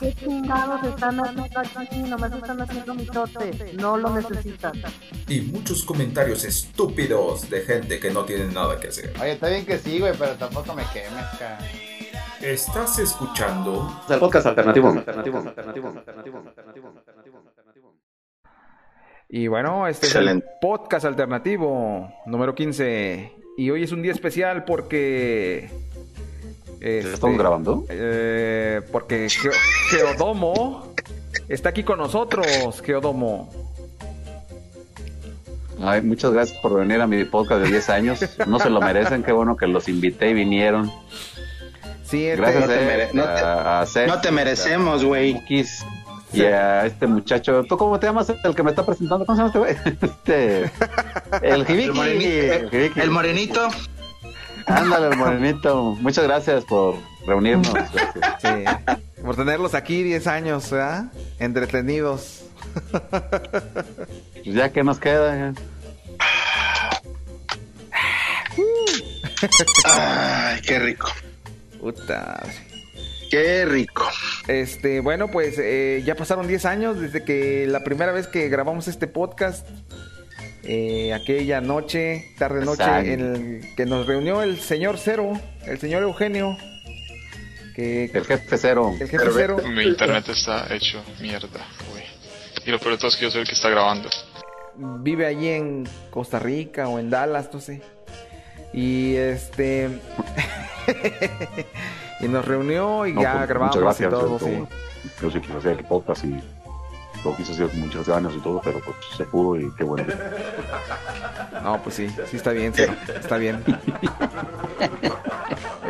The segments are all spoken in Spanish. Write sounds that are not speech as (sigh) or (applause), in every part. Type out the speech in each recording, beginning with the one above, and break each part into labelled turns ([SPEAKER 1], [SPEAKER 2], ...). [SPEAKER 1] ¿Qué chingados están haciendo aquí? Nomás están haciendo mitote. No lo necesitan.
[SPEAKER 2] y muchos comentarios estúpidos de gente que no tiene nada que hacer.
[SPEAKER 3] Oye, está bien que sí, güey, pero tampoco me quemes, cara.
[SPEAKER 2] Estás escuchando
[SPEAKER 4] Podcast alternativo. alternativo, alternativo, alternativo, alternativo, alternativo, alternativo.
[SPEAKER 5] Y bueno, este
[SPEAKER 6] Excelente.
[SPEAKER 5] es el podcast alternativo número 15. Y hoy es un día especial porque.
[SPEAKER 4] ¿Ya
[SPEAKER 5] este,
[SPEAKER 4] estamos grabando?
[SPEAKER 5] eh, porque Geo- Geodomo está aquí con nosotros, Geodomo.
[SPEAKER 4] Ay, muchas gracias por venir a mi podcast de 10 años. No se lo merecen, qué bueno que los invité y vinieron.
[SPEAKER 5] Sí, este,
[SPEAKER 4] Gracias
[SPEAKER 6] No te mere- no
[SPEAKER 4] a,
[SPEAKER 6] te-
[SPEAKER 4] a- a Ceci,
[SPEAKER 6] No te merecemos,
[SPEAKER 4] a
[SPEAKER 6] güey.
[SPEAKER 4] Cookies y a este muchacho. ¿Tú cómo te llamas? El que me está presentando. ¿Cómo se llama este güey? (laughs) Este, el
[SPEAKER 6] El
[SPEAKER 4] Jibiki.
[SPEAKER 6] morenito.
[SPEAKER 4] Jibiki.
[SPEAKER 6] El morenito.
[SPEAKER 4] Ándale, el morenito. Muchas gracias por reunirnos. Pues Gracias.
[SPEAKER 5] sí, este, por tenerlos aquí 10 años, ¿verdad? Entretenidos.
[SPEAKER 4] Pues Ya que nos queda.
[SPEAKER 6] Ay, qué rico.
[SPEAKER 5] Puta.
[SPEAKER 6] Qué rico.
[SPEAKER 5] Este, bueno, pues eh, ya pasaron 10 años desde que la primera vez que grabamos este podcast, eh, aquella noche, tarde noche,
[SPEAKER 4] Exacto.
[SPEAKER 5] en el que nos reunió el señor Cero, el señor Eugenio, que
[SPEAKER 4] El jefe cero.
[SPEAKER 5] el jefe Cero,
[SPEAKER 7] Mi internet está hecho mierda, güey. Y lo peor de todo es que yo soy el que está grabando.
[SPEAKER 5] vive allí en Costa Rica o en Dallas, no sé. Y este. (laughs) y nos reunió y
[SPEAKER 4] No,
[SPEAKER 5] ya
[SPEAKER 4] pues,
[SPEAKER 5] grabamos
[SPEAKER 4] muchas
[SPEAKER 5] y
[SPEAKER 4] gracias,
[SPEAKER 5] todo,
[SPEAKER 4] sobre
[SPEAKER 5] sí.
[SPEAKER 4] todo. Yo sí quise hacer el podcast y lo quise hacer con muchas ganas y todo, pero pues se pudo y qué bueno.
[SPEAKER 5] No, pues sí, sí está bien, Cero. Está bien.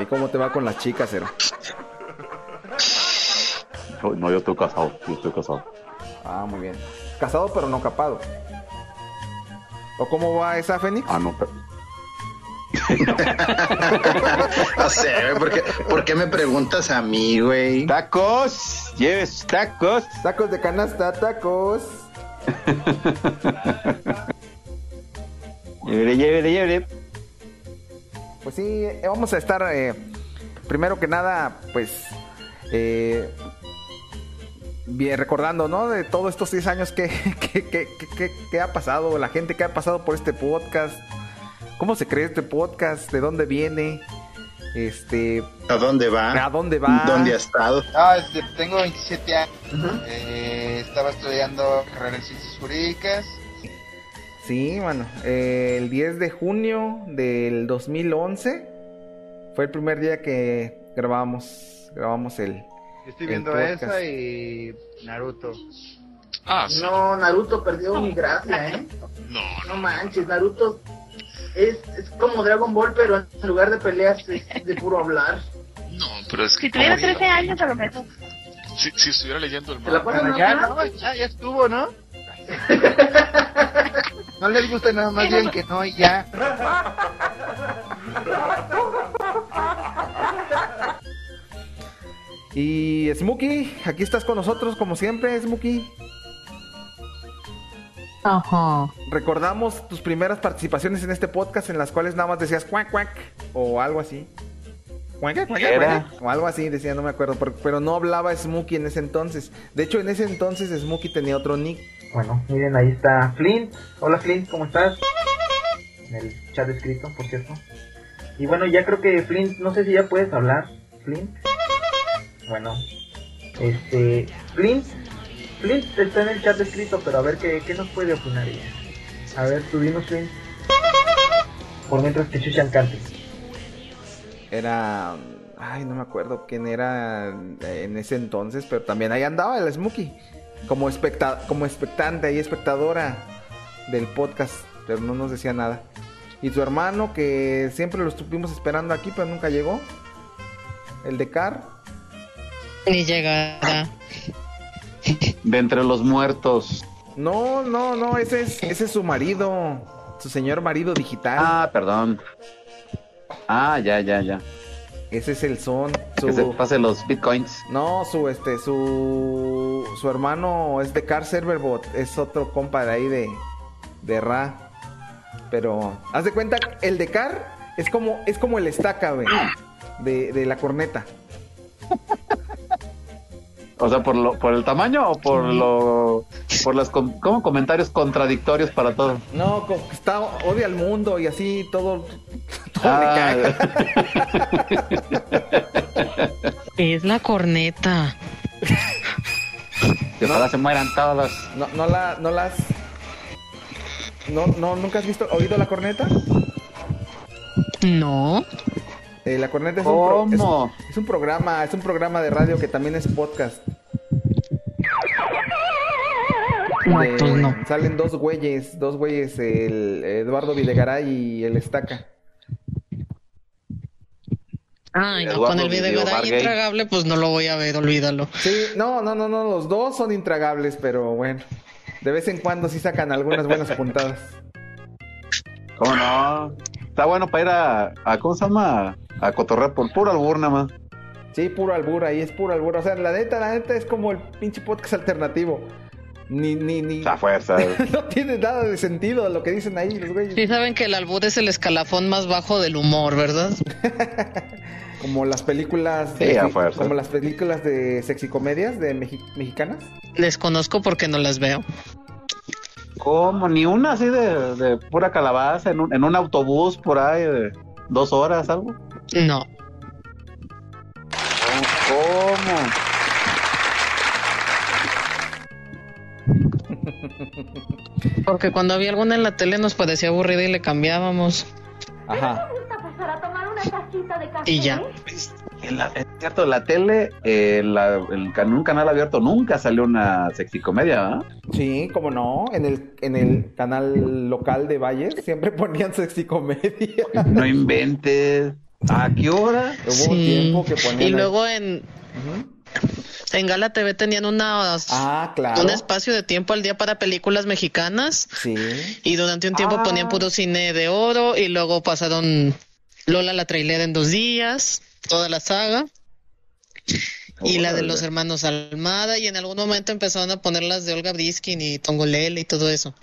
[SPEAKER 5] ¿Y cómo te va con las chicas, Cero?
[SPEAKER 4] Yo- No, yo estoy casado, yo estoy casado.
[SPEAKER 5] Ah, muy bien. Casado pero no capado. ¿O cómo va esa Fénix?
[SPEAKER 4] Ah, no, pero...
[SPEAKER 6] (laughs) No sé, güey, ¿por qué, por qué me preguntas a mí, güey?
[SPEAKER 4] ¡Tacos! ¡Lleves tacos!
[SPEAKER 5] Tacos de canasta, tacos.
[SPEAKER 4] ¡Llévele, llévele, llévele!
[SPEAKER 5] Pues sí, eh, vamos a estar, eh, primero que nada, pues, eh, bien, recordando, ¿no? De todos estos 10 años que, (laughs) que, que- que- que- que ha pasado, la gente que ha pasado por este podcast, cómo se creó este podcast, de dónde viene, este,
[SPEAKER 6] ¿A dónde
[SPEAKER 5] a
[SPEAKER 6] va?
[SPEAKER 5] dónde va.
[SPEAKER 6] ¿Dónde ha estado?
[SPEAKER 3] Ah, este, tengo 27 años. Eh, estaba estudiando carrera en ciencias jurídicas.
[SPEAKER 5] Sí, mano. eh, el 10 de junio del 2011 fue el primer día que grabamos, grabamos el...
[SPEAKER 3] Estoy
[SPEAKER 5] El
[SPEAKER 3] viendo
[SPEAKER 5] podcast.
[SPEAKER 3] esa y Naruto.
[SPEAKER 7] Ah, sí.
[SPEAKER 8] No, Naruto perdió mi gracia, ¿eh?
[SPEAKER 7] No,
[SPEAKER 8] No manches, Naruto es, es como Dragon Ball, pero en lugar de peleas es de puro hablar.
[SPEAKER 7] no, pero es que.
[SPEAKER 1] Si tuviera
[SPEAKER 7] como-
[SPEAKER 1] 13 años, a lo mejor.
[SPEAKER 7] Si, si estuviera leyendo el
[SPEAKER 8] Se la
[SPEAKER 7] manga.
[SPEAKER 8] pasan
[SPEAKER 3] ya,
[SPEAKER 8] hablando.
[SPEAKER 3] ¿no? Ya, ya estuvo, ¿no? No les gusta nada más bien que no y ya.
[SPEAKER 5] Y Smokey, aquí estás con nosotros como siempre, Smokey.
[SPEAKER 1] Ajá.
[SPEAKER 5] Recordamos tus primeras participaciones en este podcast en las cuales nada más decías cuac cuac o algo así. Cuac, cuac,
[SPEAKER 4] Era.
[SPEAKER 5] cuac, O algo así, decía, no me acuerdo, pero, pero no hablaba Smokey en ese entonces. De hecho, en ese entonces Smokey tenía otro nick.
[SPEAKER 8] Bueno, miren, ahí está Flint. Hola Flint, ¿cómo estás? En el chat escrito, por cierto. Y bueno, ya creo que Flint, no sé si ya puedes hablar, Flint. Bueno, este, Flint, Flint está en el chat escrito, pero a ver qué, qué nos puede opinar ella. A ver, tú dinos, Flint. Por mientras que Chuchan cante.
[SPEAKER 5] era ay no me acuerdo quién era en ese entonces pero también ahí andaba el Smokey como especta como expectante y espectadora del podcast pero no nos decía nada y tu hermano que siempre lo estuvimos esperando aquí pero nunca llegó el de Car
[SPEAKER 9] Ni llegada.
[SPEAKER 4] De entre los muertos.
[SPEAKER 5] no no no ese es ese es su marido su señor marido digital
[SPEAKER 4] Ah, perdón. Ah, ya, ya, ya.
[SPEAKER 5] Ese es el son.
[SPEAKER 4] Que se pase los bitcoins.
[SPEAKER 5] No, su este, su su hermano es de Car Serverbot, es otro compa de ahí de de Ra. Pero haz de cuenta, el de Car es como es como el estaca, güey, de, de la corneta.
[SPEAKER 4] O sea, por lo, por el tamaño o por lo, por las com- como comentarios contradictorios para todo.
[SPEAKER 5] No, como que está odia al mundo y así todo todo le
[SPEAKER 4] Ah.
[SPEAKER 5] caga.
[SPEAKER 10] Es la corneta.
[SPEAKER 4] Que ojalá se mueran todos.
[SPEAKER 5] No, no la no las No no nunca has visto oído la corneta?
[SPEAKER 10] No.
[SPEAKER 5] Eh, la corneta es un, pro- es un- es un programa, es un programa de radio que también es podcast.
[SPEAKER 10] No,
[SPEAKER 5] Eh,
[SPEAKER 10] pues no.
[SPEAKER 5] Salen dos güeyes, dos güeyes, el Eduardo Videgaray y el Estaca.
[SPEAKER 10] Ay, no,
[SPEAKER 5] Eduardo
[SPEAKER 10] con el
[SPEAKER 5] Video
[SPEAKER 10] video
[SPEAKER 5] Bar
[SPEAKER 10] ahí
[SPEAKER 5] Gay.
[SPEAKER 10] intragable, pues no lo voy a ver, olvídalo.
[SPEAKER 5] Sí, no, no, no, no, los dos son intragables, pero bueno. De vez en cuando sí sacan algunas buenas puntadas.
[SPEAKER 4] ¿Cómo no? Está bueno para ir a, a ¿cómo se llama? A cotorrear por puro albur nada más.
[SPEAKER 5] Sí, puro albur, ahí es puro albur. O sea, la neta, la neta es como el pinche podcast alternativo. Ni, ni, ni.
[SPEAKER 4] A
[SPEAKER 10] (laughs)
[SPEAKER 4] fuerza.
[SPEAKER 5] (laughs) no tiene nada de sentido lo que dicen ahí los güeyes.
[SPEAKER 10] Sí saben que el albur es el escalafón más bajo del humor, ¿verdad?
[SPEAKER 5] Como las películas
[SPEAKER 4] Sí,
[SPEAKER 5] de-
[SPEAKER 4] a fuerza.
[SPEAKER 5] como las películas de sexicomedias de mexi- mexicanas.
[SPEAKER 10] Les conozco porque no las veo.
[SPEAKER 4] ¿Cómo? Ni una así de, de pura calabaza en un, en un autobús por ahí de dos horas, algo.
[SPEAKER 10] No.
[SPEAKER 4] ¿Cómo?
[SPEAKER 10] Porque cuando había alguna en la tele nos parecía aburrida y le cambiábamos.
[SPEAKER 5] Ajá.
[SPEAKER 10] Y ya.
[SPEAKER 4] En la- es cierto, en la tele, eh, la- el can- un canal abierto nunca salió una sexicomedia, ¿verdad?
[SPEAKER 10] (laughs)
[SPEAKER 5] Sí, como no, en el, en el canal local de Valles siempre (laughs) ponían sexicomedia.
[SPEAKER 4] No inventes. ¿A qué hora?
[SPEAKER 5] Hubo un
[SPEAKER 10] Sí.
[SPEAKER 5] tiempo que ponían.
[SPEAKER 10] Y
[SPEAKER 5] ahí-
[SPEAKER 10] luego en, en Gala TV tenían una,
[SPEAKER 5] Ah, claro.
[SPEAKER 10] un espacio de tiempo al día para películas mexicanas.
[SPEAKER 5] Sí.
[SPEAKER 10] Y durante un tiempo
[SPEAKER 4] Ah.
[SPEAKER 10] ponían puro cine de oro y luego pasaron Lola la trailera en dos días, toda la saga. Y la de
[SPEAKER 4] Órale.
[SPEAKER 10] los hermanos Almada y en algún momento empezaron a poner las de Olga Briskin y Tongolele y todo eso.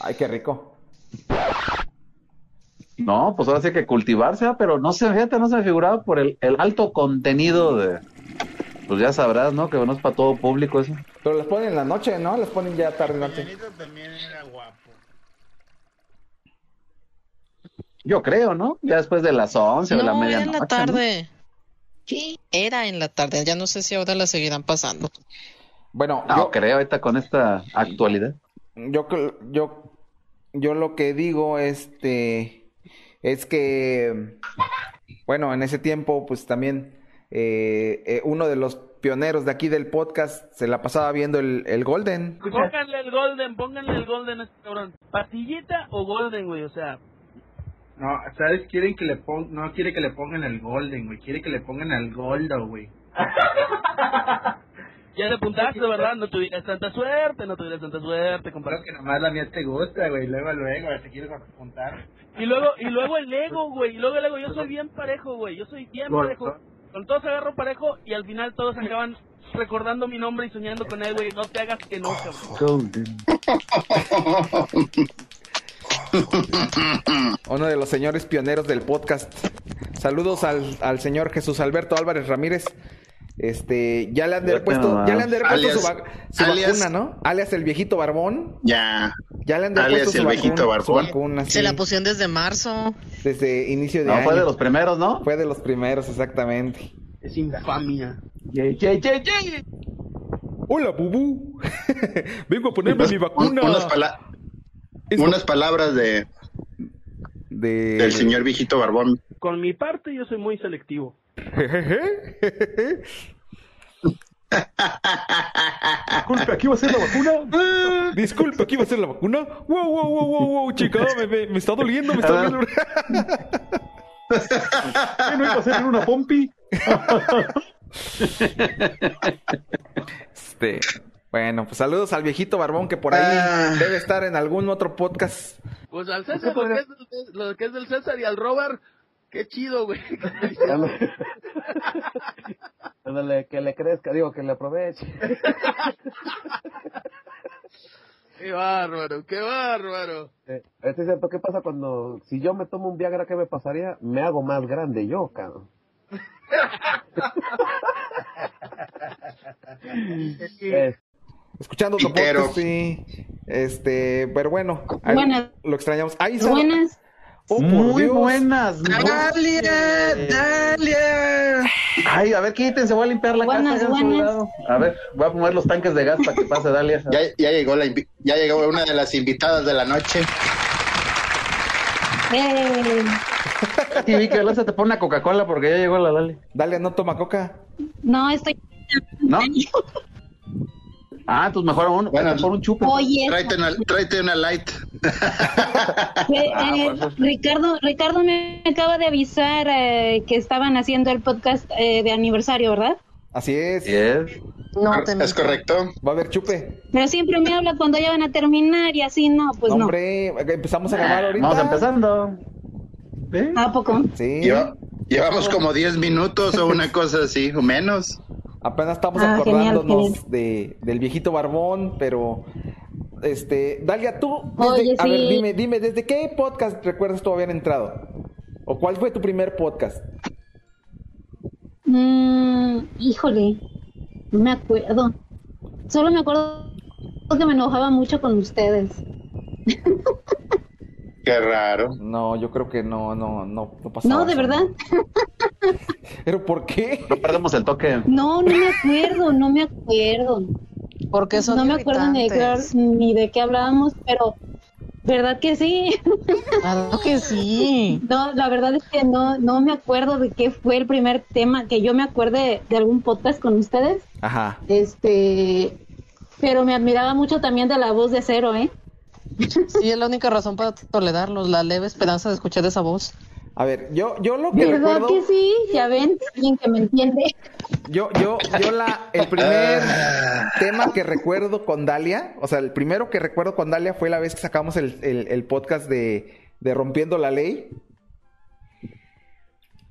[SPEAKER 5] Ay, qué rico.
[SPEAKER 4] No, pues ahora sí que cultivarse, ¿ah? pero no sé, fíjate, no se me figuraba por el, el alto contenido de. Pues ya sabrás, ¿no? Que no es para todo público eso.
[SPEAKER 5] Pero las ponen en la noche, ¿no? Las ponen ya tarde noche.
[SPEAKER 4] Yo creo, ¿no? Ya después de las 11 o de la
[SPEAKER 10] No, era
[SPEAKER 4] medianoche.
[SPEAKER 10] en la
[SPEAKER 4] ¿no?
[SPEAKER 10] tarde. Era en la tarde, ya no sé si ahora la seguirán pasando.
[SPEAKER 5] Bueno,
[SPEAKER 4] No,
[SPEAKER 5] yo,
[SPEAKER 4] creo, ahorita con esta actualidad.
[SPEAKER 5] yo, cl- yo, yo lo que digo, este, es que, bueno, en ese tiempo, pues también eh, eh, uno de los pioneros de aquí del podcast se la pasaba viendo el, el Golden.
[SPEAKER 11] Pónganle el Golden, pónganle el Golden a este cabrón. ¿Pastillita o Golden, güey? O sea,
[SPEAKER 8] No, ¿sabes? Quieren que le pon... No quiere que le pongan al Golden, güey. Quiere que le pongan al Goldo, güey.
[SPEAKER 11] ya le apuntaste, ¿verdad? No tuvieras tanta suerte, no tuvieras tanta suerte, compadre.
[SPEAKER 8] Que nomás la mía te gusta, güey. Luego, luego, te quieres apuntar.
[SPEAKER 11] Y luego, y luego el ego, güey. Y luego el ego. Yo soy bien parejo, güey. Yo soy bien
[SPEAKER 8] Gordo.
[SPEAKER 11] parejo. Con todos agarro parejo y al final todos acaban recordando mi nombre y soñando con él, güey. No te hagas que no, cabrón.
[SPEAKER 5] Uno de los señores pioneros del podcast. Saludos al, al señor Jesús Alberto Álvarez Ramírez. Este, ya le han de haber
[SPEAKER 4] Vete
[SPEAKER 5] puesto,
[SPEAKER 4] nomás.
[SPEAKER 5] ya le han de haber puesto
[SPEAKER 12] Alias-
[SPEAKER 5] su, va- su
[SPEAKER 12] alias-
[SPEAKER 5] vacuna, ¿no? Alias el viejito barbón.
[SPEAKER 12] Ya.
[SPEAKER 5] Ya le han de haber
[SPEAKER 12] Alias
[SPEAKER 5] puesto
[SPEAKER 12] el
[SPEAKER 5] su
[SPEAKER 12] viejito
[SPEAKER 5] vacuna, su
[SPEAKER 12] barbón.
[SPEAKER 5] vacuna,
[SPEAKER 10] Se
[SPEAKER 5] sí.
[SPEAKER 10] la pusieron desde marzo.
[SPEAKER 5] Desde inicio de
[SPEAKER 4] No,
[SPEAKER 5] año.
[SPEAKER 4] fue de los primeros, ¿no?
[SPEAKER 5] Fue de los primeros, exactamente.
[SPEAKER 8] Es infamia.
[SPEAKER 4] Ye, ye, ye, ye.
[SPEAKER 5] Hola, Bubú. (laughs) Vengo a ponerme mi
[SPEAKER 12] Un-
[SPEAKER 5] vacuna.
[SPEAKER 12] unas, pala- unas palabras de,
[SPEAKER 5] De...
[SPEAKER 12] del señor viejito barbón.
[SPEAKER 11] Con mi parte yo soy muy selectivo.
[SPEAKER 4] Disculpe, aquí va a ser la vacuna.
[SPEAKER 5] Disculpa, ¿aquí va a ser la vacuna? ¡Wow, wow, wow, wow, wow! Chica, me, me- me está doliendo, me está doliendo.
[SPEAKER 4] ¿Qué, no iba a ser una pompi?
[SPEAKER 5] Este, bueno, pues saludos al viejito barbón que por ahí
[SPEAKER 12] Ah.
[SPEAKER 5] debe estar en algún otro podcast.
[SPEAKER 11] Pues al César, lo que, es, lo que es del César y al Robert,
[SPEAKER 13] Qué chido, güey. (laughs)
[SPEAKER 14] Ándale. Ándale, que le crezca, digo, que le aproveche.
[SPEAKER 13] Qué bárbaro, qué bárbaro.
[SPEAKER 14] Eh, este dice, "¿Pero ¿qué pasa cuando, si yo me tomo un Viagra, qué me pasaría? Me hago más grande yo, cabrón.
[SPEAKER 5] Eh, Escuchando tu
[SPEAKER 6] Pitero.
[SPEAKER 5] podcast, sí. Este, pero bueno, ahí
[SPEAKER 6] Buenas.
[SPEAKER 5] lo extrañamos. Ahí está.
[SPEAKER 6] Buenas.
[SPEAKER 5] Oh, por
[SPEAKER 4] Muy
[SPEAKER 5] Dios.
[SPEAKER 4] buenas.
[SPEAKER 6] Dalia, Dalia.
[SPEAKER 4] Ay, a ver, quítense, voy a limpiar la
[SPEAKER 6] Buenas,
[SPEAKER 4] casa. hagan su
[SPEAKER 6] buenas.
[SPEAKER 4] lado. A ver, voy a mover los tanques de gas para que pase Dalia.
[SPEAKER 6] Ya, ya llegó la invi- ya llegó una de las invitadas de la noche.
[SPEAKER 15] Eh,
[SPEAKER 4] Y vi que Alonso te pone una Coca-Cola porque ya llegó la Dalia.
[SPEAKER 5] Dalia no toma coca.
[SPEAKER 15] No, estoy.
[SPEAKER 4] ¿No? Ah, pues mejor aún. Bueno, por un chupe.
[SPEAKER 15] Oye.
[SPEAKER 6] Tráete una, tráete una light.
[SPEAKER 15] Eh,
[SPEAKER 6] Ah,
[SPEAKER 15] eh,
[SPEAKER 6] pues,
[SPEAKER 15] Ricardo, Ricardo me acaba de avisar eh, que estaban haciendo el podcast eh, de aniversario, ¿verdad?
[SPEAKER 5] Así es.
[SPEAKER 15] No, te
[SPEAKER 6] es correcto.
[SPEAKER 5] Va a haber chupe.
[SPEAKER 15] Pero siempre me habla cuando ya van a terminar y así no, pues no.
[SPEAKER 5] Hombre, empezamos a grabar ahorita.
[SPEAKER 4] Vamos empezando.
[SPEAKER 15] ¿A poco?
[SPEAKER 5] Sí.
[SPEAKER 6] Lleva- llevamos como 10 minutos o una cosa así, o menos.
[SPEAKER 5] Apenas estamos
[SPEAKER 6] Ah, genial,
[SPEAKER 5] acordándonos de, del viejito barbón, pero este, Dalia, tú,
[SPEAKER 15] Oye,
[SPEAKER 5] desde- a
[SPEAKER 15] sí.
[SPEAKER 5] ver, dime, dime, ¿desde qué podcast recuerdas tú habían entrado? ¿O cuál fue tu primer podcast?
[SPEAKER 15] Mm, híjole, no me acuerdo. Solo me acuerdo que me enojaba mucho con ustedes.
[SPEAKER 6] Qué raro.
[SPEAKER 5] No, yo creo que no, no, no, no pasó.
[SPEAKER 15] No, de verdad.
[SPEAKER 5] ¿Pero por qué?
[SPEAKER 4] No perdemos el toque.
[SPEAKER 15] No, no me acuerdo, no me acuerdo.
[SPEAKER 9] Porque son
[SPEAKER 15] No me acuerdo ni de, qué,
[SPEAKER 9] irritantes.
[SPEAKER 15] ni de qué hablábamos, pero ¿verdad que sí? (laughs)
[SPEAKER 9] Claro que sí.
[SPEAKER 15] No, la verdad es que no, no me acuerdo de qué fue el primer tema que yo me acuerde de algún podcast con ustedes.
[SPEAKER 5] Ajá.
[SPEAKER 15] Este, pero me admiraba mucho también de la voz de Cero, ¿eh?
[SPEAKER 9] Sí, es la única razón para tolerarlos, la leve esperanza de escuchar esa voz.
[SPEAKER 5] A ver, yo, yo lo que
[SPEAKER 15] ¿Verdad
[SPEAKER 5] recuerdo,
[SPEAKER 15] que sí? Ya ven, alguien que me entiende.
[SPEAKER 5] yo, yo, yo la, el primer
[SPEAKER 15] Ah.
[SPEAKER 5] tema que recuerdo con Dalia, o sea, el primero que recuerdo con Dalia fue la vez que sacamos el, el- el podcast de, de Rompiendo la Ley.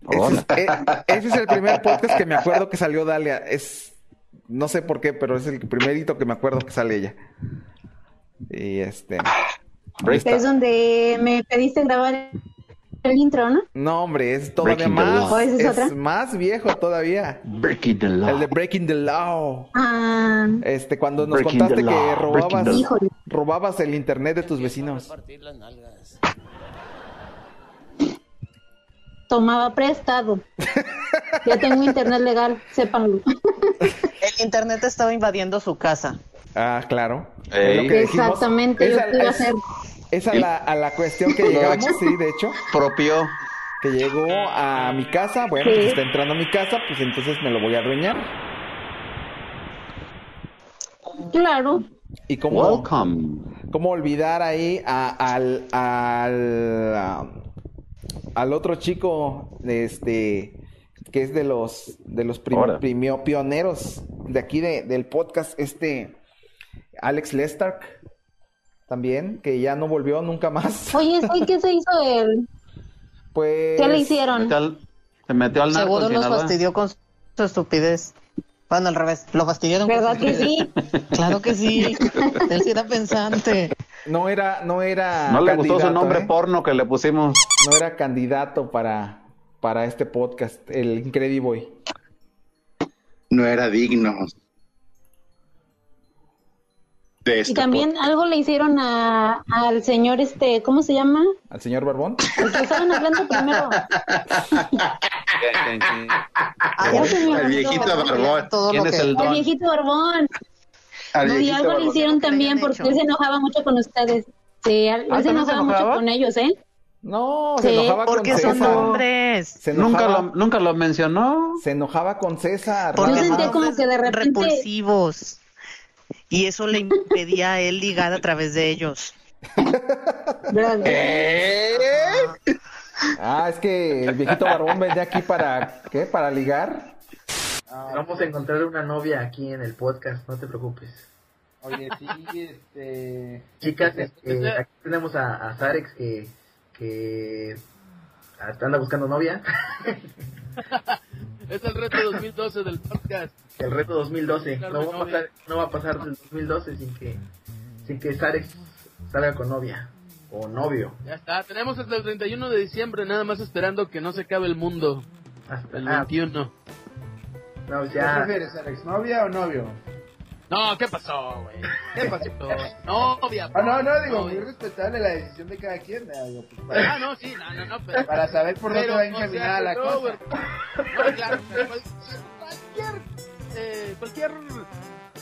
[SPEAKER 5] Ese es, e- ese es el primer podcast que me acuerdo que salió Dalia. Es, no sé por qué, pero es el primer hito que me acuerdo que sale ella. Y este. ahí está.
[SPEAKER 15] Es donde me pediste grabar el intro, ¿no?
[SPEAKER 5] No, hombre, es todavía
[SPEAKER 15] Breaking the
[SPEAKER 5] más.
[SPEAKER 15] Law. ¿O esa es
[SPEAKER 5] es
[SPEAKER 15] otra?
[SPEAKER 5] más viejo todavía.
[SPEAKER 4] Breaking the Law.
[SPEAKER 5] El de Breaking the Law.
[SPEAKER 15] Ah,
[SPEAKER 5] Este, cuando nos
[SPEAKER 4] Breaking
[SPEAKER 5] contaste
[SPEAKER 4] the law,
[SPEAKER 5] que
[SPEAKER 4] breaking
[SPEAKER 5] robabas,
[SPEAKER 4] the law.
[SPEAKER 5] robabas el internet de tus vecinos.
[SPEAKER 15] tomaba prestado.
[SPEAKER 5] (laughs)
[SPEAKER 15] Ya tengo internet legal, sépanlo.
[SPEAKER 9] El internet estaba invadiendo su casa.
[SPEAKER 5] Ah, claro.
[SPEAKER 4] Ey.
[SPEAKER 5] Es lo que dijimos.
[SPEAKER 9] Exactamente,
[SPEAKER 5] Esa-
[SPEAKER 9] lo que iba a
[SPEAKER 5] es-
[SPEAKER 9] hacer.
[SPEAKER 5] esa la, a la cuestión
[SPEAKER 4] (laughs)
[SPEAKER 5] que
[SPEAKER 4] No,
[SPEAKER 5] llegamos,
[SPEAKER 4] hecho.
[SPEAKER 5] sí, de hecho.
[SPEAKER 4] Propio.
[SPEAKER 5] Que llegó a mi casa, bueno,
[SPEAKER 4] Sí.
[SPEAKER 5] pues está entrando a mi casa, pues entonces me lo voy a adueñar.
[SPEAKER 15] Claro.
[SPEAKER 5] Y cómo, cómo olvidar ahí a- al, al, um, al otro chico, este, que es de los, de los prim-
[SPEAKER 4] Ahora.
[SPEAKER 5] primio- pioneros de aquí de- del podcast, este, Alex Lestark, también, que ya no volvió nunca más.
[SPEAKER 15] Oye, ¿sí (laughs) ¿qué se hizo él?
[SPEAKER 5] Pues,
[SPEAKER 15] ¿Qué le hicieron?
[SPEAKER 4] Se metió al narco.
[SPEAKER 9] Seguro los
[SPEAKER 4] al final, ¿verdad?
[SPEAKER 9] fastidió con su estupidez. Bueno, al revés, lo fastidiaron. con
[SPEAKER 15] ¿Verdad
[SPEAKER 9] su
[SPEAKER 15] que
[SPEAKER 9] estupidez.
[SPEAKER 5] (laughs)
[SPEAKER 9] Claro que sí. Él sí era pensante.
[SPEAKER 5] No era, no era.
[SPEAKER 4] No le gustó su nombre
[SPEAKER 5] ¿eh?
[SPEAKER 4] porno que le pusimos.
[SPEAKER 5] No era candidato para, para este podcast, el Incrediboy.
[SPEAKER 6] No era digno. De
[SPEAKER 15] Y
[SPEAKER 5] este
[SPEAKER 6] esto,
[SPEAKER 15] también algo le hicieron a, al señor este, ¿cómo se llama?
[SPEAKER 5] ¿Al señor Barbón?
[SPEAKER 15] El que estaban hablando
[SPEAKER 5] (laughs)
[SPEAKER 15] primero.
[SPEAKER 9] Ah,
[SPEAKER 6] por-
[SPEAKER 15] se me
[SPEAKER 6] al viejito barbón.
[SPEAKER 15] El viejito Barbón.
[SPEAKER 6] Al
[SPEAKER 15] No, y
[SPEAKER 6] viejito
[SPEAKER 15] algo le
[SPEAKER 6] barbón.
[SPEAKER 15] hicieron también porque él se enojaba mucho con ustedes. Sí, él
[SPEAKER 5] Ah,
[SPEAKER 15] se
[SPEAKER 5] ¿también se
[SPEAKER 15] enojaba mucho
[SPEAKER 5] enojaba?
[SPEAKER 15] con ellos, ¿eh?
[SPEAKER 5] No,
[SPEAKER 15] Sí,
[SPEAKER 5] se enojaba
[SPEAKER 15] porque
[SPEAKER 5] con
[SPEAKER 15] son
[SPEAKER 5] César.
[SPEAKER 15] hombres.
[SPEAKER 5] Se
[SPEAKER 4] (laughs) Nunca
[SPEAKER 5] enojaba-
[SPEAKER 4] lo, nunca lo mencionó.
[SPEAKER 5] Se enojaba con César.
[SPEAKER 15] Yo
[SPEAKER 5] nada
[SPEAKER 15] sentía
[SPEAKER 5] más.
[SPEAKER 15] como que de repente...
[SPEAKER 9] Repulsivos. Y eso le impedía a él ligar a través de ellos.
[SPEAKER 5] Eh, Ah, es que el viejito barbón venía aquí para, ¿qué? Para ligar.
[SPEAKER 8] Vamos a encontrar una novia aquí en el podcast, no te preocupes.
[SPEAKER 3] Oye, sí, este...
[SPEAKER 8] Chicas, eh, aquí tenemos a, a Zarex que, que Hasta anda buscando novia.
[SPEAKER 13] (laughs) Es el reto 2012 del podcast.
[SPEAKER 8] El reto 2012. No va a pasar, no va a pasar del 2012 sin que, sin que Zarex salga con novia. O novio.
[SPEAKER 13] Ya está, tenemos hasta el 31 de diciembre, nada más esperando que no se acabe el mundo.
[SPEAKER 8] Hasta
[SPEAKER 13] el
[SPEAKER 8] ah.
[SPEAKER 13] 21.
[SPEAKER 8] No,
[SPEAKER 16] ¿Qué prefieres, Alex? ¿Novia o novio?
[SPEAKER 13] No, ¿qué pasó, güey?
[SPEAKER 16] (laughs)
[SPEAKER 13] ¿Qué pasó? Novia.
[SPEAKER 16] Ah, no, no, digo,
[SPEAKER 13] novia.
[SPEAKER 16] muy respetable la decisión de cada quien. ¿no? Digo, pues, para,
[SPEAKER 13] Ah, no, sí, no, no, no, pero...
[SPEAKER 16] para saber por dónde
[SPEAKER 13] Pero,
[SPEAKER 16] va
[SPEAKER 13] o sea,
[SPEAKER 16] encaminada la
[SPEAKER 13] no,
[SPEAKER 16] cosa.
[SPEAKER 13] güey. No, claro, pero cual- cualquier, eh, cualquier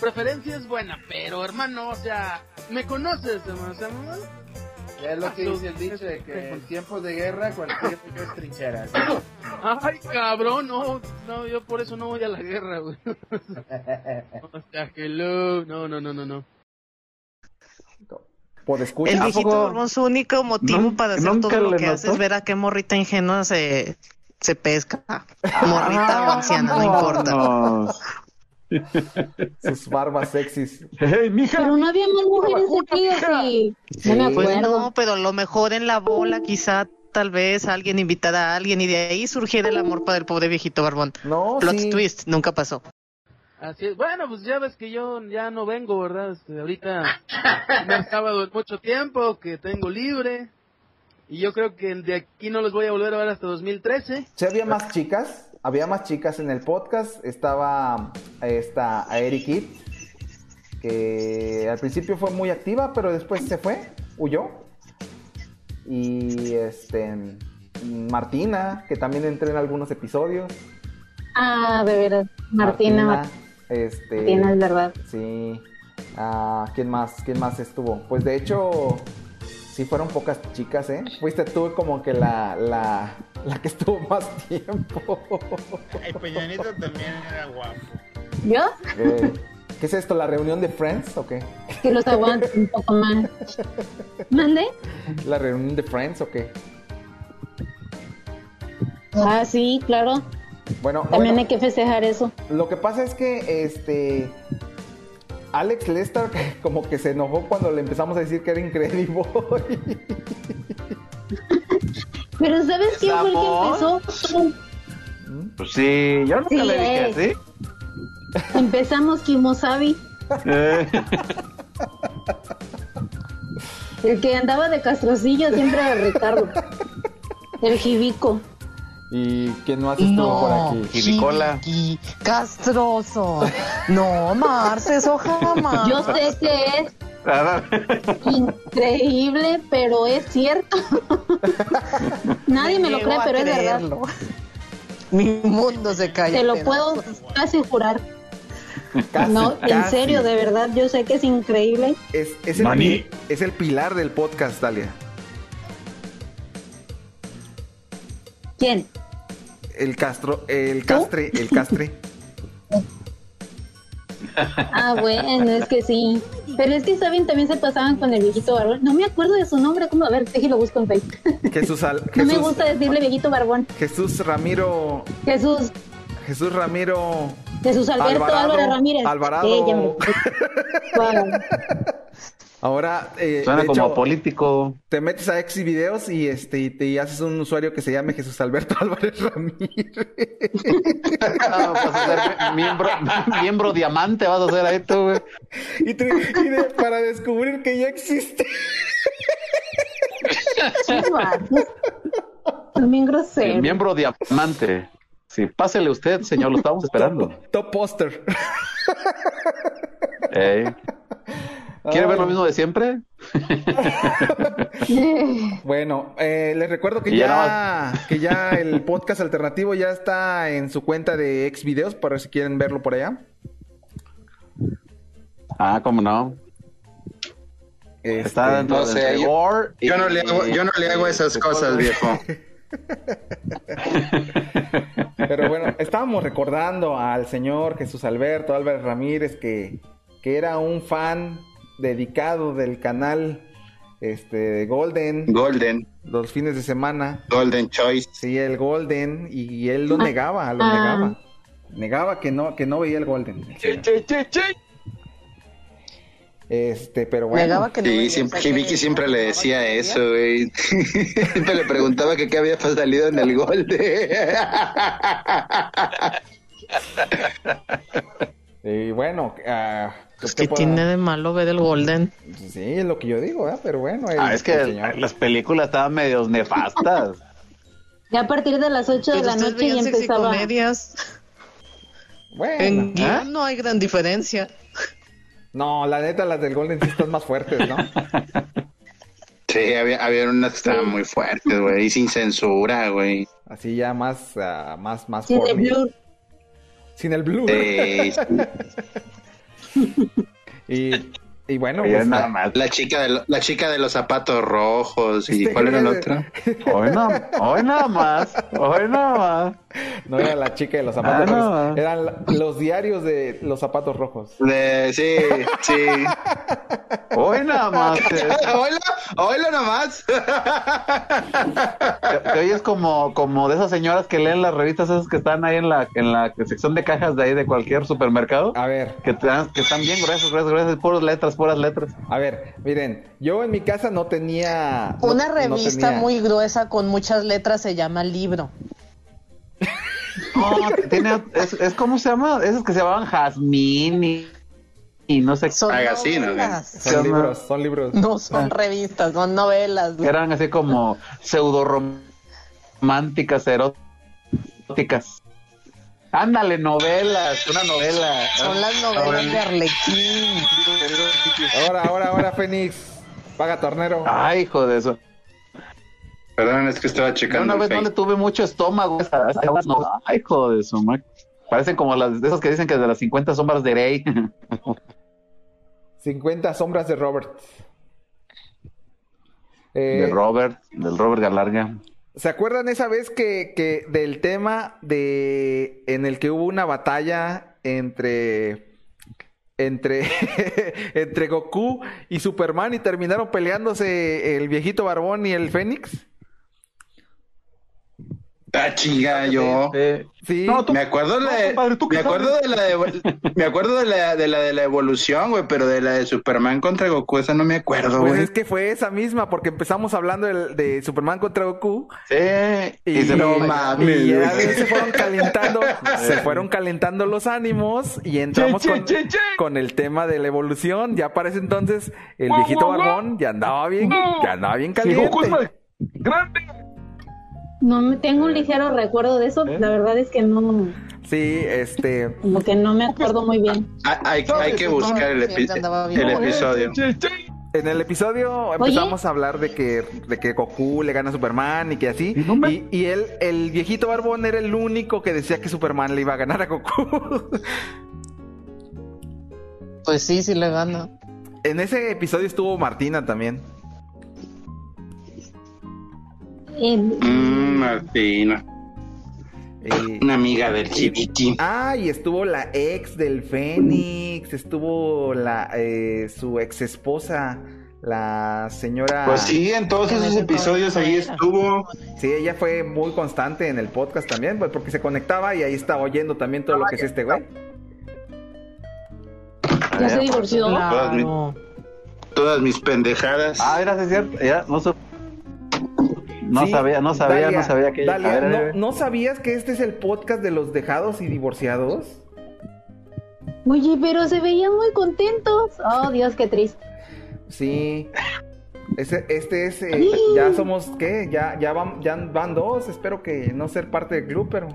[SPEAKER 13] preferencia es buena, pero hermano, o sea, me conoces, hermano, o sea, ¿no?
[SPEAKER 16] Ya es lo
[SPEAKER 13] Ah,
[SPEAKER 16] que dice el dicho de que en tiempos de guerra cualquier niño es trinchera. ¿sí?
[SPEAKER 13] (coughs) Ay, cabrón, no, no, yo por eso no voy a la guerra,
[SPEAKER 16] (laughs)
[SPEAKER 13] güey. O sea, hello, no, no, no, no, no.
[SPEAKER 5] Por escucha.
[SPEAKER 9] El
[SPEAKER 5] ¿A
[SPEAKER 9] viejito
[SPEAKER 5] poco?
[SPEAKER 9] Borbón, su único motivo
[SPEAKER 5] Nun-
[SPEAKER 9] para hacer
[SPEAKER 5] nunca
[SPEAKER 9] todo lo
[SPEAKER 5] le
[SPEAKER 9] que hace
[SPEAKER 5] notó?
[SPEAKER 9] es ver a qué morrita ingenua se, se pesca. Morrita
[SPEAKER 4] Ah,
[SPEAKER 9] o anciana, no importa.
[SPEAKER 5] Sus barbas sexys.
[SPEAKER 15] Pero no había más mujeres aquí, ¿o sí? No me
[SPEAKER 9] Pues
[SPEAKER 15] acuerdo.
[SPEAKER 9] no, pero a lo mejor en la bola quizá tal vez alguien invitara a alguien y de ahí surgiera el amor para el pobre viejito barbón.
[SPEAKER 5] No,
[SPEAKER 9] Plot twist, nunca pasó.
[SPEAKER 13] Así es. Bueno, pues ya ves que yo ya no vengo, ¿verdad? Este, ahorita no es sábado en mucho tiempo, que tengo libre. Y yo creo que de aquí no los voy a volver a ver hasta 2013.
[SPEAKER 5] Sí, había más chicas. Había más chicas en el podcast. Estaba eh, esta Eric Kidd, que al principio fue muy activa, pero después se fue, huyó. Y este Martina, que también entré en algunos episodios.
[SPEAKER 15] Ah, de veras. Martina, Martina,
[SPEAKER 5] este,
[SPEAKER 15] es verdad.
[SPEAKER 5] Sí. Ah, ¿Quién más? ¿Quién más estuvo? Pues de hecho, sí fueron pocas chicas, ¿eh? Fuiste tú como que la, la, la que estuvo más
[SPEAKER 15] (laughs)
[SPEAKER 5] tiempo.
[SPEAKER 17] El Peñanito también era guapo.
[SPEAKER 15] ¿Yo?
[SPEAKER 5] Eh, ¿Qué es esto? ¿La reunión de Friends o qué?
[SPEAKER 15] Que los aguanto un poco más. ¿Mande?
[SPEAKER 5] ¿La reunión de Friends o qué?
[SPEAKER 15] Ah, sí, claro.
[SPEAKER 5] Bueno,
[SPEAKER 15] También
[SPEAKER 5] bueno,
[SPEAKER 15] hay que festejar eso.
[SPEAKER 5] lo que pasa es que este. Alex Lester (laughs) como que se enojó cuando le empezamos a decir que era increíble.
[SPEAKER 15] Pero ¿sabes quién fue el que empezó?
[SPEAKER 4] Pues sí, yo nunca
[SPEAKER 15] Sí,
[SPEAKER 4] le dije
[SPEAKER 15] eh.
[SPEAKER 4] así.
[SPEAKER 15] Empezamos Kimosabi,
[SPEAKER 4] Eh, (laughs)
[SPEAKER 15] el que andaba de castrocillo siempre era Ricardo. El jibico.
[SPEAKER 5] ¿Y quién más estuvo
[SPEAKER 15] No,
[SPEAKER 5] por aquí?
[SPEAKER 9] Nicola. Castroso. No, Marce, eso jamás.
[SPEAKER 15] Yo sé que es
[SPEAKER 4] Ah,
[SPEAKER 15] increíble, pero es cierto. (laughs) Nadie me lo
[SPEAKER 9] Niego
[SPEAKER 15] cree,
[SPEAKER 9] a
[SPEAKER 15] pero es verdad.
[SPEAKER 9] creerlo. Mi mundo se cae.
[SPEAKER 15] Te
[SPEAKER 9] a
[SPEAKER 15] lo
[SPEAKER 9] pedazos.
[SPEAKER 15] puedo casi jurar. no, en
[SPEAKER 5] casi.
[SPEAKER 15] serio, de verdad, yo sé que es increíble.
[SPEAKER 5] Es, es, el,
[SPEAKER 14] Mani.
[SPEAKER 5] pi- es el pilar del podcast, Dalia.
[SPEAKER 15] ¿Quién?
[SPEAKER 5] El castro, el castre, el castre.
[SPEAKER 15] (laughs) Ah, bueno, es que sí. Pero es que saben, también se pasaban con el viejito barbón. No me acuerdo de su nombre, ¿cómo? A ver, déjelo busco en Facebook.
[SPEAKER 5] Jesús, Al-
[SPEAKER 15] No me
[SPEAKER 5] Jesús-
[SPEAKER 15] gusta decirle viejito barbón.
[SPEAKER 5] Jesús Ramiro,
[SPEAKER 15] Jesús,
[SPEAKER 5] Jesús Ramiro
[SPEAKER 15] Jesús Alberto
[SPEAKER 5] Alvarado,
[SPEAKER 15] Álvarez Ramírez.
[SPEAKER 5] Alvarado.
[SPEAKER 15] Eh, ya me- Wow.
[SPEAKER 5] Ahora eh,
[SPEAKER 4] Suena
[SPEAKER 5] de
[SPEAKER 4] como
[SPEAKER 5] hecho,
[SPEAKER 4] (laughs) político.
[SPEAKER 5] Te metes a Exi Videos y este y te y haces un usuario que se llame Jesús Alberto (laughs) Álvarez Ramírez.
[SPEAKER 4] Ah, vas a ser (laughs) miembro, miembro diamante, vas a ser ahí tú, güey.
[SPEAKER 5] Y, te- y de- para descubrir que ya existe.
[SPEAKER 15] Son bien groseros. (laughs)
[SPEAKER 4] Miembro diamante. Sí, pásele usted, señor, lo estamos esperando.
[SPEAKER 5] Top poster.
[SPEAKER 4] Ey. ¿Quiere
[SPEAKER 5] Ah,
[SPEAKER 4] ver lo mismo de siempre?
[SPEAKER 5] Bueno, eh, les recuerdo que
[SPEAKER 4] Y
[SPEAKER 5] ya,
[SPEAKER 4] ya
[SPEAKER 5] que ya el podcast alternativo ya está en su cuenta de Exvideos videos para si quieren verlo por allá.
[SPEAKER 4] Ah, cómo no. Está dentro
[SPEAKER 6] No
[SPEAKER 4] del
[SPEAKER 6] sé, yo,
[SPEAKER 4] rigor
[SPEAKER 6] yo
[SPEAKER 4] y-
[SPEAKER 6] no le hago, yo no le hago esas
[SPEAKER 4] y-
[SPEAKER 6] cosas, viejo.
[SPEAKER 5] Pero bueno, estábamos recordando al señor Jesús Alberto Álvarez Ramírez que, que era un fan dedicado del canal este de Golden.
[SPEAKER 6] Golden.
[SPEAKER 5] Los fines de semana.
[SPEAKER 6] Golden Choice.
[SPEAKER 5] Sí, el Golden y él lo negaba, lo
[SPEAKER 15] Ah.
[SPEAKER 5] negaba. Negaba que no que no veía el Golden. Este, pero bueno.
[SPEAKER 6] sí, siempre, que Vicky siempre le decía eso, güey. (laughs) siempre le preguntaba que qué había salido en el gol (laughs) de...
[SPEAKER 5] Y bueno, ah, pues, ¿qué
[SPEAKER 9] Que
[SPEAKER 5] puedo-
[SPEAKER 9] tiene de malo ver el Golden.
[SPEAKER 5] Sí, es lo que yo digo, ¿eh? pero bueno. el-
[SPEAKER 4] Ah, es que
[SPEAKER 5] el señor-
[SPEAKER 4] las películas estaban medios nefastas.
[SPEAKER 15] Ya a partir de las 8 de
[SPEAKER 9] Pero
[SPEAKER 15] la
[SPEAKER 9] ustedes
[SPEAKER 15] noche ya
[SPEAKER 9] veían
[SPEAKER 15] empezaba.
[SPEAKER 9] sexicomedias.
[SPEAKER 5] Bueno,
[SPEAKER 9] En
[SPEAKER 5] ¿ah?
[SPEAKER 9] guión no hay gran diferencia.
[SPEAKER 5] No, la neta, las del Golden sí están más fuertes,
[SPEAKER 4] (laughs)
[SPEAKER 5] ¿no?
[SPEAKER 6] Sí, había, había unas que estaban muy fuertes, güey, y sin censura, güey.
[SPEAKER 5] Así ya más, ah, más, más
[SPEAKER 6] Sin el
[SPEAKER 5] porny.
[SPEAKER 6] blur.
[SPEAKER 5] Sin el blur.
[SPEAKER 4] (laughs)
[SPEAKER 6] Sí.
[SPEAKER 5] y, y bueno,
[SPEAKER 6] Había
[SPEAKER 5] pues,
[SPEAKER 6] una-
[SPEAKER 5] la-
[SPEAKER 6] la chica de lo- la chica de los zapatos rojos y
[SPEAKER 5] Este
[SPEAKER 6] cuál era
[SPEAKER 5] güey
[SPEAKER 6] la
[SPEAKER 5] de-
[SPEAKER 6] otra.
[SPEAKER 4] Hoy, no, hoy nada más, hoy nada más.
[SPEAKER 5] no era la chica de los zapatos
[SPEAKER 4] Ah, no.
[SPEAKER 5] rojos, eran la- los diarios de los zapatos rojos.
[SPEAKER 6] De, sí, sí.
[SPEAKER 4] (laughs) Hoy nada (laughs) más.
[SPEAKER 6] Hola, hola nomás.
[SPEAKER 4] Que hoy es como, como de esas señoras que leen las revistas esas que están ahí en la, en la sección de cajas de ahí de cualquier supermercado.
[SPEAKER 5] A ver.
[SPEAKER 4] Que, te dan- que están bien gruesas, gruesas, gruesas, puras letras, puras letras.
[SPEAKER 5] A ver, miren, yo en mi casa no tenía... no-
[SPEAKER 9] Una
[SPEAKER 5] no
[SPEAKER 9] revista
[SPEAKER 5] tenía-
[SPEAKER 9] muy gruesa con muchas letras se llama libro.
[SPEAKER 4] (laughs) No, tiene, es, es como se llama, esas que se llamaban jazmín y, y no sé.
[SPEAKER 6] Magazine,
[SPEAKER 5] Son libros, son libros.
[SPEAKER 9] No son revistas, son novelas.
[SPEAKER 4] Eran así como pseudo románticas, eróticas. Ándale, novelas, una novela.
[SPEAKER 9] Son las novelas de Arlequín.
[SPEAKER 5] Ahora, ahora, ahora, Fénix. Paga tornero.
[SPEAKER 4] Ay, hijo de eso.
[SPEAKER 6] Perdón, es que estaba
[SPEAKER 4] Yo
[SPEAKER 6] checando.
[SPEAKER 4] una
[SPEAKER 6] el
[SPEAKER 4] vez no le
[SPEAKER 6] Facebook.
[SPEAKER 4] tuve mucho estómago. a esas- a esas novelas. Ay, hijo de eso, man. Parecen como las de esas que dicen que de las 50 sombras de Grey. (laughs)
[SPEAKER 5] 50 sombras de Robert.
[SPEAKER 4] de
[SPEAKER 5] Eh,
[SPEAKER 4] Robert, del Robert Galarga.
[SPEAKER 5] ¿Se acuerdan esa vez que, que del tema de en el que hubo una batalla entre entre (laughs) entre Goku y Superman y terminaron peleándose el viejito barbón y el Fénix?
[SPEAKER 6] Ah, chinga, yo.
[SPEAKER 5] Sí.
[SPEAKER 6] me acuerdo, la de, me acuerdo de la de, me acuerdo de la de la de la evolución, güey, pero de la de Superman contra Goku esa no me acuerdo,
[SPEAKER 5] Pues
[SPEAKER 6] güey.
[SPEAKER 5] es que fue esa misma porque empezamos hablando del- de, Superman contra Goku.
[SPEAKER 4] Sí.
[SPEAKER 5] Y,
[SPEAKER 6] se- no mames,
[SPEAKER 5] y ya
[SPEAKER 6] güey.
[SPEAKER 5] se fueron calentando, se fueron calentando los ánimos y entramos
[SPEAKER 4] Che, che,
[SPEAKER 5] con, con el tema de la evolución. Ya para ese entonces el viejito barbón ya andaba bien, ya andaba bien caliente.
[SPEAKER 15] No me tengo un ligero recuerdo de
[SPEAKER 5] ¿Eh?
[SPEAKER 15] eso. La verdad es que no,
[SPEAKER 5] Sí, este,
[SPEAKER 15] como que no me acuerdo muy bien.
[SPEAKER 6] Ah, Hay, hay que buscar el, epi- el episodio.
[SPEAKER 5] En el episodio empezamos a hablar de que, de que Goku le gana a Superman y que así. Y, y él, el viejito barbón, era el único que decía que Superman le iba a ganar a Goku. (laughs)
[SPEAKER 9] Pues sí, sí le gana.
[SPEAKER 5] En ese episodio estuvo Martina también.
[SPEAKER 15] Eh,
[SPEAKER 6] Mm, Martina. Una amiga del Chiviti.
[SPEAKER 5] Ah, y estuvo la ex del Fénix, estuvo la eh, su ex esposa, la señora.
[SPEAKER 6] Pues sí, en todos esos episodios ahí estuvo.
[SPEAKER 5] Sí, ella fue muy constante en el podcast también, pues porque se conectaba y ahí estaba oyendo también todo lo que es este güey.
[SPEAKER 15] Ya se divorció.
[SPEAKER 6] Todas, mis, todas mis pendejadas.
[SPEAKER 4] Ah, era es cierto. Ya, no sé. No
[SPEAKER 5] Sí,
[SPEAKER 4] sabía, no sabía,
[SPEAKER 5] Dalia,
[SPEAKER 4] no sabía que
[SPEAKER 5] Dalia,
[SPEAKER 4] a ver, a
[SPEAKER 5] ¿no-
[SPEAKER 4] ver.
[SPEAKER 5] ¿no, sabías que este es el podcast de los dejados y divorciados?
[SPEAKER 15] Oye, pero se veían muy contentos. Oh, Dios, qué triste.
[SPEAKER 5] Sí. Ese- este es. eh, ya somos, ¿qué? Ya, ya, van, ya van dos. Espero que no ser parte del club, pero.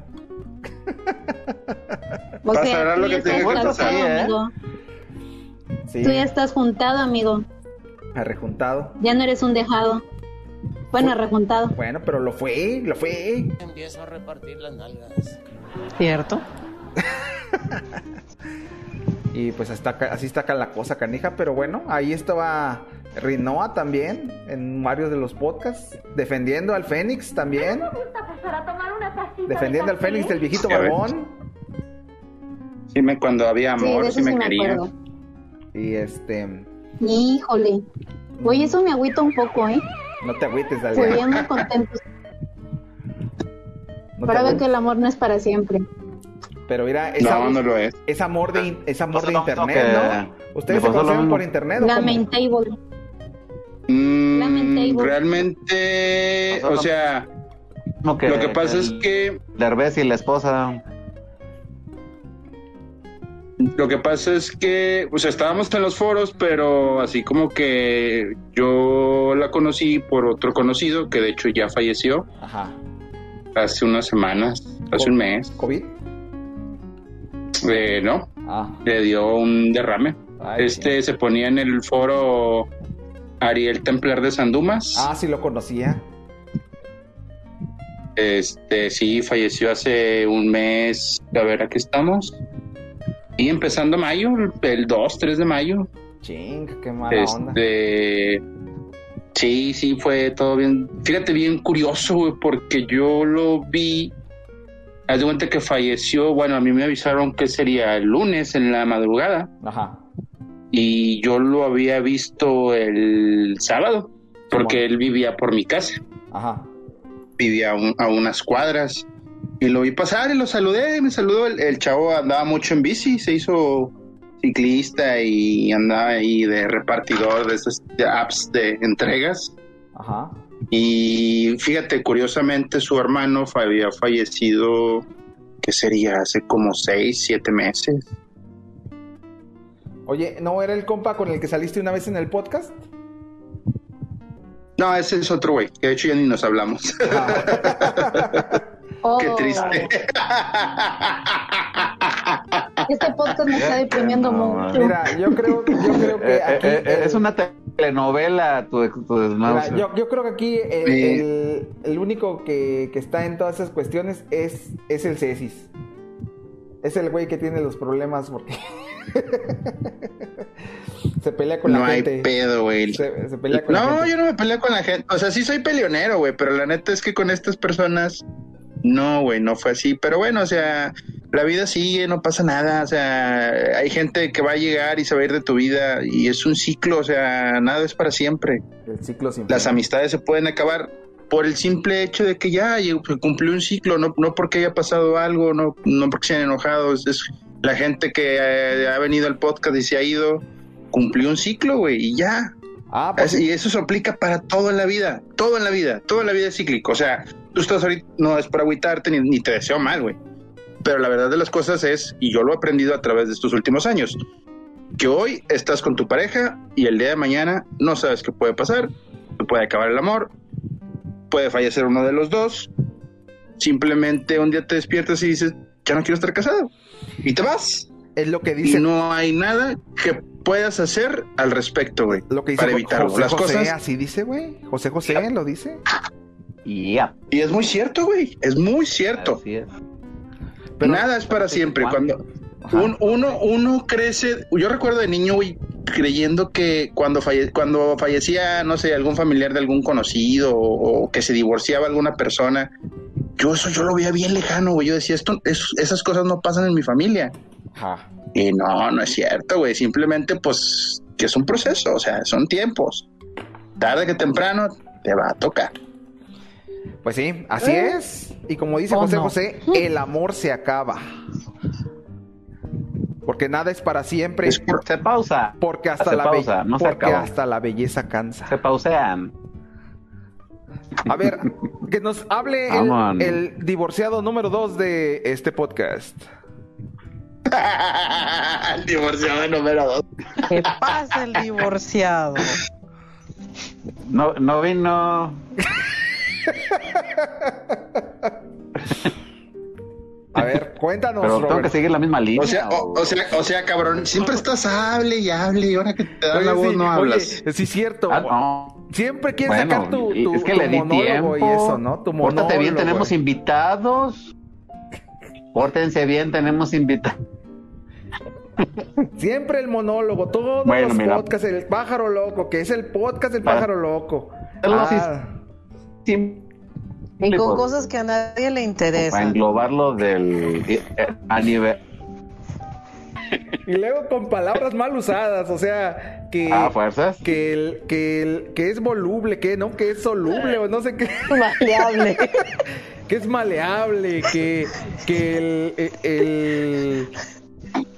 [SPEAKER 15] O
[SPEAKER 5] Pasará
[SPEAKER 15] sea, tú
[SPEAKER 5] lo
[SPEAKER 15] ya
[SPEAKER 5] que tenga
[SPEAKER 15] estás
[SPEAKER 5] que pasar,
[SPEAKER 15] casado,
[SPEAKER 5] ¿eh?
[SPEAKER 15] amigo.
[SPEAKER 5] Sí,
[SPEAKER 15] Tú ya estás juntado, amigo.
[SPEAKER 5] arrejuntado.
[SPEAKER 15] Ya no eres un dejado. Bueno, arrejuntado.
[SPEAKER 5] Bueno, pero lo fue, lo fue.
[SPEAKER 18] Empieza a repartir las nalgas.
[SPEAKER 9] Cierto.
[SPEAKER 5] Y pues hasta acá- así está acá la cosa, canija. Pero bueno, ahí estaba Rinoa también en varios de los podcasts. Defendiendo al Fénix también. Defendiendo al Fénix del viejito
[SPEAKER 6] Sí, a ver.
[SPEAKER 5] barbón.
[SPEAKER 6] Sí, me, cuando había amor,
[SPEAKER 15] de eso
[SPEAKER 6] sí me
[SPEAKER 15] sí me
[SPEAKER 6] quería.
[SPEAKER 15] acuerdo.
[SPEAKER 5] Y este.
[SPEAKER 15] Híjole. Oye, eso me agüita un poco, ¿eh?
[SPEAKER 5] No te agüites,
[SPEAKER 15] Se veían muy
[SPEAKER 5] Dalia. (laughs)
[SPEAKER 15] contentos.
[SPEAKER 5] No te
[SPEAKER 15] Ahora veo
[SPEAKER 5] agüites.
[SPEAKER 15] que el amor no es para siempre.
[SPEAKER 5] Pero mira, es,
[SPEAKER 6] No,
[SPEAKER 5] am-
[SPEAKER 6] no lo es.
[SPEAKER 5] es amor de, in- es amor de
[SPEAKER 6] Entonces, no,
[SPEAKER 5] internet,
[SPEAKER 6] que-
[SPEAKER 5] ¿no? ¿Ustedes se
[SPEAKER 6] me pasó lo
[SPEAKER 5] conocen
[SPEAKER 6] mismo.
[SPEAKER 5] por internet o cómo?
[SPEAKER 15] Lamentable.
[SPEAKER 6] Mm,
[SPEAKER 15] Lamentable.
[SPEAKER 6] realmente, o sea,
[SPEAKER 4] Lo
[SPEAKER 6] lo que pasa es que
[SPEAKER 4] Derbez y la esposa.
[SPEAKER 6] Lo que pasa es que, o sea, estábamos en los foros, pero así como que yo la conocí por otro conocido que de hecho ya falleció. Hace unas semanas, hace un mes.
[SPEAKER 5] ¿COVID? Ah,
[SPEAKER 6] Eh, no. Le dio un derrame. este se ponía en el foro Ariel Templar de Sandumas.
[SPEAKER 5] Ah, sí lo conocía.
[SPEAKER 6] Este sí falleció hace un mes. A ver, aquí estamos. Y empezando mayo, el 2, 3 de mayo.
[SPEAKER 5] Ching, qué mala onda.
[SPEAKER 6] este, Sí, sí, fue todo bien. Fíjate, bien curioso, güey, porque yo lo vi. Haz de cuenta que falleció. Bueno, a mí me avisaron que sería el lunes en la madrugada.
[SPEAKER 5] Ajá.
[SPEAKER 6] Y yo lo había visto el sábado, porque él vivía por mi casa.
[SPEAKER 5] Ajá.
[SPEAKER 6] Vivía a, un- a unas cuadras. Y lo vi pasar y lo saludé. Me saludó. El, el chavo andaba mucho en bici, se hizo ciclista y andaba ahí de repartidor de esas apps de entregas.
[SPEAKER 5] Ajá.
[SPEAKER 6] Y fíjate, curiosamente su hermano fa- había fallecido, que sería hace como seis, siete meses.
[SPEAKER 5] Oye, ¿no era el compa con el que saliste una vez en
[SPEAKER 6] (laughs)
[SPEAKER 5] el podcast?
[SPEAKER 6] No, ese es otro güey, que de hecho ya ni nos hablamos.
[SPEAKER 15] Oh,
[SPEAKER 6] Qué triste.
[SPEAKER 15] Este podcast me está
[SPEAKER 5] (laughs)
[SPEAKER 15] deprimiendo mucho.
[SPEAKER 5] Mira, yo creo, yo creo
[SPEAKER 4] Eh,
[SPEAKER 5] que
[SPEAKER 4] eh,
[SPEAKER 5] aquí.
[SPEAKER 4] eh,
[SPEAKER 5] el-
[SPEAKER 4] es una telenovela tu, tu
[SPEAKER 5] Mira,
[SPEAKER 4] desmadre.
[SPEAKER 5] yo, yo creo que aquí el,
[SPEAKER 4] Sí.
[SPEAKER 5] el- el único que, que está en todas esas cuestiones es, es el Cesis. Es el güey que tiene los problemas porque (laughs) se pelea con
[SPEAKER 6] No
[SPEAKER 5] la
[SPEAKER 6] hay
[SPEAKER 5] gente.
[SPEAKER 6] pedo, güey.
[SPEAKER 5] Se, se pelea con la
[SPEAKER 6] No,
[SPEAKER 5] gente.
[SPEAKER 6] yo no me peleo con la gente. O sea, sí soy peleonero, güey, pero la neta es que con estas personas, no, güey, no fue así. Pero bueno, o sea, la vida sigue, no pasa nada. O sea, hay gente que va a llegar y se va a ir de tu vida y es un ciclo, o sea, nada es para siempre.
[SPEAKER 5] El ciclo sin
[SPEAKER 6] Las amistades se pueden acabar por el simple hecho de que ya llegó- se cumplió un ciclo, no, no porque haya pasado algo, no, no porque se han enojado. Es, es la gente que eh, ha venido al podcast y se ha ido, cumplió un ciclo, güey, y ya.
[SPEAKER 5] Ah, pues,
[SPEAKER 6] Es- y eso se aplica para toda la vida, toda la vida, toda la vida es cíclico. O sea, tú estás ahorita, no es para agüitarte ni, ni te deseo mal, güey. Pero la verdad de las cosas es, y yo lo he aprendido a través de estos últimos años, que hoy estás con tu pareja y el día de mañana no sabes qué puede pasar, te puede acabar el amor, puede fallecer uno de los dos, simplemente un día te despiertas y dices, ya no quiero estar casado, y te vas.
[SPEAKER 5] Es lo que
[SPEAKER 6] dice. Y no hay nada que puedas hacer al respecto, güey,
[SPEAKER 5] Dice
[SPEAKER 6] para
[SPEAKER 5] Jo-
[SPEAKER 6] evitarlo.
[SPEAKER 5] José
[SPEAKER 6] Las
[SPEAKER 5] José,
[SPEAKER 6] cosas
[SPEAKER 5] así dice, güey. José José lo dice.
[SPEAKER 6] Y es muy cierto, güey. Es muy cierto. Nada es para siempre. Cuando un- uno, uno crece. Yo recuerdo de niño, güey, creyendo que cuando, falle- cuando fallecía, no sé, algún familiar de algún conocido o, o que se divorciaba alguna persona, yo eso yo lo veía bien lejano, güey. Yo decía, esto, es- esas cosas no pasan en mi familia.
[SPEAKER 5] Ajá.
[SPEAKER 6] Y no, no es cierto, güey. Simplemente, pues, que es un proceso, o sea, son tiempos. Tarde que temprano te va a tocar.
[SPEAKER 5] Pues sí, Así es. Y como dice
[SPEAKER 6] ¿Eh? Oh,
[SPEAKER 5] José
[SPEAKER 6] no.
[SPEAKER 5] José, el amor se acaba. Porque nada es para siempre.
[SPEAKER 4] se pausa.
[SPEAKER 5] Porque hasta
[SPEAKER 4] Se
[SPEAKER 5] la
[SPEAKER 4] pausa,
[SPEAKER 5] be-
[SPEAKER 4] no se
[SPEAKER 5] porque
[SPEAKER 4] acaba.
[SPEAKER 5] hasta la belleza cansa.
[SPEAKER 4] Se pausean.
[SPEAKER 5] A ver, que nos hable el,
[SPEAKER 4] Aman.
[SPEAKER 5] el divorciado número dos de este podcast.
[SPEAKER 6] (laughs) el divorciado número dos.
[SPEAKER 10] ¿Qué pasa el divorciado?
[SPEAKER 4] No, no vino.
[SPEAKER 5] A
[SPEAKER 4] (laughs)
[SPEAKER 5] ver, cuéntanos.
[SPEAKER 4] Pero tengo que
[SPEAKER 6] Roberto.
[SPEAKER 4] seguir la misma línea.
[SPEAKER 6] O sea, o, o sea, o sea, cabrón, siempre estás hable y hable y ahora que te dan
[SPEAKER 5] Oye,
[SPEAKER 6] la voz
[SPEAKER 5] sí,
[SPEAKER 6] no
[SPEAKER 5] oye,
[SPEAKER 6] hablas.
[SPEAKER 5] sí, es cierto.
[SPEAKER 4] Ah, no.
[SPEAKER 5] Siempre quieres
[SPEAKER 4] Bueno,
[SPEAKER 5] sacar tu, tu-
[SPEAKER 4] es que le
[SPEAKER 5] tu
[SPEAKER 4] di
[SPEAKER 5] monólogo
[SPEAKER 4] tiempo.
[SPEAKER 5] y eso, ¿no? Tu monólogo. eh.
[SPEAKER 4] Pórtate bien, tenemos
[SPEAKER 5] güey.
[SPEAKER 4] invitados. Pórtense bien, tenemos invitados.
[SPEAKER 5] Siempre el monólogo, todos
[SPEAKER 4] Bueno,
[SPEAKER 5] los
[SPEAKER 4] mira. Ah.
[SPEAKER 5] podcasts, el pájaro loco, que es el podcast del
[SPEAKER 4] Para-
[SPEAKER 5] pájaro loco. Ah,
[SPEAKER 4] Pero los
[SPEAKER 10] Y con
[SPEAKER 4] Pues,
[SPEAKER 10] cosas que a nadie le
[SPEAKER 4] Para
[SPEAKER 10] interesan.
[SPEAKER 4] englobarlo del eh, anive-
[SPEAKER 5] Y luego con palabras mal usadas, o sea, que
[SPEAKER 4] Ah, fuerzas.
[SPEAKER 5] que el,
[SPEAKER 6] Eh.
[SPEAKER 5] que el- que es voluble, que no, que es soluble o no sé qué.
[SPEAKER 10] Maleable.
[SPEAKER 5] que es maleable, que, que el, el, el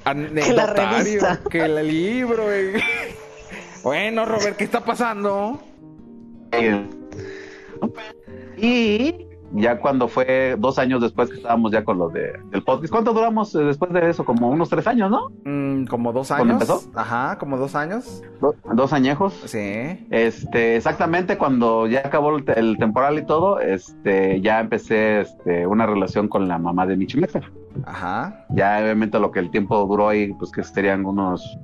[SPEAKER 5] anecdotario,
[SPEAKER 19] revista.
[SPEAKER 5] que el (laughs) libro. eh. Bueno, Robert, ¿qué está pasando?
[SPEAKER 4] Y ya cuando fue dos años después que estábamos ya con lo de, del podcast, ¿cuánto duramos eh, después de eso? Como unos tres años, ¿no?
[SPEAKER 5] Mm, como dos
[SPEAKER 4] ¿Cuándo
[SPEAKER 5] años.
[SPEAKER 4] empezó?
[SPEAKER 5] Ajá, como dos años.
[SPEAKER 4] Do- dos añejos.
[SPEAKER 5] Sí.
[SPEAKER 4] Este, exactamente cuando ya acabó el, te- el temporal y todo, este, ya empecé este, una relación con la mamá de mi chuleta.
[SPEAKER 5] Ajá.
[SPEAKER 4] Ya obviamente lo que el tiempo duró ahí, pues que serían unos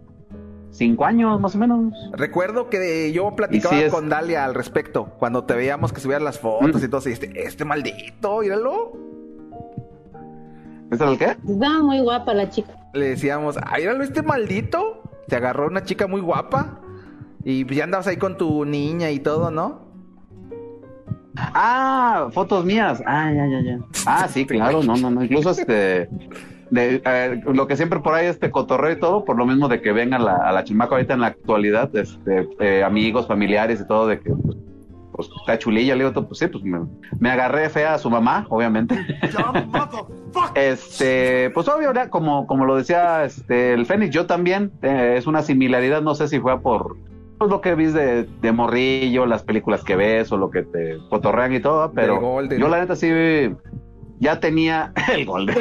[SPEAKER 4] cinco años más o menos.
[SPEAKER 5] Recuerdo que eh, yo platicaba
[SPEAKER 4] Y sí es- Mm.
[SPEAKER 5] con Dalia al respecto, cuando te veíamos que subías las fotos y todo, y este, este maldito, míralo.
[SPEAKER 4] ¿Es el qué?
[SPEAKER 15] Estaba muy guapa la chica.
[SPEAKER 5] Le decíamos, ah, míralo, este maldito. Te agarró una chica muy guapa. Y pues ya andabas ahí con tu niña y todo, ¿no?
[SPEAKER 4] Ah, fotos mías. Ah, ya, ya, ya. Ah, sí, claro, no, no, no. Incluso este, de, eh, lo que siempre por ahí este cotorreo y todo, por lo mismo de que venga la, a la chamaca ahorita en la actualidad, este, eh, amigos, familiares y todo, de que pues, pues, está chulilla, le digo, todo, pues sí, pues me, me agarré fea a su mamá, obviamente. este, pues obvio, ahora, como, como lo decía este, el Fénix, yo también, eh, es una similaridad, no sé si fue por pues, lo que vis de, de morrillo, las películas que ves o lo que te cotorrean y todo, pero
[SPEAKER 5] Del Golden.
[SPEAKER 4] yo la neta sí ya tenía (laughs) el Golden.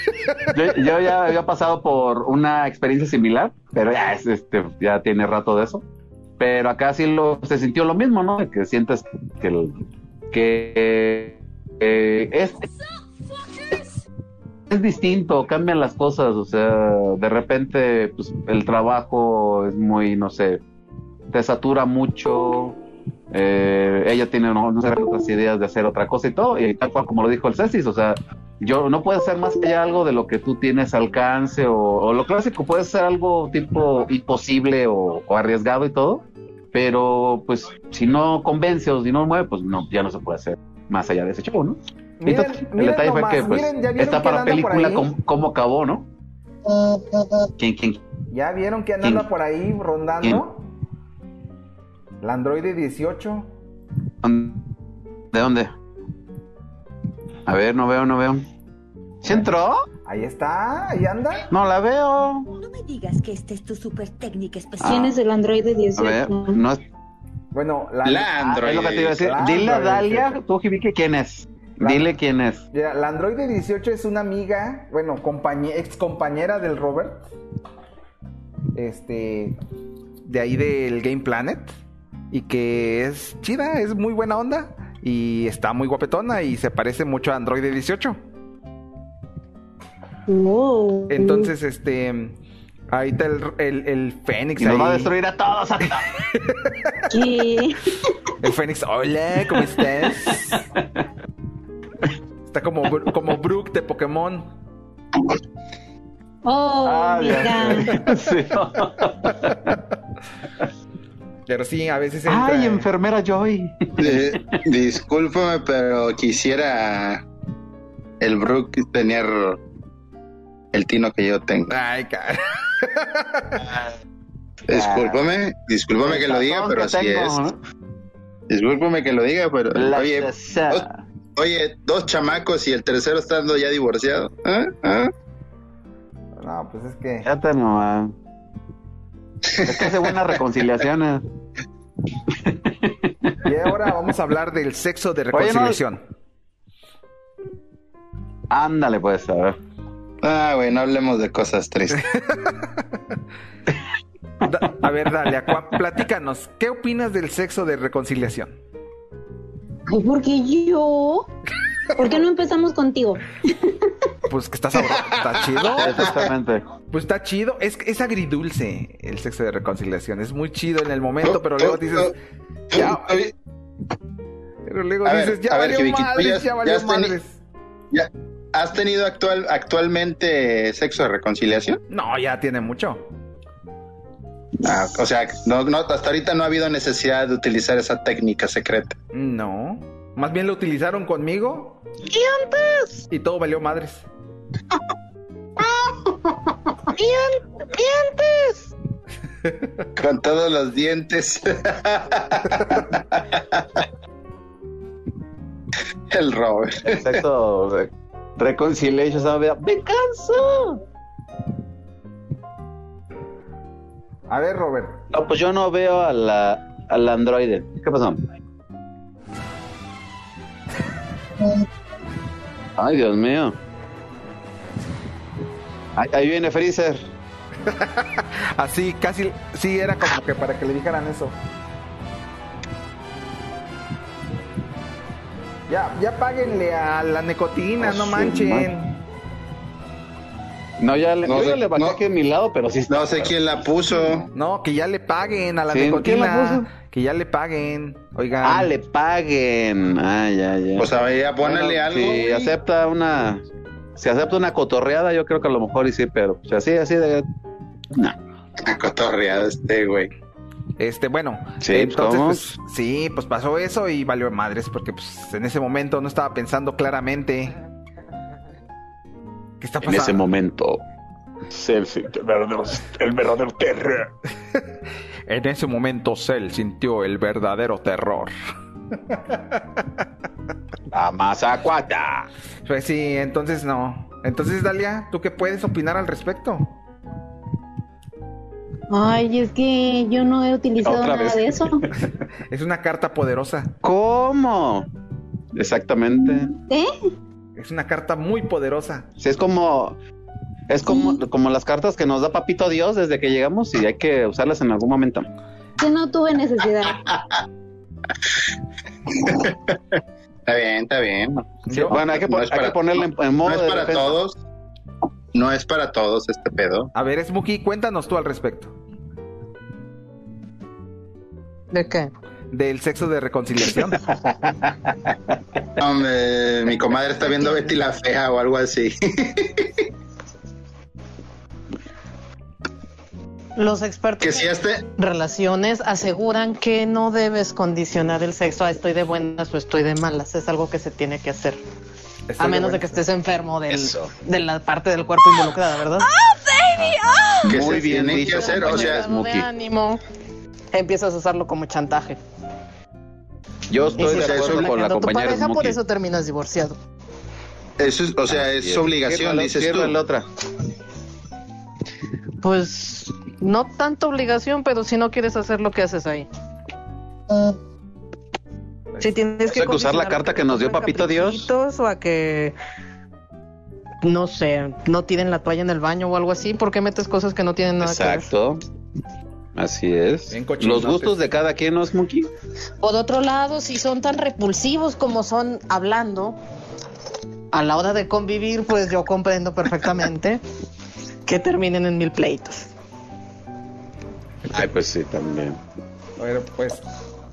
[SPEAKER 4] (laughs) yo, yo ya había pasado por una experiencia similar, pero ya, es, este, ya tiene rato de eso. Pero acá sí lo, se sintió lo mismo, ¿no? Que sientes que, el- que eh, es, es distinto, cambian las cosas, o sea, de repente pues, el trabajo es muy, no sé, te satura mucho. eh, ella tiene no, no sé cuántas ideas de hacer otra cosa y todo, y tal cual como lo dijo el Cecis, o sea, yo no puedes hacer más allá algo de lo que tú tienes alcance o, o lo clásico, puede ser algo tipo imposible o, o arriesgado y todo, pero pues si no convence o si no mueve, pues no, ya no se puede hacer más allá de ese show, ¿no?
[SPEAKER 5] Miren-
[SPEAKER 4] Entonces, el
[SPEAKER 5] miren
[SPEAKER 4] detalle fue
[SPEAKER 5] nomás,
[SPEAKER 4] que pues,
[SPEAKER 5] miren, ya vieron
[SPEAKER 4] está
[SPEAKER 5] que
[SPEAKER 4] para
[SPEAKER 5] anda por
[SPEAKER 4] película
[SPEAKER 5] ahí.
[SPEAKER 4] cómo, cómo acabó, ¿no? ¿Quién, quién,
[SPEAKER 5] Ya vieron que andaba por ahí rondando. La androide 18.
[SPEAKER 4] ¿De dónde? A ver, no veo, no veo. ¿Se entró?
[SPEAKER 5] Ahí está, ahí anda.
[SPEAKER 4] No la veo.
[SPEAKER 20] No me digas que esta es tu super técnica especial.
[SPEAKER 4] ¿Quién es
[SPEAKER 15] el androide
[SPEAKER 4] A ver, no es...
[SPEAKER 5] Bueno,
[SPEAKER 4] la,
[SPEAKER 5] La Android.
[SPEAKER 4] Ah, es lo que te iba a decir.
[SPEAKER 5] La
[SPEAKER 4] Dile a
[SPEAKER 5] Android,
[SPEAKER 4] Dalia, tú, Jibique, quién es. Dile quién es.
[SPEAKER 5] Mira, La androide 18 es una amiga, bueno, compañe- ex compañera del Robert. Este. De ahí del Game Planet. Y que es chida, es muy buena onda. Y está muy guapetona y se parece mucho a androide 18.
[SPEAKER 15] Oh.
[SPEAKER 5] Entonces, este. Ahí está el, el, el
[SPEAKER 2] Pues
[SPEAKER 5] Fénix.
[SPEAKER 4] Y nos va a
[SPEAKER 5] ahí.
[SPEAKER 4] destruir a todos. a-
[SPEAKER 5] El Fénix, hola, ¿cómo estás? Está como, Bru- como Brook de Pokémon.
[SPEAKER 4] (laughs)
[SPEAKER 15] Oh,
[SPEAKER 4] Ah,
[SPEAKER 15] mira.
[SPEAKER 5] Pero sí, a veces entra.
[SPEAKER 4] Ay, enfermera Joy.
[SPEAKER 3] Eh, discúlpame, pero quisiera el Brook tener el tino que yo tengo.
[SPEAKER 4] Ah,
[SPEAKER 5] Ay, cara.
[SPEAKER 3] Discúlpame, discúlpame
[SPEAKER 4] El
[SPEAKER 3] que lo diga,
[SPEAKER 4] tazón
[SPEAKER 3] pero
[SPEAKER 4] que
[SPEAKER 3] así
[SPEAKER 4] tengo,
[SPEAKER 3] es.
[SPEAKER 4] ¿no?
[SPEAKER 3] Discúlpame que lo diga, pero
[SPEAKER 4] La
[SPEAKER 3] oye,
[SPEAKER 4] tazá.
[SPEAKER 3] dos, oye, dos chamacos y el tercero estando ya divorciado. ¿Ah? ¿Ah?
[SPEAKER 5] No, pues es que.
[SPEAKER 4] Ya te nomás. Es que hace
[SPEAKER 3] (laughs)
[SPEAKER 4] buenas reconciliaciones.
[SPEAKER 5] Y ahora vamos a hablar del sexo de
[SPEAKER 4] Oye, no-
[SPEAKER 5] reconciliación.
[SPEAKER 4] Ándale, pues, a
[SPEAKER 3] (laughs)
[SPEAKER 4] ver.
[SPEAKER 3] Ah, güey, no hablemos de cosas tristes.
[SPEAKER 4] (laughs)
[SPEAKER 5] Da- a ver, dale, Aqua, platícanos. ¿Qué opinas del sexo de reconciliación?
[SPEAKER 15] Ay, ¿Por qué yo? ¿Por qué no empezamos contigo?
[SPEAKER 5] Pues que está sabroso.
[SPEAKER 3] (laughs)
[SPEAKER 5] Está chido.
[SPEAKER 4] Exactamente.
[SPEAKER 5] Pues está chido. Es, es agridulce el sexo de reconciliación. Es muy chido en el momento, pero luego dices. Ya. Pero luego
[SPEAKER 3] A ver,
[SPEAKER 5] dices, ya
[SPEAKER 3] a ver,
[SPEAKER 5] valió
[SPEAKER 3] Jibiqui, tú
[SPEAKER 5] madres,
[SPEAKER 3] ya-
[SPEAKER 5] ya,
[SPEAKER 3] ya
[SPEAKER 5] valió
[SPEAKER 3] has teni-
[SPEAKER 5] madres.
[SPEAKER 3] Ya, ¿Has tenido actual, actualmente sexo de reconciliación?
[SPEAKER 5] No, ya tiene mucho.
[SPEAKER 3] Ah, o sea, no, no, hasta ahorita no ha habido necesidad de utilizar esa técnica secreta.
[SPEAKER 5] No. Más bien lo utilizaron conmigo.
[SPEAKER 19] ¿Y antes?
[SPEAKER 5] Y todo valió madres.
[SPEAKER 19] ¿Y, an- y antes?
[SPEAKER 3] Con todos los dientes. (laughs) El Robert.
[SPEAKER 4] Exacto. re- Reconciliation, ¿sabes? ¡Me canso!
[SPEAKER 5] A ver, Robert.
[SPEAKER 4] No, pues yo no veo a la, al androide. ¿Qué pasó? Ay, Dios mío. Ahí, ahí viene Freezer.
[SPEAKER 5] Así, casi, sí, era como que para que le dijeran eso. Ya, ya páguenle a la
[SPEAKER 4] Oh,
[SPEAKER 5] nicotina, no manchen.
[SPEAKER 4] No, ya le,
[SPEAKER 5] No
[SPEAKER 4] yo
[SPEAKER 5] sé-
[SPEAKER 4] ya le bajé
[SPEAKER 5] no-
[SPEAKER 4] aquí en mi lado, pero sí está.
[SPEAKER 5] no sé quién la
[SPEAKER 3] puso.
[SPEAKER 5] No, que ya le paguen a la
[SPEAKER 4] Sí, ¿quién
[SPEAKER 5] nicotina.
[SPEAKER 4] la
[SPEAKER 5] Que ya le paguen. Oigan.
[SPEAKER 4] Ah, le paguen. Ah, ya, ya.
[SPEAKER 3] Pues, a ver, ya ponele algo,
[SPEAKER 4] Si
[SPEAKER 3] güey.
[SPEAKER 4] acepta una. Si acepta una cotorreada, yo creo que a lo mejor y sí, pero pues, así, así de.
[SPEAKER 3] Cotorreado este, güey.
[SPEAKER 5] Este, bueno.
[SPEAKER 4] Sí,
[SPEAKER 5] entonces,
[SPEAKER 4] ¿cómo?
[SPEAKER 5] pues, sí, pues pasó eso y valió madres, porque pues en ese momento no estaba pensando claramente. ¿Qué está
[SPEAKER 4] En
[SPEAKER 5] pasando?
[SPEAKER 4] ese momento.
[SPEAKER 5] el verdadero terror. en ese momento Cell sintió el verdadero terror.
[SPEAKER 4] La mazacuata.
[SPEAKER 5] Pues sí, entonces no. Entonces, Dalia, ¿tú qué puedes opinar al respecto?
[SPEAKER 15] Ay, es que yo no he utilizado
[SPEAKER 4] Otra
[SPEAKER 15] nada
[SPEAKER 4] vez.
[SPEAKER 15] de eso.
[SPEAKER 5] Es una carta poderosa.
[SPEAKER 4] ¿Cómo? Exactamente.
[SPEAKER 15] ¿Eh?
[SPEAKER 5] Es una carta muy poderosa.
[SPEAKER 4] Sí, es como. Es como, como las cartas que nos da Papito Dios desde que llegamos y hay que usarlas en algún momento.
[SPEAKER 15] Yo no tuve necesidad.
[SPEAKER 3] Está bien, está bien.
[SPEAKER 4] Sí, bueno, hay que pon- hay que ponerle en- en modo
[SPEAKER 3] No es
[SPEAKER 4] de
[SPEAKER 3] para
[SPEAKER 4] defensa.
[SPEAKER 3] todos. No es para todos este pedo.
[SPEAKER 5] A ver, Smokey, cuéntanos tú al respecto.
[SPEAKER 10] ¿De qué?
[SPEAKER 5] Del sexo de reconciliación.
[SPEAKER 3] Hombre, mi comadre está viendo Betty la Fea o algo así. (laughs)
[SPEAKER 10] Los expertos
[SPEAKER 3] este?
[SPEAKER 10] en relaciones aseguran que no debes condicionar el sexo a estoy de buenas o estoy de malas. Es algo que se tiene que hacer. a menos de que estés enfermo del- de la parte del cuerpo involucrada, ¿verdad?
[SPEAKER 3] Que se tiene que hacer, o sea,
[SPEAKER 10] Cuando de ánimo, empiezas a usarlo como chantaje.
[SPEAKER 4] Yo
[SPEAKER 10] Y
[SPEAKER 4] estoy
[SPEAKER 10] si
[SPEAKER 4] de
[SPEAKER 10] estás
[SPEAKER 4] acuerdo con la
[SPEAKER 10] planeando tu
[SPEAKER 4] compañera
[SPEAKER 10] pareja, por
[SPEAKER 4] Smokey.
[SPEAKER 10] eso terminas divorciado.
[SPEAKER 3] Eso es, o sea, es
[SPEAKER 4] Así es.
[SPEAKER 3] obligación,
[SPEAKER 4] Ciérrala-
[SPEAKER 3] dices tú.
[SPEAKER 4] ciérrala la otra.
[SPEAKER 10] Pues no tanta obligación, pero si no quieres hacer lo que haces ahí. Si tienes
[SPEAKER 4] Hay que usar la carta que nos dio Papito Dios.
[SPEAKER 10] caprichitos o a que no sé, no tiren la toalla en el baño o algo así, ¿por qué metes cosas que no tienen nada
[SPEAKER 4] Exacto. Así es. Los gustos de cada quien, ¿no, Smokey?
[SPEAKER 10] que ver? Por otro lado, si son tan repulsivos como son hablando, a la hora de convivir, pues yo comprendo perfectamente (laughs) que terminen en mil pleitos.
[SPEAKER 4] Ay, pues sí, también.
[SPEAKER 5] Bueno, pues.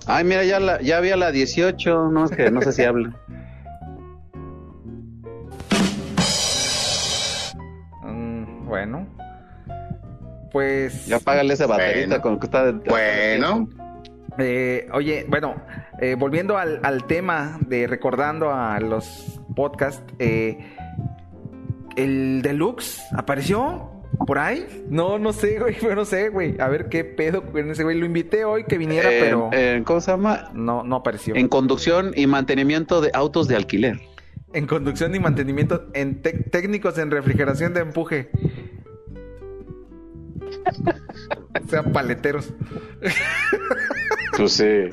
[SPEAKER 4] Ay, mira, ya, la, ya vi a la 18, no, es que no sé si habla.
[SPEAKER 5] Mm, bueno. Pues.
[SPEAKER 4] Ya págale esa baterita con que está.
[SPEAKER 3] Bueno.
[SPEAKER 5] Eh, oye, bueno, eh, volviendo al, al tema de recordando a los podcasts, eh, el deluxe apareció por ahí. No, no sé, güey, (laughs) pero no sé, güey. A ver qué pedo con ese güey. Lo invité hoy que viniera,
[SPEAKER 4] En-
[SPEAKER 5] pero
[SPEAKER 4] en- ¿Cómo se llama?
[SPEAKER 5] No, no apareció.
[SPEAKER 4] Eh, En conducción y mantenimiento de autos de alquiler.
[SPEAKER 5] en conducción y mantenimiento, en tec- técnicos en refrigeración de empuje.
[SPEAKER 4] (laughs)
[SPEAKER 5] o sea, paleteros.
[SPEAKER 4] Pues sí.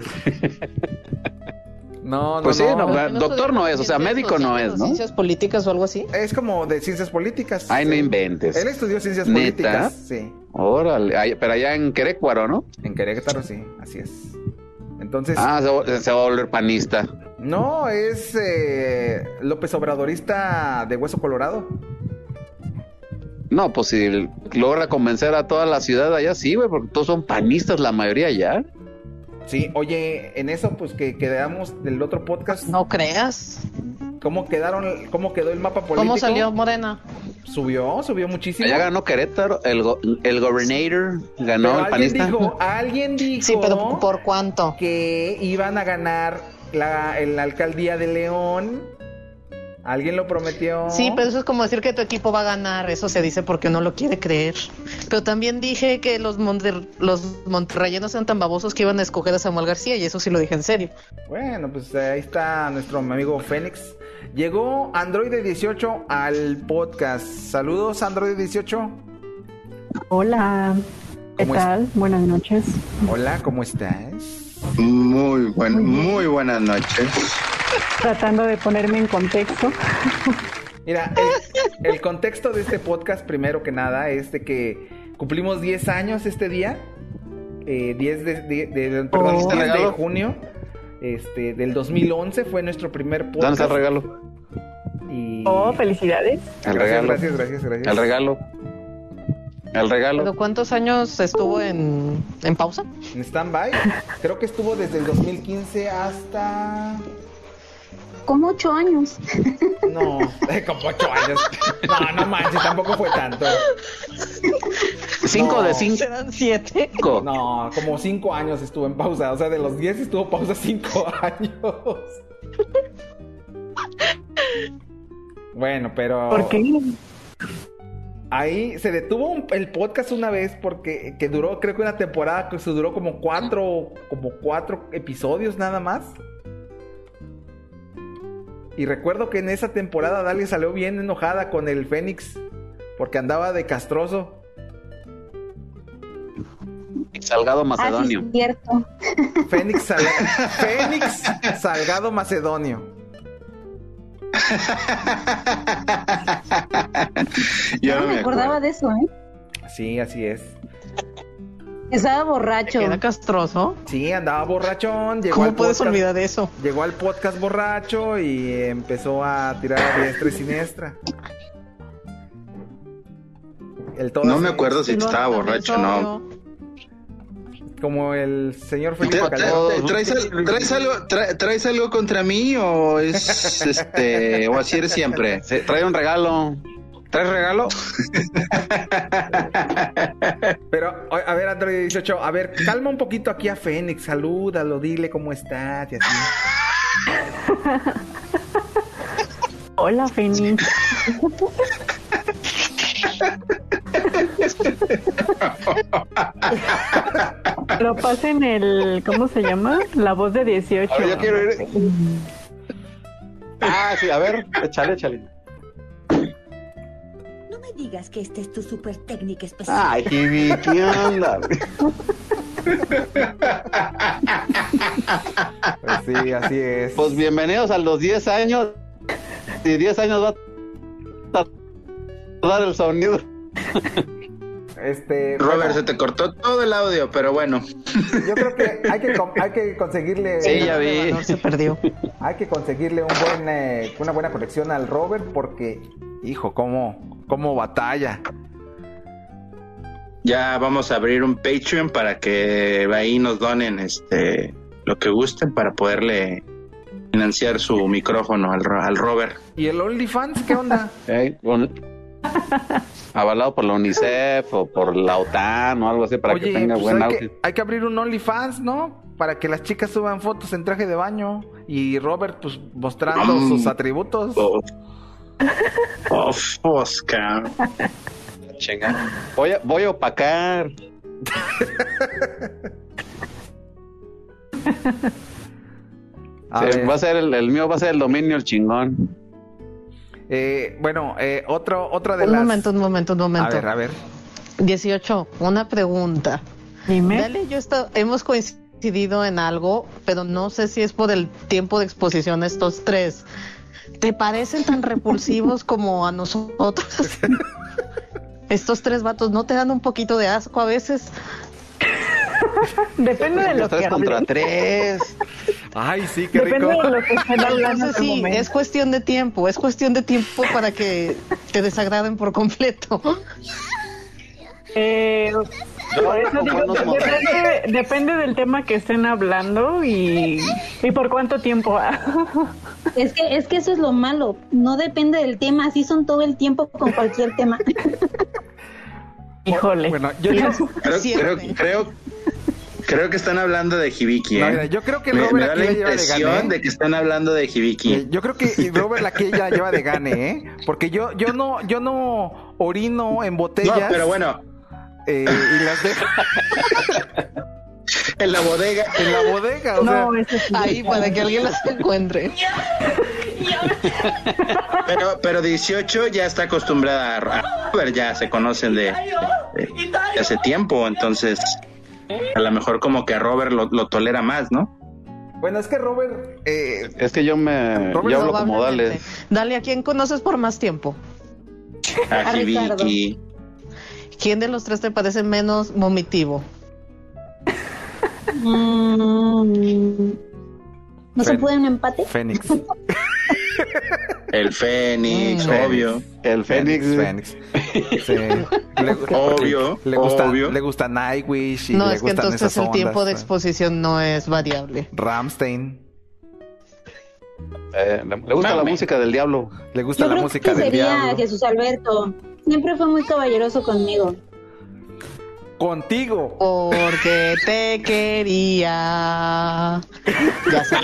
[SPEAKER 5] No, no,
[SPEAKER 4] Pues sí,
[SPEAKER 5] no.
[SPEAKER 4] no, Pero no doctor soy no es, o sea, médico no es, ¿no?
[SPEAKER 10] Ciencias políticas o algo así.
[SPEAKER 5] Es como de ciencias políticas.
[SPEAKER 4] Ay, no
[SPEAKER 5] sí.
[SPEAKER 4] inventes.
[SPEAKER 5] Él estudió ciencias
[SPEAKER 4] ¿Neta?
[SPEAKER 5] políticas. Sí.
[SPEAKER 4] Órale, ay, pero allá en Querécuaro, ¿no?
[SPEAKER 5] En Querétaro, sí, así es. Entonces.
[SPEAKER 4] Ah, se, va- se va a volver panista.
[SPEAKER 5] No, es eh, López Obradorista de Hueso Colorado.
[SPEAKER 4] No, pues si logra convencer a toda la ciudad allá, sí, güey, porque todos son panistas la mayoría allá.
[SPEAKER 5] Sí, oye, en eso pues que quedamos del otro podcast.
[SPEAKER 10] No creas.
[SPEAKER 5] ¿Cómo quedaron, cómo quedó el mapa político?
[SPEAKER 10] ¿Cómo salió Morena?
[SPEAKER 5] Subió, subió muchísimo.
[SPEAKER 4] Allá ganó Querétaro, el, go- el gobernator ganó
[SPEAKER 5] Pero
[SPEAKER 4] el
[SPEAKER 5] alguien
[SPEAKER 4] panista.
[SPEAKER 5] dijo, alguien dijo.
[SPEAKER 10] Sí, pero ¿por cuánto?
[SPEAKER 5] Que iban a ganar la, en la alcaldía de León. Alguien lo prometió.
[SPEAKER 10] Sí, pero eso es como decir que tu equipo va a ganar, eso se dice porque uno lo quiere creer. Pero también dije que los, Monter- los monterreyanos eran tan babosos que iban a escoger a Samuel García y eso sí lo dije en serio.
[SPEAKER 5] Bueno, pues ahí está nuestro amigo Fénix. Llegó Android 18 al podcast. Saludos, Android 18.
[SPEAKER 21] Hola, ¿qué
[SPEAKER 5] ¿Cómo es-
[SPEAKER 21] tal? Buenas noches.
[SPEAKER 5] Hola, ¿cómo estás?
[SPEAKER 3] Muy buen, muy buenas noches.
[SPEAKER 21] Tratando de ponerme en contexto.
[SPEAKER 5] Mira, el, el contexto de este podcast, primero que nada, es de que cumplimos 10 años este día. Eh, 10 de, de- de- perdón,
[SPEAKER 4] Oh.
[SPEAKER 5] 10 de
[SPEAKER 4] regalo?
[SPEAKER 5] junio este, del 2011 fue nuestro primer podcast.
[SPEAKER 4] Danos el regalo.
[SPEAKER 5] Y...
[SPEAKER 21] Oh, felicidades.
[SPEAKER 5] Gracias,
[SPEAKER 4] El regalo.
[SPEAKER 5] gracias, gracias, gracias.
[SPEAKER 4] El regalo. El regalo.
[SPEAKER 10] ¿Pero cuántos años estuvo en, en pausa?
[SPEAKER 5] En stand-by. Creo que estuvo desde el 2015 hasta.
[SPEAKER 15] Como ocho años.
[SPEAKER 5] (laughs) No, como 8 años. No, no manches, tampoco fue tanto.
[SPEAKER 4] Cinco de cinco.
[SPEAKER 10] Serán siete.
[SPEAKER 5] No, como 5 años estuvo en pausa. O sea, de los 10 estuvo pausa 5 (laughs) años. Bueno, pero.
[SPEAKER 21] ¿Por qué?
[SPEAKER 5] Ahí se detuvo un- el podcast una vez porque que duró, creo que una temporada que se duró como cuatro, como cuatro episodios nada más. Y recuerdo que en esa temporada Dali salió bien enojada con el Fénix porque andaba de castroso.
[SPEAKER 4] Salgado
[SPEAKER 15] Ah, sí,
[SPEAKER 4] Macedonio.
[SPEAKER 15] es cierto.
[SPEAKER 5] Fénix, Sal- Fénix Salgado Macedonio.
[SPEAKER 15] No me acordaba de eso, ¿eh?
[SPEAKER 5] Sí, así es.
[SPEAKER 15] Estaba borracho.
[SPEAKER 10] Era castroso.
[SPEAKER 5] Sí, andaba borrachón. Llegó
[SPEAKER 10] ¿Cómo
[SPEAKER 5] al
[SPEAKER 10] puedes
[SPEAKER 5] podcast-
[SPEAKER 10] olvidar eso?
[SPEAKER 5] Llegó al podcast borracho y empezó a tirar a diestra y siniestra. El todo
[SPEAKER 3] No me
[SPEAKER 5] así,
[SPEAKER 3] acuerdo si estaba borracho o no.
[SPEAKER 5] Como el señor
[SPEAKER 3] ¿Te-
[SPEAKER 5] Felipe
[SPEAKER 3] te-
[SPEAKER 5] Calderón.
[SPEAKER 3] te- ¿Traes, al- traes algo, tra- traes algo contra mí o
[SPEAKER 4] (laughs)
[SPEAKER 3] es este o así eres siempre?
[SPEAKER 4] Sí, trae un regalo.
[SPEAKER 3] ¿Traes regalo?
[SPEAKER 5] Pero, a a ver, Android 18, a ver, calma un poquito aquí a Fénix, salúdalo, dile cómo estás y así.
[SPEAKER 21] (laughs) Hola, Fénix. Lo pasé en el, ¿cómo se llama? La voz de 18.
[SPEAKER 4] A ver, yo quiero ir. Ah, sí, a ver, échale, échale.
[SPEAKER 20] No me digas que esta es tu super técnica especial.
[SPEAKER 4] Ay, Jibi, ¿qué onda?
[SPEAKER 5] sí, así es.
[SPEAKER 4] Pues bienvenidos a los 10 años. Y 10 años va a tardar el sonido.
[SPEAKER 5] Este,
[SPEAKER 3] Robert, se te cortó todo el audio, pero bueno.
[SPEAKER 5] Yo creo que hay que, com- hay que conseguirle.
[SPEAKER 3] Sí, ya vi.
[SPEAKER 5] Valor,
[SPEAKER 10] Se perdió.
[SPEAKER 5] Hay que conseguirle un buen, eh, una buena conexión al Robert porque, hijo, cómo, cómo batalla.
[SPEAKER 3] Ya vamos a abrir un Patreon para que ahí nos donen este lo que gusten para poderle financiar su micrófono al, Ro- al Robert.
[SPEAKER 5] ¿Y el OnlyFans qué (laughs) onda?
[SPEAKER 4] Eh, (laughs) con- avalado por la UNICEF o por la OTAN o algo así para que
[SPEAKER 5] Oye,
[SPEAKER 4] tenga
[SPEAKER 5] pues
[SPEAKER 4] buen
[SPEAKER 5] hay,
[SPEAKER 4] audio.
[SPEAKER 5] que, hay que abrir un OnlyFans, ¿no? Para que las chicas suban fotos en traje de baño y Robert, pues, mostrando
[SPEAKER 3] Mm.
[SPEAKER 5] sus atributos.
[SPEAKER 3] Oh. Oh, fosca.
[SPEAKER 4] Chinga. Voy a, voy a opacar.
[SPEAKER 5] A
[SPEAKER 4] Sí,
[SPEAKER 5] ver.
[SPEAKER 4] va a ser el, el mío va a ser el dominio el chingón.
[SPEAKER 5] Eh, bueno, eh, otro, otra de
[SPEAKER 10] Un
[SPEAKER 5] las.
[SPEAKER 10] momento, un momento, un
[SPEAKER 5] a
[SPEAKER 10] momento.
[SPEAKER 5] ver, a ver.
[SPEAKER 10] 18, una pregunta.
[SPEAKER 21] Dime.
[SPEAKER 10] Dale, yo está- hemos coincidido en algo, pero no sé si es por el tiempo de exposición estos tres. ¿Te parecen
[SPEAKER 21] (laughs)
[SPEAKER 10] tan repulsivos como a nosotros? estos tres vatos, ¿no te dan un poquito de asco a veces?
[SPEAKER 21] Depende de lo que
[SPEAKER 4] Tres contra
[SPEAKER 21] hablen.
[SPEAKER 4] tres.
[SPEAKER 5] Ay, sí,
[SPEAKER 21] qué Depende rico. de lo que estén hablando en
[SPEAKER 10] Entonces
[SPEAKER 21] el
[SPEAKER 10] sí,
[SPEAKER 21] momento.
[SPEAKER 10] es cuestión de tiempo, es cuestión de tiempo para que te desagraden por completo.
[SPEAKER 21] Eh, por eso
[SPEAKER 10] con
[SPEAKER 21] digo
[SPEAKER 10] buenos
[SPEAKER 21] que
[SPEAKER 10] modales.
[SPEAKER 21] depende, depende del tema que estén hablando y, y por cuánto tiempo.
[SPEAKER 15] Es que, es que eso es lo malo. No depende del tema. Así son todo el tiempo con cualquier
[SPEAKER 5] (laughs)
[SPEAKER 15] tema.
[SPEAKER 21] Híjole.
[SPEAKER 5] Bueno, yo,
[SPEAKER 10] (laughs)
[SPEAKER 3] Creo, creo, creo,
[SPEAKER 6] Creo que están hablando de Hibiki,
[SPEAKER 5] No,
[SPEAKER 6] ¿eh?
[SPEAKER 5] mira, yo creo que
[SPEAKER 6] me,
[SPEAKER 5] Robert
[SPEAKER 6] me da
[SPEAKER 5] aquí
[SPEAKER 6] la
[SPEAKER 5] ya lleva de
[SPEAKER 6] impresión
[SPEAKER 5] gané.
[SPEAKER 6] de que están hablando de Hibiki.
[SPEAKER 5] Eh, Yo creo
[SPEAKER 6] (laughs)
[SPEAKER 5] que Robert la que ya lleva de gane, ¿eh? Porque yo, yo no, yo no orino en botellas.
[SPEAKER 6] No, pero bueno.
[SPEAKER 5] eh, y las dejo.
[SPEAKER 6] en la bodega.
[SPEAKER 5] En la
[SPEAKER 10] (laughs)
[SPEAKER 5] bodega, o sea.
[SPEAKER 10] Ahí para que alguien las encuentre.
[SPEAKER 6] Pero, pero 18 ya está acostumbrada a a Robert, ya se conocen de, de- de hace tiempo, entonces a lo mejor como que a Robert lo, lo tolera más, ¿no?
[SPEAKER 5] Bueno, es que Robert. eh,
[SPEAKER 4] Es que yo
[SPEAKER 6] Robert
[SPEAKER 4] me. yo hablo
[SPEAKER 6] Probablemente.
[SPEAKER 4] como Dales.
[SPEAKER 10] Dale, ¿a quién conoces por más tiempo?
[SPEAKER 4] A
[SPEAKER 10] Ricardo.
[SPEAKER 4] Hibiki.
[SPEAKER 10] ¿Quién de los tres te parece menos vomitivo?
[SPEAKER 15] Mm. ¿No se
[SPEAKER 6] Fen-
[SPEAKER 15] puede un empate?
[SPEAKER 5] Fénix.
[SPEAKER 6] El
[SPEAKER 10] Mm,
[SPEAKER 6] Fénix, obvio.
[SPEAKER 4] El
[SPEAKER 5] (laughs)
[SPEAKER 4] Fénix.
[SPEAKER 5] Fénix. Sí. Le,
[SPEAKER 6] Obvio,
[SPEAKER 5] Le gusta,
[SPEAKER 6] obvio.
[SPEAKER 5] le gusta Nightwish y
[SPEAKER 10] no,
[SPEAKER 5] le
[SPEAKER 10] es que
[SPEAKER 5] gustan
[SPEAKER 10] entonces
[SPEAKER 5] esas
[SPEAKER 10] el
[SPEAKER 5] ondas.
[SPEAKER 10] tiempo de exposición no es variable.
[SPEAKER 5] Ramstein.
[SPEAKER 4] le, gusta la música del diablo.
[SPEAKER 5] Le gusta
[SPEAKER 15] Yo
[SPEAKER 5] la
[SPEAKER 15] creo
[SPEAKER 5] música
[SPEAKER 15] que
[SPEAKER 5] del
[SPEAKER 15] sería
[SPEAKER 5] diablo.
[SPEAKER 15] Jesús Alberto. Siempre fue muy caballeroso conmigo.
[SPEAKER 5] Contigo.
[SPEAKER 10] Oh, Porque te quería. Ya sé.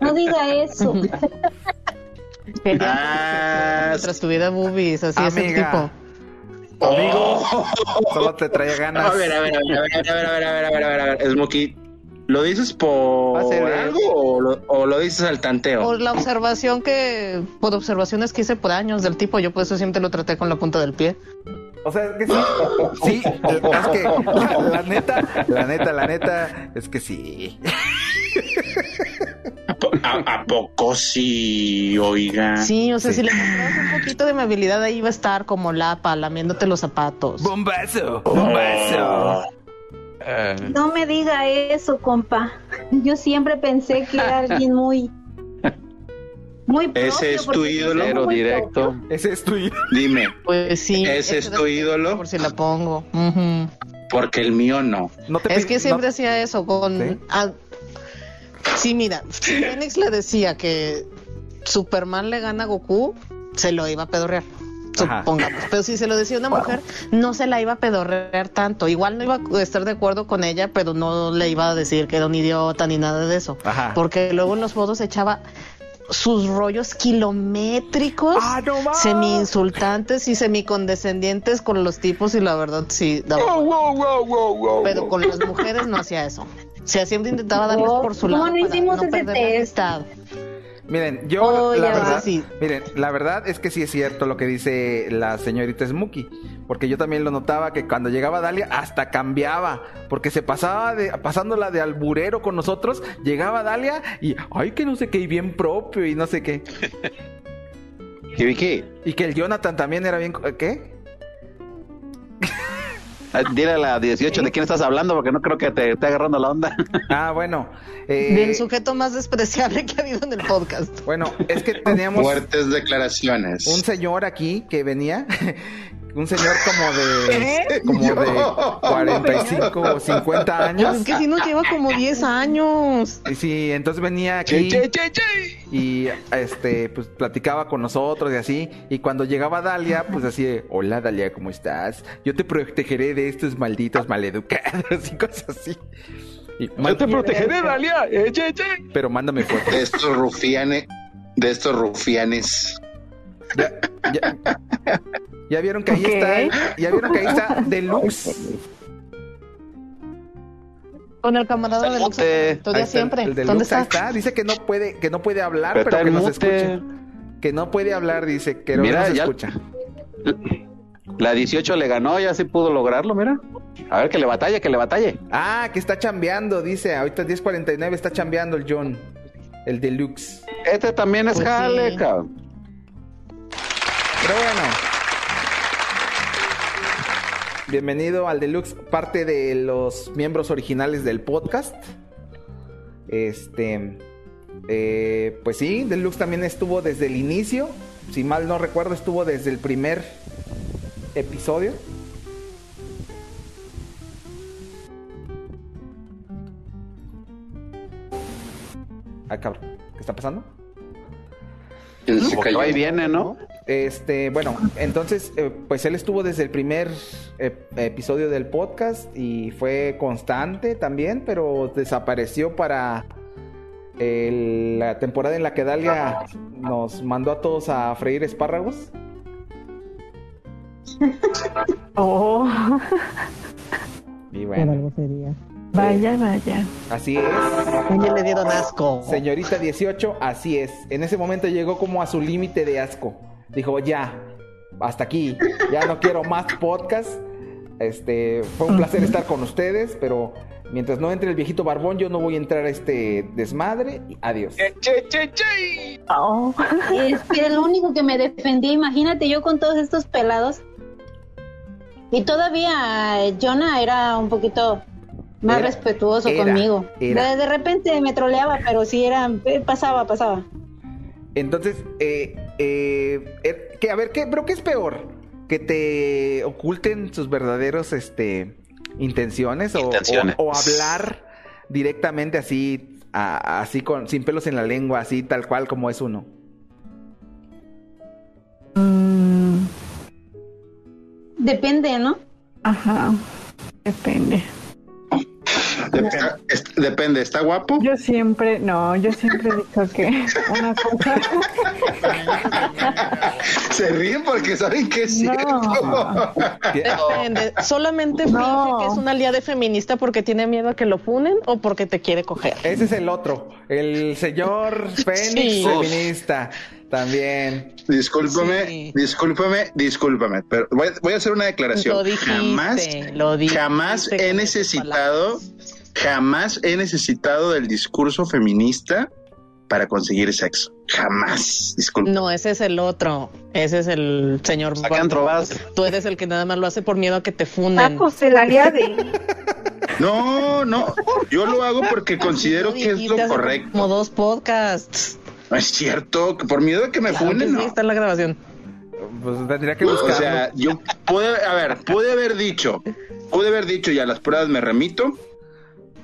[SPEAKER 15] No diga
[SPEAKER 5] (laughs)
[SPEAKER 15] eso.
[SPEAKER 10] Mientras tuviera boobies, así es el tipo.
[SPEAKER 5] Ah, Amiga. Amigo. Solo te trae ganas.
[SPEAKER 6] Oh. A ver, a ver, a ver, a ver, a ver, a ver, a ver, a ver, a ver, a ver, Smokey, ¿lo dices por
[SPEAKER 10] Va a ser-
[SPEAKER 6] algo o lo, o lo dices al tanteo?
[SPEAKER 10] Por la observación que. Por observaciones que hice por años del tipo, yo por eso siempre lo traté con la punta del pie.
[SPEAKER 5] O sea, es que sí. (laughs) Sí, es que la, la neta, la neta, la neta, es que sí.
[SPEAKER 6] ¿A, a poco sí, oiga?
[SPEAKER 5] Ah,
[SPEAKER 10] Sí, o sea, si le mostrabas un poquito de amabilidad, ahí iba a estar como lapa, lamiéndote los zapatos.
[SPEAKER 5] Bombazo,
[SPEAKER 6] bombazo.
[SPEAKER 15] No me diga eso, compa. Yo siempre pensé que era alguien muy. Muy propio,
[SPEAKER 6] ¿Ese es tu
[SPEAKER 15] porque
[SPEAKER 6] ídolo?
[SPEAKER 15] siempre fue muy
[SPEAKER 4] directo.
[SPEAKER 5] Ese es tu ídolo.
[SPEAKER 6] Dime.
[SPEAKER 10] Pues sí.
[SPEAKER 6] ¿Ese es tu ídolo? Por
[SPEAKER 10] si la pongo.
[SPEAKER 6] Porque el mío no.
[SPEAKER 10] es que siempre hacía eso con...
[SPEAKER 6] ¿Sí?
[SPEAKER 10] ah, sí, mira, si Fénix le decía que Superman le gana a Goku, se lo iba a pedorrear. Supongamos. Pero si se lo decía una mujer, no se la iba a pedorrear tanto. Igual no iba a estar de acuerdo con ella, pero no le iba a decir que era un idiota ni nada de eso.
[SPEAKER 5] Ajá.
[SPEAKER 10] Porque luego en los fotos echaba sus rollos kilométricos,
[SPEAKER 5] Ah,
[SPEAKER 10] semi insultantes y semi condescendientes con los tipos y la verdad sí daba pero con las mujeres no hacía eso. O sea, siempre intentaba darles por su lado.
[SPEAKER 15] ¿Cómo no hicimos
[SPEAKER 10] para no
[SPEAKER 15] ese
[SPEAKER 10] perder la
[SPEAKER 15] test?
[SPEAKER 10] amistad.
[SPEAKER 5] Miren, yo
[SPEAKER 10] Oh,
[SPEAKER 5] la
[SPEAKER 10] ya
[SPEAKER 5] verdad,
[SPEAKER 10] va. Sí.
[SPEAKER 5] miren, la verdad es que sí es cierto lo que dice la señorita Smokey, porque yo también lo notaba que cuando llegaba Dalia hasta cambiaba, porque se pasaba de pasándola de alburero con nosotros, llegaba Dalia y ay que no sé qué y bien propio y no sé qué.
[SPEAKER 4] Hibiki.
[SPEAKER 5] Y que el Jonathan también era bien co- ¿qué?
[SPEAKER 4] Ah, Dile a la 18 de quién estás hablando porque no creo que te esté agarrando la onda.
[SPEAKER 5] Ah, bueno. Eh,
[SPEAKER 10] Del sujeto más despreciable que ha habido en el podcast.
[SPEAKER 5] (laughs) Bueno, es que teníamos
[SPEAKER 6] Fuertes declaraciones.
[SPEAKER 5] un señor aquí que venía, (laughs) un señor como de
[SPEAKER 10] ¿Eh?
[SPEAKER 5] como de
[SPEAKER 10] Yo.
[SPEAKER 5] 45 o 50 años.
[SPEAKER 10] Pues es que sí nos lleva como 10 años.
[SPEAKER 5] Y sí, entonces venía aquí y este pues platicaba con nosotros y así y cuando llegaba Dalia pues así de, hola Dalia cómo estás yo te protegeré de estos malditos (laughs) maleducados y cosas así Y, "Man-
[SPEAKER 6] Dalia.
[SPEAKER 5] pero mándame fuerte
[SPEAKER 6] De estos rufianes. De estos rufianes.
[SPEAKER 5] ya vieron que ahí está el- ya vieron que ahí está
[SPEAKER 10] (laughs)
[SPEAKER 5] deluxe
[SPEAKER 10] Con el camarada de Luxo.
[SPEAKER 5] Ahí
[SPEAKER 10] Todavía
[SPEAKER 5] está el-
[SPEAKER 10] siempre.
[SPEAKER 5] el Deluxe,
[SPEAKER 10] ¿Dónde
[SPEAKER 5] ahí
[SPEAKER 10] está?
[SPEAKER 5] está dice que no puede que no puede hablar
[SPEAKER 4] Pero
[SPEAKER 5] pero,
[SPEAKER 4] está
[SPEAKER 5] que
[SPEAKER 4] en
[SPEAKER 5] nos
[SPEAKER 4] mute.
[SPEAKER 5] escucha que no puede hablar dice que no
[SPEAKER 4] Mira,
[SPEAKER 5] nos
[SPEAKER 4] ya-
[SPEAKER 5] escucha
[SPEAKER 4] La 18 le ganó, ya sí pudo lograrlo, mira. A ver que le batalle, que le batalle.
[SPEAKER 5] Ah, que está chambeando, dice. Ahorita 10.49 está chambeando el John. El deluxe.
[SPEAKER 4] Este también es
[SPEAKER 5] Pues sí.
[SPEAKER 4] jale, cabrón.
[SPEAKER 5] Pero bueno. Bienvenido al deluxe, parte de los miembros originales del podcast. Este. eh, pues sí, deluxe también estuvo desde el inicio. Si mal no recuerdo, estuvo desde el primer episodio. Ah, cabrón. ¿Qué está pasando?
[SPEAKER 4] Como que va y viene, ¿no?
[SPEAKER 5] Este, bueno, entonces, eh, pues él estuvo desde el primer eh, episodio del podcast y fue constante también, pero desapareció para el- la temporada en la que Dalia nos mandó a todos a freír espárragos.
[SPEAKER 21] Oh. (laughs)
[SPEAKER 5] Y bueno,
[SPEAKER 21] Vaya, vaya.
[SPEAKER 5] así es.
[SPEAKER 9] Ya le dieron asco.
[SPEAKER 5] Señorita 18, así es. En ese momento llegó como a su límite de asco. Dijo, ya, hasta aquí, ya no quiero más podcast. Este, fue un placer estar con ustedes, pero mientras no entre el viejito barbón, yo no voy a entrar a este desmadre. Adiós.
[SPEAKER 15] Es que el único que me defendía, imagínate yo con todos estos pelados. Y todavía eh, Jonah era un poquito más
[SPEAKER 5] Era,
[SPEAKER 15] respetuoso
[SPEAKER 5] era,
[SPEAKER 15] conmigo.
[SPEAKER 5] era.
[SPEAKER 15] De, de repente me troleaba, pero sí era, eh, pasaba, pasaba.
[SPEAKER 5] Entonces, eh, eh, eh, que, a ver, ¿qué, pero ¿qué es peor? ¿Que te oculten sus verdaderos este, intenciones, o-
[SPEAKER 3] Intenciones.
[SPEAKER 5] O, o hablar directamente así, a- así con, sin pelos en la lengua, así tal cual como es uno?
[SPEAKER 21] Mm,
[SPEAKER 15] Depende, ¿no?
[SPEAKER 21] ajá. Depende.
[SPEAKER 6] Dep- es- Depende, ¿está guapo? (laughs)
[SPEAKER 21] Yo siempre, no, yo siempre he dicho que una cosa.
[SPEAKER 6] Se ríen porque saben que es cierto. (laughs)
[SPEAKER 10] Depende. Solamente finge que es una aliada feminista porque tiene miedo a que lo punen o porque te quiere coger.
[SPEAKER 5] Ese es el otro, el señor Fénix
[SPEAKER 10] Sí.
[SPEAKER 5] feminista también.
[SPEAKER 6] Discúlpame,
[SPEAKER 5] Sí.
[SPEAKER 6] discúlpame, discúlpame, pero voy, voy a hacer una declaración.
[SPEAKER 5] Lo dijiste,
[SPEAKER 6] jamás,
[SPEAKER 10] lo
[SPEAKER 6] jamás he necesitado, jamás he necesitado del discurso feminista para conseguir sexo. Jamás. Disculpa.
[SPEAKER 10] No, ese es el otro. Ese es el señor. Barbón. Tú eres el que nada más lo hace por miedo a que te funden.
[SPEAKER 21] el aliade.
[SPEAKER 6] No, no. Yo lo hago porque considero que es lo correcto.
[SPEAKER 10] Como dos podcasts.
[SPEAKER 6] No es cierto. que Por miedo a que me
[SPEAKER 10] Claro que
[SPEAKER 6] funen,
[SPEAKER 10] sí,
[SPEAKER 6] no.
[SPEAKER 10] está en la grabación.
[SPEAKER 5] Pues tendría que
[SPEAKER 6] O
[SPEAKER 5] buscarlo.
[SPEAKER 6] sea, yo pude, a ver, pude haber dicho, pude haber dicho, y a las pruebas me remito,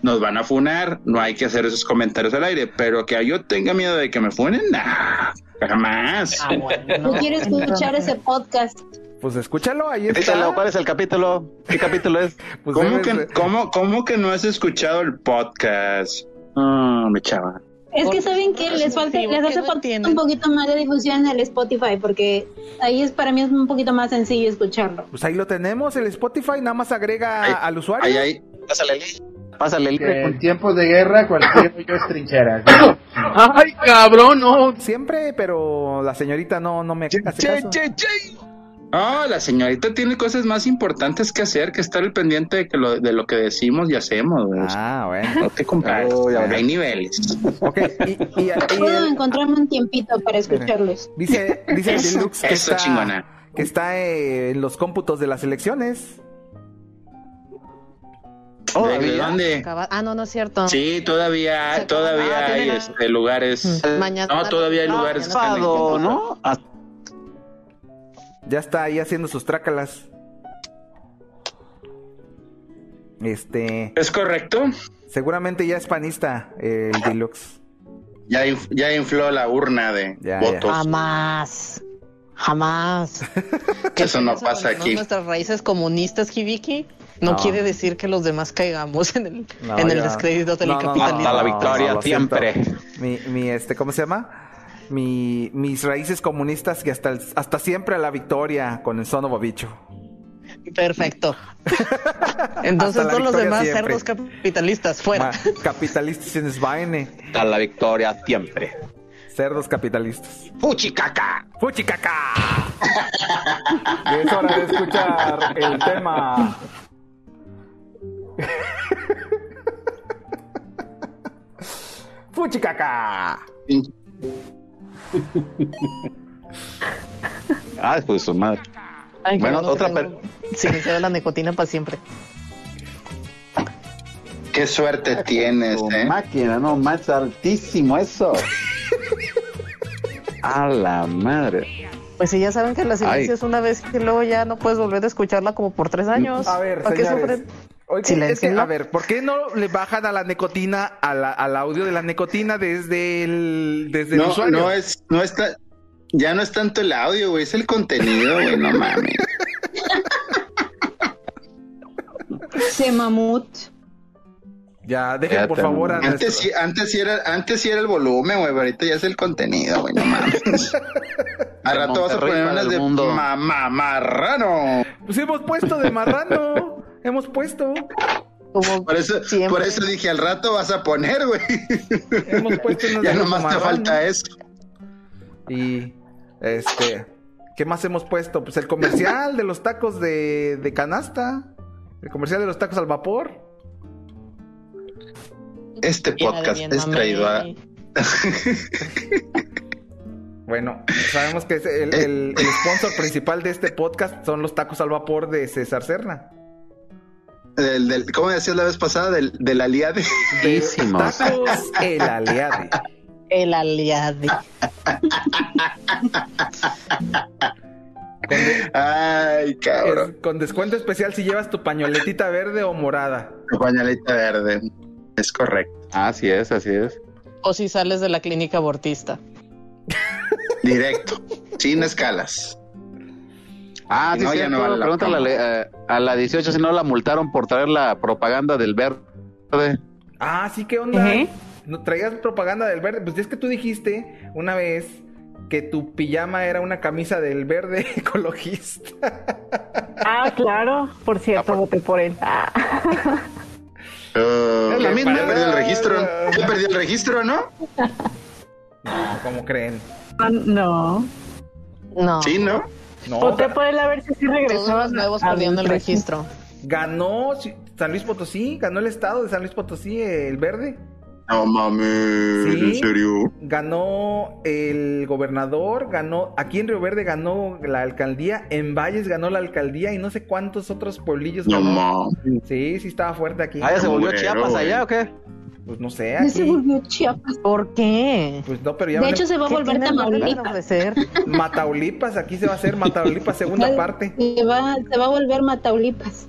[SPEAKER 6] nos van a funar, no hay que hacer esos comentarios al aire, pero que yo tenga miedo de que me funen, nah, jamás.
[SPEAKER 15] (laughs)
[SPEAKER 5] Ah.
[SPEAKER 15] Yo quiero escuchar ese podcast.
[SPEAKER 5] Pues escúchalo, ahí está.
[SPEAKER 3] Díselo, ¿cuál es el capítulo? ¿Qué capítulo es?
[SPEAKER 5] pues
[SPEAKER 6] ¿Cómo, que, cómo, cómo que no has escuchado el podcast? Ah, me chava.
[SPEAKER 15] Es que saben que les falta, les hace falta un poquito más de difusión en el Spotify, porque ahí es para mí es un poquito más sencillo escucharlo.
[SPEAKER 5] Pues ahí lo tenemos, el Spotify nada más agrega al usuario.
[SPEAKER 3] Ahí, ahí. Pásale el Pásale el
[SPEAKER 16] Que en tiempos de guerra cualquier hoyo es trinchera.
[SPEAKER 5] (coughs) Ay, cabrón, no. Siempre, pero la señorita no, no me hace caso.
[SPEAKER 6] Ah, la señorita tiene cosas más importantes que hacer que estar al pendiente de, que lo, de lo que decimos y hacemos.
[SPEAKER 5] Ah, bueno.
[SPEAKER 6] No te compares.
[SPEAKER 3] Uy, a ver.
[SPEAKER 6] Hay niveles.
[SPEAKER 15] Puedo encontrarme un tiempito para escucharlos.
[SPEAKER 5] Dice, dice (laughs) el
[SPEAKER 15] Eso,
[SPEAKER 5] Deluxe que
[SPEAKER 6] eso,
[SPEAKER 5] está,
[SPEAKER 6] chingona.
[SPEAKER 5] que está eh, en los cómputos de las elecciones.
[SPEAKER 6] ¿De- ¿De dónde?
[SPEAKER 10] Acaba- Ah, no, no es cierto.
[SPEAKER 6] Sí, todavía,
[SPEAKER 5] Ah,
[SPEAKER 6] todavía hay este,
[SPEAKER 5] Mm.
[SPEAKER 6] lugares.
[SPEAKER 10] Mm. Mañana-
[SPEAKER 6] no, todavía hay
[SPEAKER 10] No,
[SPEAKER 6] lugares.
[SPEAKER 10] mañana
[SPEAKER 6] en el
[SPEAKER 10] sábado,
[SPEAKER 6] Congreso.
[SPEAKER 5] Ya está ahí haciendo sus trácalas. Este.
[SPEAKER 6] ¿Es correcto?
[SPEAKER 5] Seguramente ya es panista eh, el Deluxe.
[SPEAKER 6] Ya, inf- ya infló la urna de votos.
[SPEAKER 10] Jamás. Jamás.
[SPEAKER 5] Ah,
[SPEAKER 6] Eso (laughs) no pasa
[SPEAKER 10] Abandonar
[SPEAKER 6] aquí.
[SPEAKER 10] Nuestras raíces comunistas, Hibiki, no,
[SPEAKER 6] No.
[SPEAKER 10] quiere decir que los demás caigamos en el,
[SPEAKER 5] No,
[SPEAKER 10] en el
[SPEAKER 5] ya.
[SPEAKER 10] descrédito del
[SPEAKER 5] No, no, no,
[SPEAKER 10] capitalismo.
[SPEAKER 5] no, no,
[SPEAKER 3] victoria
[SPEAKER 5] lo siento. Mi, mi, este, ¿cómo se llama? Mi, mis raíces comunistas que hasta, el- hasta siempre a la victoria con el sono bobicho. (laughs)
[SPEAKER 10] Perfecto. Entonces
[SPEAKER 5] la
[SPEAKER 10] todos los
[SPEAKER 5] victoria
[SPEAKER 10] demás
[SPEAKER 5] siempre.
[SPEAKER 10] cerdos capitalistas, fuera.
[SPEAKER 5] Capitalistas en Svaine.
[SPEAKER 3] A la victoria siempre.
[SPEAKER 5] Cerdos capitalistas.
[SPEAKER 3] ¡Fuchicaca!
[SPEAKER 5] ¡Fuchicaca! Y es hora de escuchar el tema. (laughs) ¡Fuchicaca!
[SPEAKER 3] Ah, pues su madre.
[SPEAKER 10] Ay, que
[SPEAKER 3] bueno,
[SPEAKER 10] no nos
[SPEAKER 3] otra per-
[SPEAKER 10] quedemos sin usar la nicotina para siempre.
[SPEAKER 6] Qué suerte tienes, ¿eh?
[SPEAKER 3] Máquina, no, más altísimo
[SPEAKER 5] (laughs)
[SPEAKER 3] eso. A la madre.
[SPEAKER 10] Pues si ya saben que la silencias una vez y luego ya no puedes volver a escucharla como por tres años.
[SPEAKER 5] A ver,
[SPEAKER 10] ¿Para qué
[SPEAKER 5] señores.
[SPEAKER 10] sufren?
[SPEAKER 5] Oye,
[SPEAKER 10] Silencio,
[SPEAKER 5] es que,
[SPEAKER 10] ¿no?
[SPEAKER 5] a ver, ¿por qué no le bajan a la nicotina, a la- al audio de la nicotina desde el, desde el
[SPEAKER 6] No,
[SPEAKER 5] usuario?
[SPEAKER 6] no es, no está. Ya no es tanto el audio, güey, es el contenido, güey, no mames.
[SPEAKER 15] Se mamut.
[SPEAKER 5] Ya, dejen por favor a
[SPEAKER 6] Antes sí, antes sí era, antes sí era el volumen, güey, pero ahorita ya es el contenido, güey, no mames. Al rato vas a
[SPEAKER 5] Monterrey
[SPEAKER 6] poner
[SPEAKER 5] para
[SPEAKER 6] unas
[SPEAKER 5] el
[SPEAKER 6] de
[SPEAKER 5] mundo.
[SPEAKER 6] mamá marrano.
[SPEAKER 5] Pues hemos puesto de marrano. hemos puesto.
[SPEAKER 6] Por eso, por eso dije, al rato vas a poner, güey. (laughs)
[SPEAKER 5] Hemos puesto unas
[SPEAKER 6] ya
[SPEAKER 5] de
[SPEAKER 6] nomás te
[SPEAKER 5] marrano.
[SPEAKER 6] falta ¿eh? eso.
[SPEAKER 5] Y este, ¿qué más hemos puesto? Pues el comercial de los tacos de, de canasta, el comercial de los tacos al vapor.
[SPEAKER 6] Este
[SPEAKER 5] Y la de
[SPEAKER 6] podcast
[SPEAKER 5] bien,
[SPEAKER 6] es
[SPEAKER 5] mami.
[SPEAKER 6] traído a...
[SPEAKER 5] Bueno, sabemos que es el,
[SPEAKER 6] Eh.
[SPEAKER 5] el- el sponsor principal de este podcast son los tacos al vapor de César Cerna.
[SPEAKER 6] Del, del- ¿Cómo decías la vez pasada? Del, del aliade. (laughs)
[SPEAKER 5] Tacos el aliado.
[SPEAKER 10] El aliado.
[SPEAKER 6] Ay, cabrón.
[SPEAKER 5] con descuento especial si llevas tu pañoletita verde o morada.
[SPEAKER 6] Tu pañoleta verde. Es correcto.
[SPEAKER 4] Así es, así es.
[SPEAKER 10] O si sales de la clínica abortista.
[SPEAKER 6] Directo. sin escalas.
[SPEAKER 4] Ah,
[SPEAKER 6] Si
[SPEAKER 4] sí,
[SPEAKER 6] no, ya
[SPEAKER 4] cierto,
[SPEAKER 6] no vale la
[SPEAKER 4] pregúntale a
[SPEAKER 6] pena.
[SPEAKER 4] la- eh, a la 18 si no la multaron por traer la propaganda del verde.
[SPEAKER 5] Ah, sí, ¿qué onda? No traías propaganda del verde. Pues es que tú dijiste una vez que tu pijama era una camisa del verde (laughs) ecologista.
[SPEAKER 21] Ah, claro, por cierto, voté por él. Ah.
[SPEAKER 6] Uh,
[SPEAKER 21] Es la
[SPEAKER 6] ya
[SPEAKER 21] misma.
[SPEAKER 6] perdí el registro. Ya perdí el registro, ¿no?
[SPEAKER 5] No, ¿cómo creen?
[SPEAKER 21] Ah, No.
[SPEAKER 10] No.
[SPEAKER 6] Sí, ¿no?
[SPEAKER 5] No.
[SPEAKER 21] Voté por él a ver si sí regresó.
[SPEAKER 10] Todos los nuevos
[SPEAKER 5] al
[SPEAKER 10] perdieron el
[SPEAKER 5] registro.
[SPEAKER 10] registro.
[SPEAKER 5] Ganó sí, San Luis Potosí, ganó el estado de San Luis Potosí, eh, el verde.
[SPEAKER 6] No mames,
[SPEAKER 5] Sí.
[SPEAKER 6] en serio.
[SPEAKER 5] Ganó el gobernador, ganó aquí en Río Verde ganó la alcaldía, en Valles ganó la alcaldía y no sé cuántos otros pueblillos
[SPEAKER 6] No
[SPEAKER 5] ganó. Sí, sí estaba fuerte aquí.
[SPEAKER 4] Ah, ya se volvió Bueno, Chiapas allá, ¿o
[SPEAKER 5] qué? Pues no sé,
[SPEAKER 15] Ya se
[SPEAKER 5] aquí.
[SPEAKER 15] volvió Chiapas.
[SPEAKER 10] ¿Por qué?
[SPEAKER 5] Pues no, pero ya
[SPEAKER 15] De
[SPEAKER 5] van a-
[SPEAKER 15] hecho, se va a
[SPEAKER 10] ¿Qué
[SPEAKER 15] volver
[SPEAKER 10] tiene el Bolívar
[SPEAKER 15] Tamaulipas.
[SPEAKER 10] ofrecer?
[SPEAKER 5] Mataulipas, aquí se va a hacer
[SPEAKER 10] (laughs)
[SPEAKER 5] Mataulipas segunda parte.
[SPEAKER 15] Se va, se va a volver Mataulipas.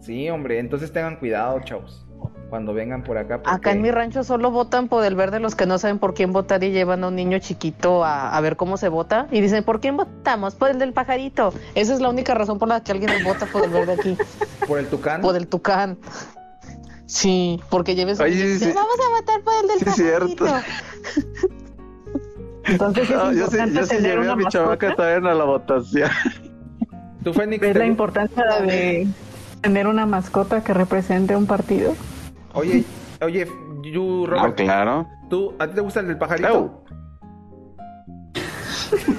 [SPEAKER 5] Sí, hombre, entonces tengan cuidado, chavos, cuando vengan por acá.
[SPEAKER 10] Acá en mi rancho solo votan por el verde los que no saben por quién votar y llevan a un niño chiquito a, a ver cómo se vota y dicen, ¿por quién votamos? Por el del pajarito. Esa es la única razón por la que alguien (laughs) vota por el verde aquí.
[SPEAKER 5] ¿Por el tucán?
[SPEAKER 10] Por el tucán. Sí, porque lleves a un
[SPEAKER 19] Oye,
[SPEAKER 10] niño
[SPEAKER 19] sí,
[SPEAKER 10] y dice,
[SPEAKER 19] sí.
[SPEAKER 10] Vamos a votar por el del
[SPEAKER 19] Sí, es cierto.
[SPEAKER 10] pajarito. Entonces,
[SPEAKER 4] Ah,
[SPEAKER 19] No, yo sí,
[SPEAKER 21] importante
[SPEAKER 19] yo sí
[SPEAKER 21] tener
[SPEAKER 19] llevé
[SPEAKER 21] una
[SPEAKER 19] a mi
[SPEAKER 21] mascota?
[SPEAKER 19] chavaca también a la votación.
[SPEAKER 5] ¿Tú, Fénix?
[SPEAKER 21] ¿Ves la importancia de tener una mascota que represente un partido?
[SPEAKER 5] Oye, oye, you, Robert,
[SPEAKER 4] claro.
[SPEAKER 5] ¿tú, ¿a ti te gusta el del pajarito?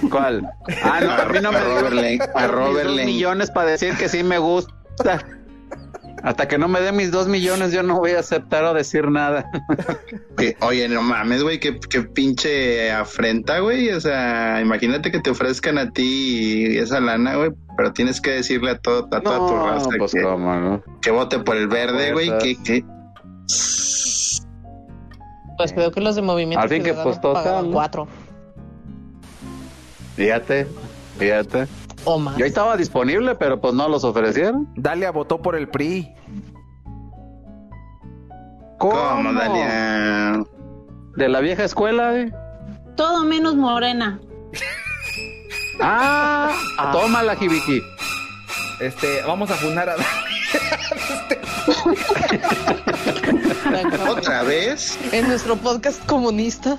[SPEAKER 4] ¿Cuál? Ah, no, a mí no me Robert A Robert millones para decir que sí me gusta. Hasta que no me dé mis dos millones, yo no voy a aceptar o decir nada.
[SPEAKER 6] Que- Oye, no mames, güey, qué, qué pinche afrenta, güey. O sea, imagínate que te ofrezcan a ti esa lana, güey, pero tienes que decirle a, todo, a toda tu
[SPEAKER 4] No,
[SPEAKER 6] raza
[SPEAKER 4] pues,
[SPEAKER 6] que,
[SPEAKER 4] cómo, ¿no?
[SPEAKER 6] que vote por el verde, güey.
[SPEAKER 4] Fuerzas.
[SPEAKER 6] Que, que-
[SPEAKER 10] Pues creo que los de Movimiento
[SPEAKER 4] Al fin que, pues,
[SPEAKER 10] Ciudadano
[SPEAKER 4] total,
[SPEAKER 10] pagaban
[SPEAKER 4] ¿no?
[SPEAKER 10] cuatro
[SPEAKER 4] Fíjate, fíjate.
[SPEAKER 10] o más.
[SPEAKER 4] Yo estaba disponible, pero pues no los ofrecieron.
[SPEAKER 5] Dalia votó por el PRI.
[SPEAKER 4] ¿Cómo?
[SPEAKER 6] ¿Cómo, Dalia?
[SPEAKER 4] De la vieja escuela, eh.
[SPEAKER 15] Todo menos Morena.
[SPEAKER 4] Ah,
[SPEAKER 5] Ah.
[SPEAKER 4] toma la jibiki.
[SPEAKER 5] Este, vamos a funar a
[SPEAKER 10] (laughs)
[SPEAKER 5] (laughs)
[SPEAKER 6] (laughs) ¿Otra vez?
[SPEAKER 10] En nuestro podcast comunista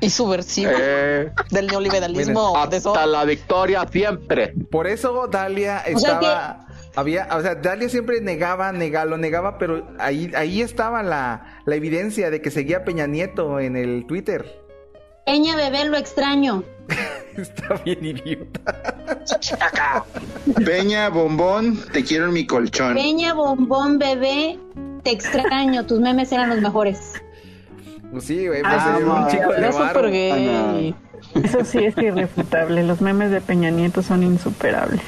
[SPEAKER 10] y subversivo
[SPEAKER 4] Eh.
[SPEAKER 10] del neoliberalismo.
[SPEAKER 4] Miren,
[SPEAKER 10] de
[SPEAKER 4] hasta la victoria siempre.
[SPEAKER 5] Por eso Dalia
[SPEAKER 10] O sea
[SPEAKER 5] estaba. había, o sea, Dalia siempre negaba, negaba, lo negaba, pero ahí, ahí estaba la, la evidencia de que seguía Peña Nieto en el Twitter. (laughs)
[SPEAKER 15] Peña Bebé, lo extraño.
[SPEAKER 5] Está bien idiota.
[SPEAKER 6] Peña, bombón, te quiero en mi colchón.
[SPEAKER 15] Peña Bombón Bebé, te extraño. Tus memes eran los mejores.
[SPEAKER 5] Pues sí, güey, pues
[SPEAKER 21] Ah,
[SPEAKER 5] era
[SPEAKER 21] no,
[SPEAKER 5] un chico de
[SPEAKER 21] era
[SPEAKER 5] barro.
[SPEAKER 21] súper gay. Eso sí es irrefutable. Los memes de Peña Nieto son insuperables.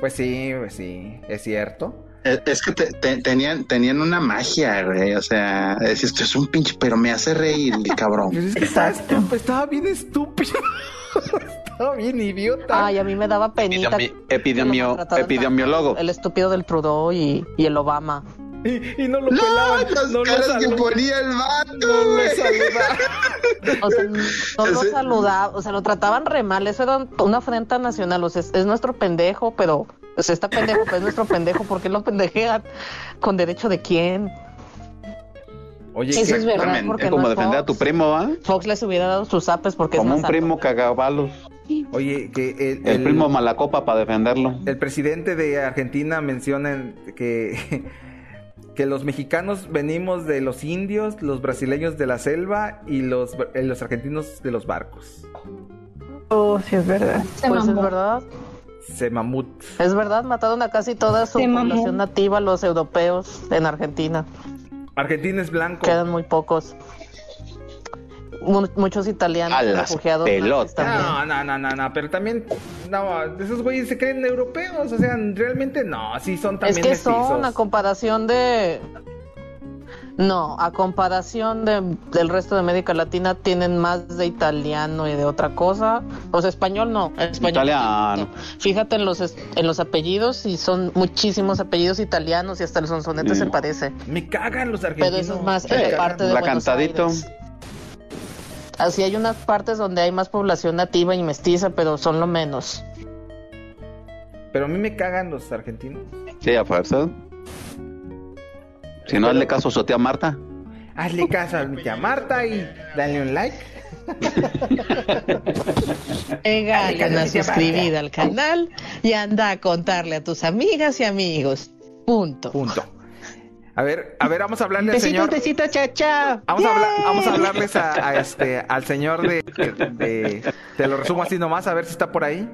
[SPEAKER 5] Pues sí, pues sí, es cierto.
[SPEAKER 6] Es, Eh, es que te- te- tenían, tenían una magia, güey. O sea, decías, esto es un pinche, pero me hace reír, (laughs) el cabrón.
[SPEAKER 5] Pues Estaba, estup- estaba bien estúpido. (laughs) estaba bien idiota.
[SPEAKER 10] Ay, a mí me daba penita.
[SPEAKER 4] Epidemio-
[SPEAKER 10] que lo maltrataran (laughs)
[SPEAKER 4] epidemiólogo.
[SPEAKER 10] tanto, El estúpido del Trudeau y, y el Obama.
[SPEAKER 22] Y, y no lo
[SPEAKER 6] No,
[SPEAKER 22] pelaban.
[SPEAKER 6] las
[SPEAKER 22] no lo
[SPEAKER 6] caras que
[SPEAKER 22] saludaban.
[SPEAKER 6] ponía el vato,
[SPEAKER 22] No lo
[SPEAKER 6] güey.
[SPEAKER 22] saludaban.
[SPEAKER 21] (laughs)
[SPEAKER 10] O sea, no lo
[SPEAKER 6] Ese-
[SPEAKER 10] saludaba, o sea, lo trataban re mal, eso era una afrenta nacional, o sea, es, es nuestro pendejo, pero, o sea, está pendejo, pero es nuestro pendejo, ¿por qué lo pendejean? ¿Con derecho de quién?
[SPEAKER 5] Oye,
[SPEAKER 10] Eso es verdad, porque
[SPEAKER 4] es como
[SPEAKER 10] no es
[SPEAKER 4] defender a tu primo, ¿va?
[SPEAKER 10] Fox les hubiera dado sus apes porque
[SPEAKER 4] Como
[SPEAKER 10] es
[SPEAKER 4] un
[SPEAKER 10] más
[SPEAKER 4] primo cagabalos.
[SPEAKER 5] Oye, que el,
[SPEAKER 4] el primo malacopa para defenderlo.
[SPEAKER 5] El presidente de Argentina menciona en- que, (laughs) que los mexicanos venimos de los indios, los brasileños de la selva y los, eh, los argentinos de los barcos.
[SPEAKER 21] Oh, sí, es verdad.
[SPEAKER 10] Pues es verdad,
[SPEAKER 5] Se mamut.
[SPEAKER 10] es verdad, mataron a casi toda su
[SPEAKER 5] Sí, mamá.
[SPEAKER 10] población nativa, los europeos, en Argentina.
[SPEAKER 5] Argentina es blanco.
[SPEAKER 10] Quedan muy pocos. Mu- muchos italianos
[SPEAKER 5] A las
[SPEAKER 10] refugiados. nazis también.
[SPEAKER 5] No, no, no, no, no, pero también, no, esos güeyes se creen europeos, o sea, realmente no, sí son
[SPEAKER 10] Es
[SPEAKER 5] también
[SPEAKER 10] que
[SPEAKER 5] mestizos.
[SPEAKER 10] son a comparación de... No, a comparación de, del resto de América Latina tienen más de italiano y de otra cosa. O sea, español no. Español
[SPEAKER 4] Italiano.
[SPEAKER 10] Fíjate en los es- en los apellidos y son muchísimos apellidos italianos y hasta el sonsonete
[SPEAKER 4] Sí.
[SPEAKER 10] se parece.
[SPEAKER 5] Me cagan los argentinos.
[SPEAKER 10] Pero eso es más
[SPEAKER 4] Sí.
[SPEAKER 10] en la parte de
[SPEAKER 4] La
[SPEAKER 10] Buenos
[SPEAKER 4] cantadito.
[SPEAKER 10] Aires. Así hay unas partes donde hay más población nativa y mestiza, pero son lo menos.
[SPEAKER 5] Pero a mí me cagan los argentinos.
[SPEAKER 4] Sí, a fuerza. Si no, hazle caso a su tía Marta.
[SPEAKER 5] Hazle caso a mi tía Marta y dale un like.
[SPEAKER 10] Pégale a suscribir al canal y anda a contarle a tus amigas y amigos. Punto.
[SPEAKER 5] Punto. A ver, a ver, vamos a hablarle al
[SPEAKER 10] Besitos,
[SPEAKER 5] señor.
[SPEAKER 10] besitos, cha, cha.
[SPEAKER 5] Vamos a,
[SPEAKER 10] Yay.
[SPEAKER 5] hablar- vamos a hablarles a, a este, al señor de, de- Te lo resumo así nomás, a ver si está por ahí.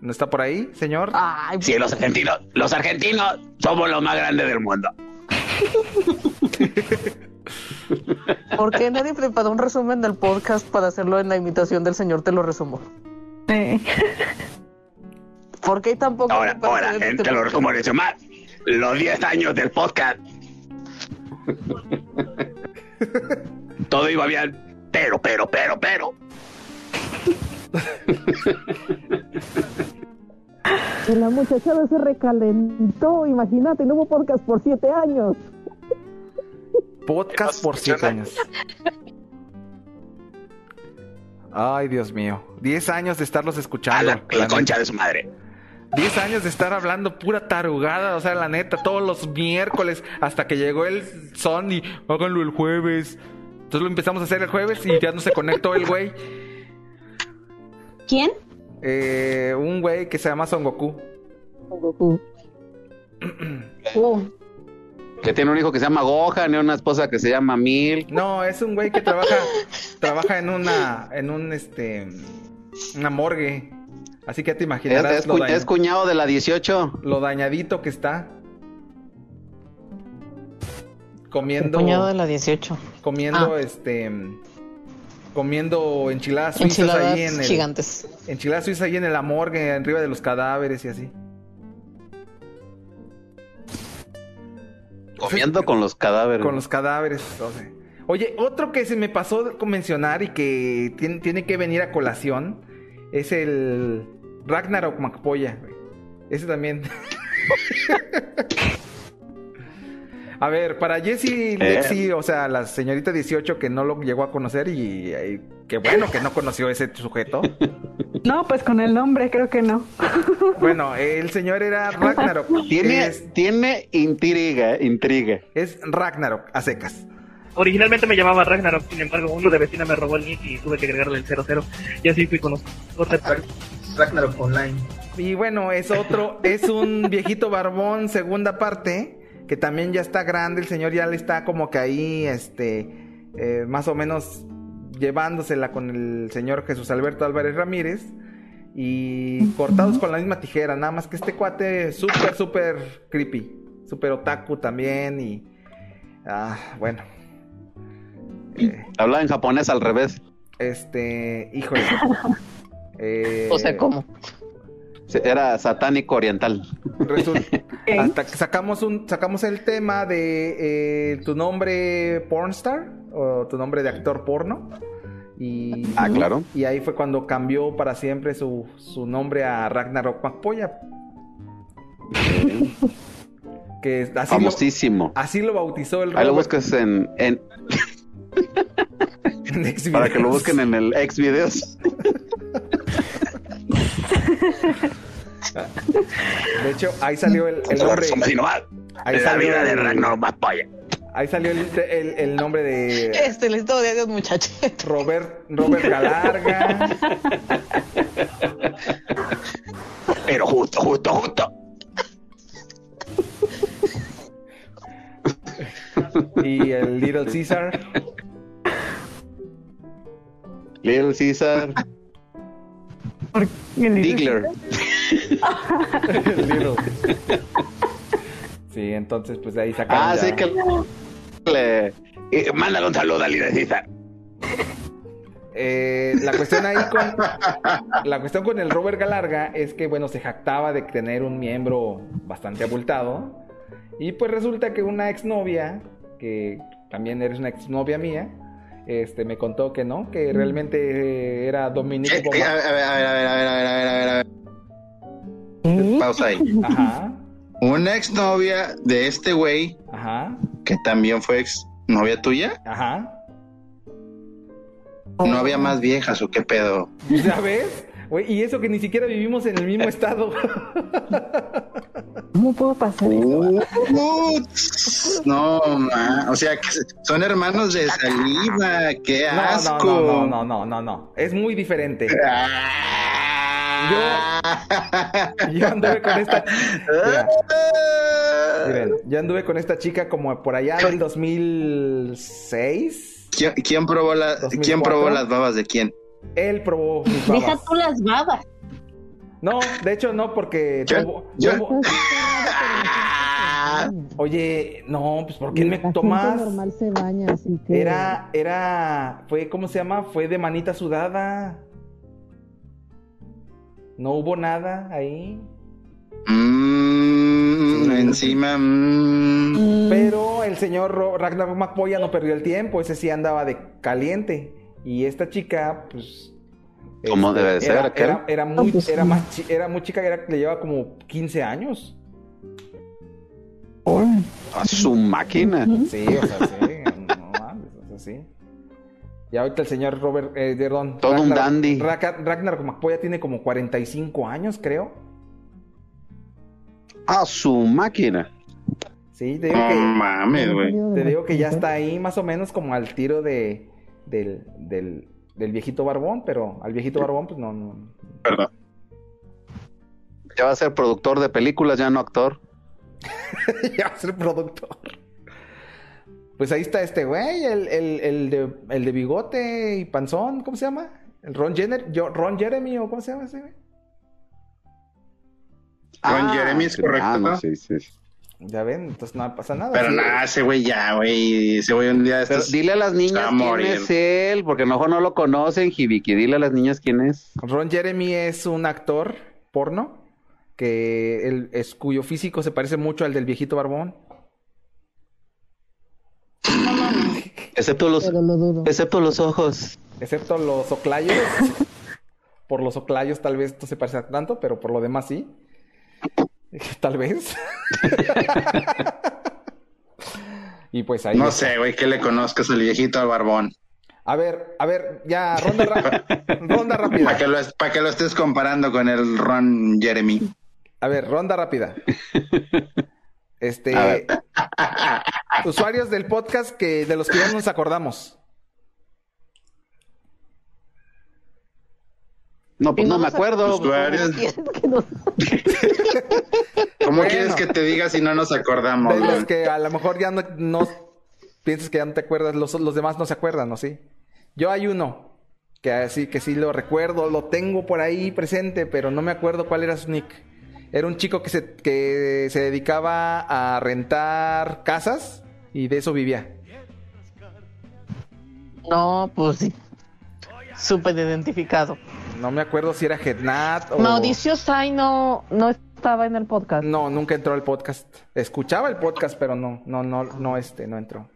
[SPEAKER 5] ¿No está por ahí, señor?
[SPEAKER 23] Sí, los argentinos, los argentinos somos los más grandes del mundo.
[SPEAKER 10] (laughs) ¿Por qué nadie preparó un resumen del podcast para hacerlo en la imitación del señor? Te lo resumo. ¿Por qué tampoco?
[SPEAKER 23] Ahora, ahora, eh, te lo resumo dicho más. Los 10 años del podcast. Todo iba bien, pero, pero, pero, pero.
[SPEAKER 10] Y la muchachada se recalentó, imagínate, no hubo podcast por siete
[SPEAKER 23] (clears throat)
[SPEAKER 10] años.
[SPEAKER 5] Podcast por siete años. Ay, Dios mío. Diez años de estarlos escuchando.
[SPEAKER 23] La concha de su madre.
[SPEAKER 5] Diez años de estar hablando pura tarugada, o sea, la neta, todos los miércoles, hasta que llegó el son y háganlo el jueves. Entonces lo empezamos a hacer el jueves y ya no se conectó el güey.
[SPEAKER 15] ¿Quién?
[SPEAKER 5] Eh, un güey que se llama Son Goku.
[SPEAKER 23] Oh.
[SPEAKER 4] Que tiene un hijo que se llama Gohan y una esposa que se llama Mil.
[SPEAKER 5] No, es un güey que trabaja, trabaja en una, en un, este, una morgue. Así que ya te
[SPEAKER 4] Es,
[SPEAKER 5] imaginarás
[SPEAKER 4] es
[SPEAKER 5] lo,
[SPEAKER 4] cu-
[SPEAKER 5] dañ-
[SPEAKER 4] es cuñado de la 18.
[SPEAKER 5] lo dañadito que está.
[SPEAKER 10] El
[SPEAKER 5] Comiendo.
[SPEAKER 10] puñado de la 18.
[SPEAKER 5] comiendo
[SPEAKER 10] Ah.
[SPEAKER 5] este comiendo enchiladas suizas
[SPEAKER 10] Enchiladas
[SPEAKER 5] ahí en el
[SPEAKER 10] gigantes.
[SPEAKER 5] enchiladas suizas ahí en el morgue arriba de los cadáveres y así
[SPEAKER 4] Comiendo con los cadáveres.
[SPEAKER 5] con los cadáveres o sea. oye otro que se me pasó con mencionar y que tiene, tiene que venir a colación es el Ragnarok Macpolla güey. ese también (laughs) A ver, para Jessy Lexi, o sea, la señorita 18 que no lo llegó a conocer y, y qué bueno que no conoció ese sujeto.
[SPEAKER 21] No, pues con el nombre creo que no.
[SPEAKER 5] Bueno, el señor era Ragnarok.
[SPEAKER 4] Tiene-
[SPEAKER 5] tiene intriga, intriga. Es Ragnarok, a secas.
[SPEAKER 24] Originalmente me llamaba Ragnarok, sin embargo, uno de vecina me robó el nick y tuve que agregarle el 00. Y así fui con los
[SPEAKER 8] Ragnarok Online.
[SPEAKER 5] Y bueno, es otro, es un viejito barbón, segunda parte, que también ya está grande, el señor ya le está como que ahí, este, eh, más o menos llevándosela con el señor Jesús Alberto Álvarez Ramírez. Y cortados con la misma tijera, nada más que este cuate es súper, súper creepy, súper otaku también y... Ah, bueno.
[SPEAKER 4] Hablaba en japonés al revés.
[SPEAKER 5] Este,
[SPEAKER 4] (laughs)
[SPEAKER 5] híjole. Eh,
[SPEAKER 4] O sea, ¿cómo? Sí, Era satánico oriental. (laughs)
[SPEAKER 5] Resulta- hasta que sacamos un, sacamos el tema de eh, tu nombre pornstar o tu nombre de actor porno. Y,
[SPEAKER 4] Ah, claro.
[SPEAKER 5] Y ahí fue cuando cambió para siempre su, su nombre a Ragnarok Macpolla. que es- así lo,
[SPEAKER 4] Famosísimo.
[SPEAKER 5] así lo bautizó el
[SPEAKER 4] Ahí lo
[SPEAKER 5] Robert.
[SPEAKER 4] buscas en. en- Para que lo busquen en el
[SPEAKER 24] (laughs)
[SPEAKER 4] ex videos.
[SPEAKER 5] De hecho, ahí salió el, el nombre.
[SPEAKER 23] Somos Innovar. La vida de Ragnarok Macpolla.
[SPEAKER 5] Ahí salió el, el- el nombre de
[SPEAKER 10] Esta es Este, la historia de un muchacho.
[SPEAKER 5] Robert, Robert Galarga.
[SPEAKER 23] Pero justo, justo, justo.
[SPEAKER 5] y el Little Caesar.
[SPEAKER 4] Little Caesar. Diggler.
[SPEAKER 5] (laughs) El Little. Sí, entonces pues de ahí sacaron.
[SPEAKER 4] Ah,
[SPEAKER 5] ya-
[SPEAKER 4] sí que. le- y mándale un saludo a Little Caesar.
[SPEAKER 5] Eh, la cuestión ahí con la cuestión con el Robert Galarga es que bueno se jactaba de tener un miembro bastante abultado y pues resulta que una exnovia que también eres una exnovia mía este me contó que no que realmente eh, era Dominique
[SPEAKER 6] Eh, A
[SPEAKER 5] Bomar-
[SPEAKER 6] ver, a ver, a ver, a ver, a ver, a ver, a ver, a ver, a ver.
[SPEAKER 3] Pausa ahí.
[SPEAKER 6] ah.
[SPEAKER 5] Ajá.
[SPEAKER 3] Una exnovia de este güey.
[SPEAKER 5] Ajá.
[SPEAKER 3] Que también fue exnovia tuya.
[SPEAKER 5] Ajá.
[SPEAKER 3] ¿No había más viejas o qué pedo?
[SPEAKER 5] ya ves Güey, y eso que ni siquiera vivimos en el mismo estado
[SPEAKER 21] ¿Cómo puedo pasar
[SPEAKER 3] eso? No, ma. O sea, que son hermanos de salida. Qué
[SPEAKER 5] (laughs) No, no, no,
[SPEAKER 3] asco.
[SPEAKER 5] no, no, no, no, no. Es muy diferente. Yo, yo anduve con
[SPEAKER 6] (laughs)
[SPEAKER 5] esta.
[SPEAKER 6] Ah.
[SPEAKER 5] Mira. Miren, yo anduve con esta chica como por allá del 2006.
[SPEAKER 3] ¿Qui- ¿Quién probó, la- ¿Quién
[SPEAKER 5] 2004?
[SPEAKER 3] probó las babas de quién?
[SPEAKER 5] Él probó mis
[SPEAKER 15] Deja
[SPEAKER 5] babas.
[SPEAKER 15] tú las babas.
[SPEAKER 5] No, de hecho no, porque tuvo- tuvo- Oye, no, pues ¿por qué me tomas?
[SPEAKER 2] normal se baña, así que...
[SPEAKER 5] Era, era, fue, ¿cómo se llama? Fue de manita sudada. No hubo nada ahí.
[SPEAKER 3] Mm, encima. mm.
[SPEAKER 5] Pero el señor Ro- Ragnar Macpolla no perdió el tiempo, ese sí andaba de caliente. Y esta chica, pues.
[SPEAKER 4] Como
[SPEAKER 5] este,
[SPEAKER 4] debe de ser,
[SPEAKER 5] era,
[SPEAKER 4] aquel.
[SPEAKER 5] era- era muy, era, más chi- era muy chica, era, le llevaba como 15 años.
[SPEAKER 4] A su máquina.
[SPEAKER 5] Sí, o sea, sí,
[SPEAKER 4] (laughs)
[SPEAKER 5] no mames, o sea, sí. Y ahorita el señor Robert, eh, perdón.
[SPEAKER 4] Todo un dandy.
[SPEAKER 5] Ragnar, Ragnar Macpolla tiene como 45 años, creo.
[SPEAKER 4] A su máquina.
[SPEAKER 5] Sí, te digo
[SPEAKER 4] No
[SPEAKER 5] que.
[SPEAKER 4] mames, güey.
[SPEAKER 5] Te digo que ya está ahí más o menos como al tiro de del, del, del viejito barbón, pero al viejito barbón, pues no, no.
[SPEAKER 4] Perdón. Ya va a ser productor de películas, ya no actor.
[SPEAKER 5] (laughs) ya va a ser productor. Pues ahí está este güey, el, el, el de, el de bigote y panzón, ¿cómo se llama? El Ron, Jenner, yo- Ron Jeremy o ¿cómo se llama ese güey?
[SPEAKER 3] Ron Jeremy es
[SPEAKER 4] sí,
[SPEAKER 3] correcto,
[SPEAKER 4] ah, no,
[SPEAKER 3] ¿no?
[SPEAKER 4] sí, sí, sí.
[SPEAKER 5] Ya ven, entonces no pasa nada.
[SPEAKER 3] Pero
[SPEAKER 5] sí.
[SPEAKER 3] nada, ese güey ya, güey. Ese güey un día
[SPEAKER 6] Este
[SPEAKER 3] de
[SPEAKER 4] Pero
[SPEAKER 3] estos
[SPEAKER 4] dile a las
[SPEAKER 3] va
[SPEAKER 4] niñas
[SPEAKER 3] a
[SPEAKER 4] quién
[SPEAKER 3] morir.
[SPEAKER 4] es él, porque a lo mejor no lo conocen, Jibiki. Dile a las niñas quién es.
[SPEAKER 5] Ron Jeremy es un actor porno que él, es, cuyo físico se parece mucho al del viejito barbón.
[SPEAKER 4] Excepto los, excepto los ojos.
[SPEAKER 5] Excepto los oclayos. por los oclayos tal vez no se parezca tanto, pero por lo demás sí. (laughs) Tal vez. y pues ahí.
[SPEAKER 3] No sé, güey, que le conozcas al viejito al barbón.
[SPEAKER 5] A ver, a ver, ya, ronda, ra- ronda
[SPEAKER 3] Para
[SPEAKER 5] rápida.
[SPEAKER 3] que, lo, es- pa' que lo estés comparando con el Ron Jeremy.
[SPEAKER 5] A ver, ronda rápida. Este. usuarios del podcast que de los que ya nos acordamos.
[SPEAKER 4] No, pues no, me acuerdo.
[SPEAKER 3] Usuarios. Pues, ¿Cómo
[SPEAKER 5] Bueno.
[SPEAKER 3] quieres que te diga si no nos acordamos?
[SPEAKER 5] De los
[SPEAKER 3] güey?
[SPEAKER 5] que a lo mejor ya no, no piensas que ya no te acuerdas, los, los demás no se acuerdan, ¿no? Sí. Yo hay uno que así que sí lo recuerdo, lo tengo por ahí presente, pero no me acuerdo cuál era su nick. Era un chico que se, que se dedicaba a rentar casas y de eso vivía.
[SPEAKER 10] No, pues sí. Súper identificado.
[SPEAKER 5] No me acuerdo si era Headnat o...
[SPEAKER 10] Mauricio Sai no, no estaba en el podcast.
[SPEAKER 5] Oh. No, nunca entró al podcast. Escuchaba el podcast, pero no, no, no, no, este, no entró.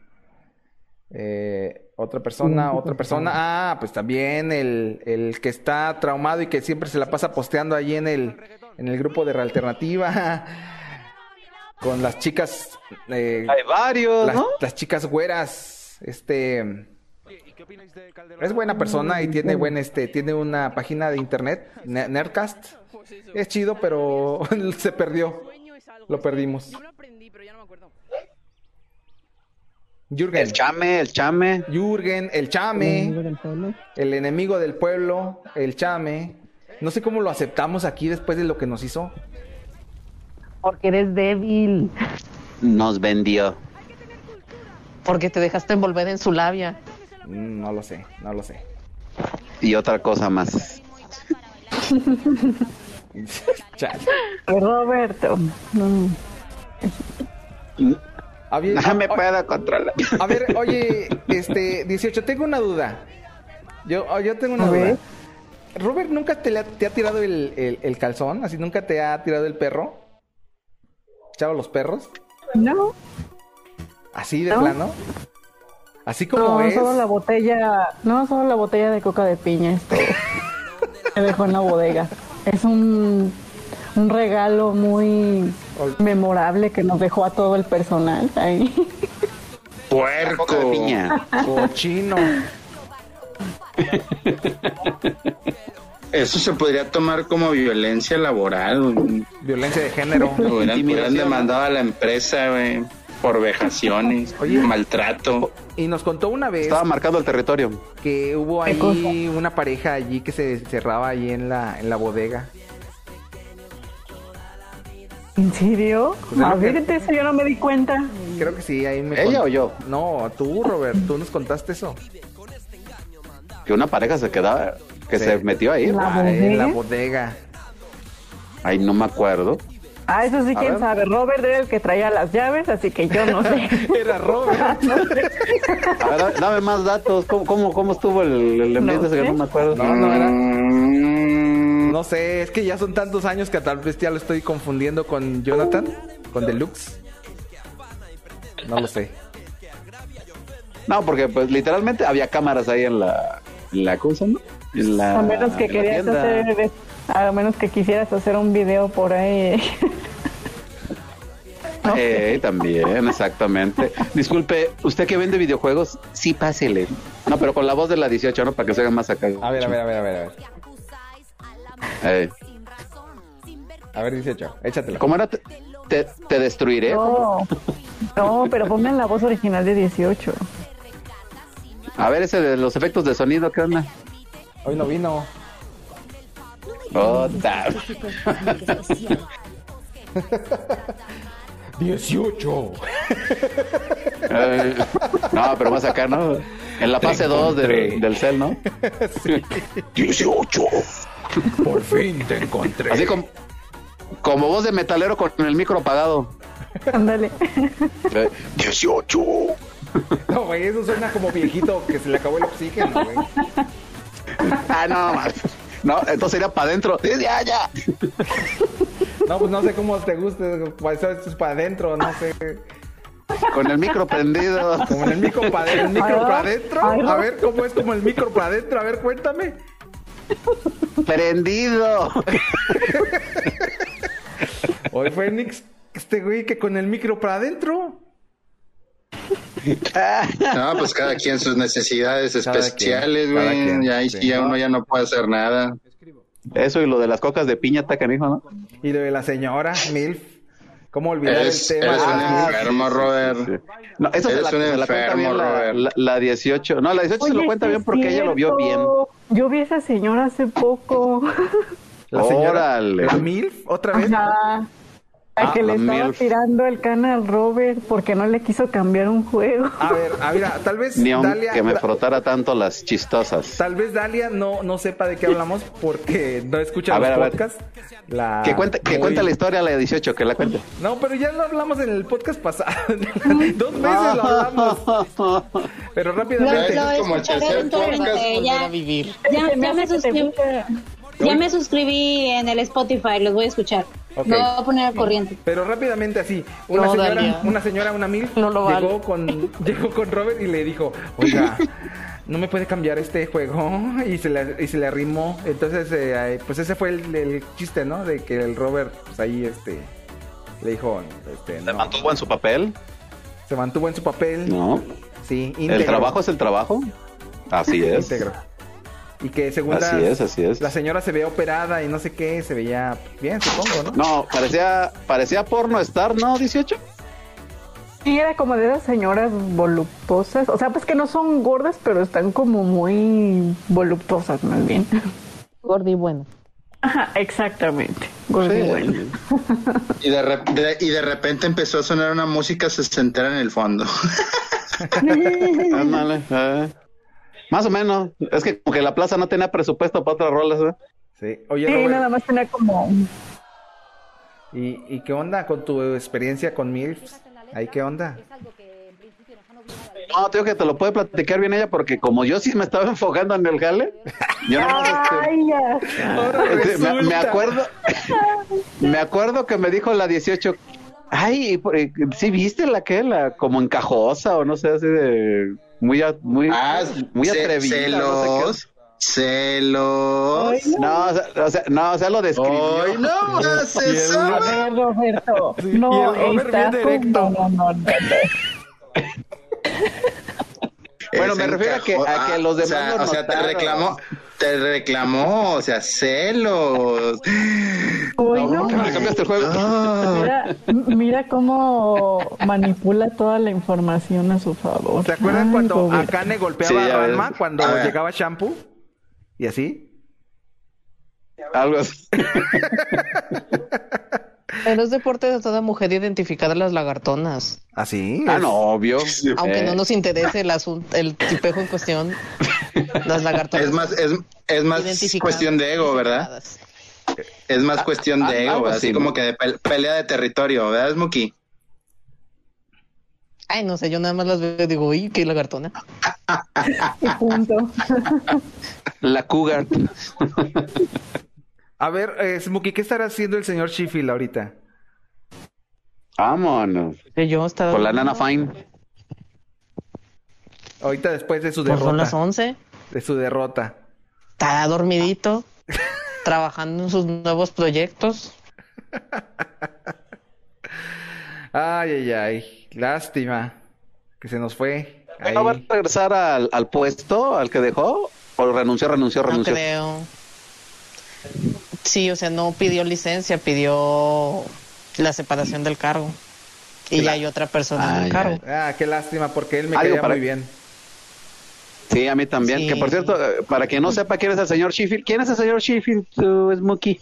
[SPEAKER 5] Eh, Otra persona, otra persona. Ah, pues también el, el que está traumado y que siempre se la pasa posteando ahí en el, en el grupo de Realternativa. (laughs) Con las chicas. eh,
[SPEAKER 4] Hay varios,
[SPEAKER 5] las,
[SPEAKER 4] ¿no?
[SPEAKER 5] las chicas güeras. Este. Es buena persona y tiene buen este, tiene una página de internet, Ne- Nerdcast. Es chido, pero (laughs) se perdió. Lo perdimos. Jürgen. El
[SPEAKER 4] chame, el chame.
[SPEAKER 5] Jürgen, el chame. El enemigo del pueblo, el chame. No sé cómo lo aceptamos aquí después de lo que nos hizo.
[SPEAKER 25] Porque eres débil.
[SPEAKER 4] Nos vendió.
[SPEAKER 25] Porque te dejaste envolver en su labia.
[SPEAKER 5] Mm, No lo sé, no lo sé.
[SPEAKER 4] Y otra cosa más.
[SPEAKER 5] Chale.
[SPEAKER 10] Roberto. no.
[SPEAKER 5] A ver, a-
[SPEAKER 4] me puedo controlar.
[SPEAKER 5] A ver, oye, este, 18, tengo una duda. Yo, oh, yo tengo una
[SPEAKER 10] A
[SPEAKER 5] duda.
[SPEAKER 10] ver.
[SPEAKER 5] ¿Robert nunca te, le ha- te ha tirado el, el- el calzón? ¿Así nunca te ha tirado el perro? ¿Chavo, los perros?
[SPEAKER 10] No,
[SPEAKER 5] ¿Así de
[SPEAKER 10] No.
[SPEAKER 5] plano? ¿Así como
[SPEAKER 10] no,
[SPEAKER 5] es?
[SPEAKER 10] solo la botella, no, solo la botella de coca de piña es todo. Me dejó en la bodega. Es un, un regalo muy memorable que nos dejó a todo el personal
[SPEAKER 15] (laughs)
[SPEAKER 10] ahí.
[SPEAKER 5] ¡Puerco!
[SPEAKER 4] piña.
[SPEAKER 5] ¡Cochino!
[SPEAKER 6] Eso se podría tomar como violencia laboral. güey.
[SPEAKER 5] Violencia de género.
[SPEAKER 6] Lo hubieran, hubieran
[SPEAKER 5] Intimidación.
[SPEAKER 6] demandado a la empresa, güey, por vejaciones, maltrato.
[SPEAKER 5] Y nos contó una vez
[SPEAKER 6] Estaba
[SPEAKER 4] marcado el territorio.
[SPEAKER 5] que hubo
[SPEAKER 6] ¿Qué
[SPEAKER 5] ahí una pareja allí que se cerraba ahí en la, en la bodega.
[SPEAKER 10] ¿En serio?
[SPEAKER 5] Pues es
[SPEAKER 10] Ah,
[SPEAKER 5] lo que-
[SPEAKER 10] fíjate, eso yo no me di cuenta.
[SPEAKER 5] Creo que sí, ahí me
[SPEAKER 4] ¿Ella
[SPEAKER 5] cont-
[SPEAKER 4] o yo?
[SPEAKER 5] No, tú, Robert, tú nos contaste eso.
[SPEAKER 4] Que una pareja se quedaba, que se metió ahí.
[SPEAKER 5] Ah, en la bodega.
[SPEAKER 4] Ay, no me acuerdo.
[SPEAKER 10] Ah, eso sí,
[SPEAKER 4] A
[SPEAKER 10] quién
[SPEAKER 4] ver.
[SPEAKER 10] sabe. Robert era el que traía las llaves, así que yo no sé.
[SPEAKER 5] (laughs) (laughs) Era Robert.
[SPEAKER 4] A ver, da- dame más datos. ¿Cómo, cómo, cómo estuvo el, el ambiente? ese que No, me acuerdo.
[SPEAKER 5] No, no era.
[SPEAKER 3] Mm.
[SPEAKER 5] No sé, es que ya son tantos años que tal vez ya lo estoy confundiendo con Jonathan, con Deluxe. No lo sé.
[SPEAKER 4] No, porque pues literalmente había cámaras ahí en la, en la ¿cómo se llama? En la-
[SPEAKER 10] a menos que
[SPEAKER 4] en Ah, la
[SPEAKER 10] querías
[SPEAKER 4] tienda.
[SPEAKER 10] hacer, a menos que quisieras hacer un video por ahí.
[SPEAKER 4] Eh, también, exactamente. Disculpe, ¿usted que vende videojuegos? Sí, pásele. No, pero con la voz de la 18, ¿no? Para que se haga más acá.
[SPEAKER 5] A ver, a ver, a ver, a ver. A ver,
[SPEAKER 4] Eh,
[SPEAKER 5] a ver 18, échatela.
[SPEAKER 4] ¿Cómo era? Te, te- te destruiré.
[SPEAKER 10] No, no, pero ponme la voz original de 18.
[SPEAKER 4] A ver, ese de los efectos de sonido, ¿qué onda?
[SPEAKER 5] Hoy no vino.
[SPEAKER 4] Oh, da-
[SPEAKER 5] 18.
[SPEAKER 4] Eh, (laughs) no, pero más acá, ¿no? En la fase 2 del, del cel, (laughs) ¿no? 18.
[SPEAKER 5] Por fin te encontré.
[SPEAKER 4] Así como, como voz de metalero con el micro apagado.
[SPEAKER 10] Ándale.
[SPEAKER 4] Eh, 18.
[SPEAKER 5] No, güey, eso suena como viejito que se le acabó el oxígeno, güey.
[SPEAKER 4] Ah, no, man. no, entonces iría para adentro. Sí, Ya, ya.
[SPEAKER 5] No, pues no sé cómo te guste, pues, eso es para adentro, no sé.
[SPEAKER 4] Con el micro prendido.
[SPEAKER 5] Como en el micro para adentro,
[SPEAKER 4] Ay, no.
[SPEAKER 5] adentro.
[SPEAKER 4] Ay, no.
[SPEAKER 5] A ver, ¿cómo es como el micro para adentro? A ver, cuéntame.
[SPEAKER 4] Prendido.
[SPEAKER 5] Hoy Fénix, este güey que con el micro para adentro.
[SPEAKER 6] No, pues cada quien sus necesidades
[SPEAKER 4] Cada quien,
[SPEAKER 6] especiales,
[SPEAKER 4] cada
[SPEAKER 6] güey.
[SPEAKER 4] quien,
[SPEAKER 6] Y ahí
[SPEAKER 4] sí.
[SPEAKER 6] sí ya uno ya no puede hacer nada.
[SPEAKER 4] Eso y lo de las cocas de piña, está canijo, ¿no?
[SPEAKER 5] Y lo de la señora, Milf. ¿Cómo olvidar
[SPEAKER 6] Eres,
[SPEAKER 5] el tema?
[SPEAKER 6] eres un
[SPEAKER 5] Ah,
[SPEAKER 6] enfermo, Robert.
[SPEAKER 4] No, eso se
[SPEAKER 6] Eres
[SPEAKER 4] la,
[SPEAKER 6] un
[SPEAKER 4] se la cuenta bien
[SPEAKER 6] enfermo,
[SPEAKER 4] la,
[SPEAKER 6] Robert.
[SPEAKER 4] la- la 18. No, la 18 se lo
[SPEAKER 10] Oye,
[SPEAKER 4] cuenta
[SPEAKER 10] sí
[SPEAKER 4] bien
[SPEAKER 10] es
[SPEAKER 4] porque ella lo vio bien.
[SPEAKER 10] cierto. Yo vi a esa señora hace poco.
[SPEAKER 5] La señora.
[SPEAKER 4] Órale.
[SPEAKER 5] La Milf, otra vez.
[SPEAKER 10] Ajá. La
[SPEAKER 5] Ah,
[SPEAKER 10] que le
[SPEAKER 5] la
[SPEAKER 10] estaba
[SPEAKER 5] MILF.
[SPEAKER 10] tirando el can al Robert porque no le quiso cambiar un juego.
[SPEAKER 5] A ver, a ver, tal vez
[SPEAKER 4] Ni aun
[SPEAKER 5] Dalia,
[SPEAKER 4] que me
[SPEAKER 5] da-
[SPEAKER 4] frotara tanto las chistosas.
[SPEAKER 5] tal vez Dalia no, no sepa de qué hablamos porque no escucha
[SPEAKER 4] A ver,
[SPEAKER 5] los
[SPEAKER 4] a ver.
[SPEAKER 5] podcasts. La...
[SPEAKER 4] que cuenta, que
[SPEAKER 5] Ah, Muy-
[SPEAKER 4] cuenta la historia la 18, que la cuente.
[SPEAKER 5] No, pero ya lo hablamos en el podcast pasado. (laughs) Dos veces lo
[SPEAKER 4] (laughs)
[SPEAKER 5] hablamos. Pero rápidamente.
[SPEAKER 15] Lo- lo escucharé eventualmente, eh, ya. Ya,
[SPEAKER 10] Se me
[SPEAKER 15] ya me
[SPEAKER 10] hace que te
[SPEAKER 15] suscribí.
[SPEAKER 10] gusta.
[SPEAKER 15] Ya me suscribí en el Spotify, los voy a escuchar.
[SPEAKER 5] Ok.
[SPEAKER 15] Me voy a poner
[SPEAKER 3] Mm.
[SPEAKER 15] al corriente.
[SPEAKER 5] Pero rápidamente así, una
[SPEAKER 15] No,
[SPEAKER 5] señora,
[SPEAKER 15] Dalia.
[SPEAKER 5] una señora, una mil,
[SPEAKER 15] lo
[SPEAKER 5] llegó
[SPEAKER 15] vale.
[SPEAKER 5] con (laughs) llegó con Robert y le dijo, oiga, no me puede cambiar este juego (laughs) y se le, y se le arrimó. Entonces, eh, pues ese fue el, el chiste, ¿no? De que el Robert, pues ahí, este, le dijo, este,
[SPEAKER 4] ¿Se mantuvo en su papel?
[SPEAKER 5] se mantuvo en su papel.
[SPEAKER 4] No.
[SPEAKER 5] Sí,
[SPEAKER 4] ¿El
[SPEAKER 5] íntegro.
[SPEAKER 4] trabajo es el trabajo? Así es.
[SPEAKER 5] Íntegro. Y que según
[SPEAKER 4] Así
[SPEAKER 5] las-
[SPEAKER 4] es, así es.
[SPEAKER 5] la señora se veía operada y no sé qué, se veía bien, supongo, ¿no?
[SPEAKER 4] No, parecía, parecía porno estar, ¿no? 18.
[SPEAKER 26] Sí, era como de esas señoras voluptuosas. O sea, pues que no son gordas, pero están como muy voluptuosas más bien.
[SPEAKER 10] Gordi bueno.
[SPEAKER 26] Ajá, exactamente. Gordi bueno.
[SPEAKER 6] Y de, rep- de- y de repente empezó a sonar una música sesentera en el fondo.
[SPEAKER 4] Ándale, eh. Más o menos. Es que como que la plaza no tenía presupuesto para otras rolas, ¿eh?
[SPEAKER 5] Sí. Oye,
[SPEAKER 26] Sí,
[SPEAKER 5] Robert,
[SPEAKER 26] nada más tenía como...
[SPEAKER 5] ¿Y, y qué onda con tu experiencia con MILFs? ¿Ahí qué onda?
[SPEAKER 4] No, te digo que te lo puede platicar bien ella porque como yo sí me estaba (laughs) enfocando en el jale, yo nomás este,
[SPEAKER 26] Ay, ya.
[SPEAKER 4] este, me, me acuerdo, (laughs) me acuerdo que me dijo la 18, ay, ¿y por- y- ¿sí viste la que la como encajosa o no sé, así de muy a- muy muy
[SPEAKER 6] Ah, ce-
[SPEAKER 4] atrevida, no sé
[SPEAKER 6] Celos. Celos.
[SPEAKER 4] qué. No, o sea, o sea, no, o sea, lo describió.
[SPEAKER 6] Ay, no, haces eso.
[SPEAKER 26] A ver, Roberto. No,
[SPEAKER 4] y el Robert
[SPEAKER 26] estás
[SPEAKER 4] bien directo.
[SPEAKER 26] como- no, no, no.
[SPEAKER 4] Bueno,
[SPEAKER 6] Es
[SPEAKER 4] me refiero a que,
[SPEAKER 6] encajo-
[SPEAKER 4] a que los
[SPEAKER 6] ah,
[SPEAKER 4] demás
[SPEAKER 6] o sea,
[SPEAKER 4] lo
[SPEAKER 6] o sea, te
[SPEAKER 4] notaron.
[SPEAKER 6] reclamó, te reclamó, o sea, celos.
[SPEAKER 26] Uy, no.
[SPEAKER 4] ¿Cómo que le cambiaste el juego?
[SPEAKER 6] Ah.
[SPEAKER 4] (laughs)
[SPEAKER 26] Mira, mira cómo manipula toda la información a su favor.
[SPEAKER 5] ¿Se acuerdan
[SPEAKER 26] Ay,
[SPEAKER 5] cuando
[SPEAKER 26] Roberto.
[SPEAKER 5] Akane golpeaba
[SPEAKER 4] Sí,
[SPEAKER 5] a
[SPEAKER 4] a ver.
[SPEAKER 5] Ranma cuando
[SPEAKER 4] A ver.
[SPEAKER 5] llegaba Shampoo? ¿Y así?
[SPEAKER 4] Algo así.
[SPEAKER 10] Pero es deporte de toda mujer identificar a las lagartonas.
[SPEAKER 5] ¿Así?
[SPEAKER 4] Ah, no, obvio.
[SPEAKER 10] Aunque
[SPEAKER 4] Eh,
[SPEAKER 10] no nos interese el asunto, el tipejo en cuestión, las lagartonas.
[SPEAKER 6] Es más, es, es más
[SPEAKER 10] Identificadas.
[SPEAKER 6] cuestión de ego, ¿verdad? Es más cuestión
[SPEAKER 4] ah,
[SPEAKER 6] de ego,
[SPEAKER 4] algo
[SPEAKER 6] así
[SPEAKER 4] así,
[SPEAKER 6] como
[SPEAKER 4] ¿no?
[SPEAKER 6] que de pel- pelea de territorio, ¿verdad, Smokey?
[SPEAKER 10] Ay, no sé, yo nada más las veo y digo, uy, qué lagartona.
[SPEAKER 26] Y punto.
[SPEAKER 4] La cougar.
[SPEAKER 5] A ver, eh, Smokey, ¿qué estará haciendo el señor Sheffield ahorita?
[SPEAKER 4] Vámonos.
[SPEAKER 10] Que yo estaba.
[SPEAKER 4] Con la nana fine.
[SPEAKER 5] Ahorita después de su
[SPEAKER 10] Pues
[SPEAKER 5] derrota.
[SPEAKER 10] son las 11.
[SPEAKER 5] De su derrota.
[SPEAKER 10] Está dormidito, trabajando en sus nuevos proyectos.
[SPEAKER 5] Ay, ay, ay. Lástima. Que se nos fue. Ahí.
[SPEAKER 4] ¿No va a regresar al, al puesto al que dejó? ¿O renunció, renunció,
[SPEAKER 10] No
[SPEAKER 4] renunció?
[SPEAKER 10] creo. Sí, o sea, no pidió licencia, pidió la separación del cargo. Y ya hay otra persona en el cargo.
[SPEAKER 5] Ah, qué lástima, porque él me
[SPEAKER 4] Ah, digo,
[SPEAKER 5] caía
[SPEAKER 4] para-
[SPEAKER 5] muy bien.
[SPEAKER 4] Sí, a mí también.
[SPEAKER 10] Sí.
[SPEAKER 4] Que por cierto, eh, para quien no sepa quién es el señor Sheffield, ¿quién es el señor Sheffield, tú, Smokey?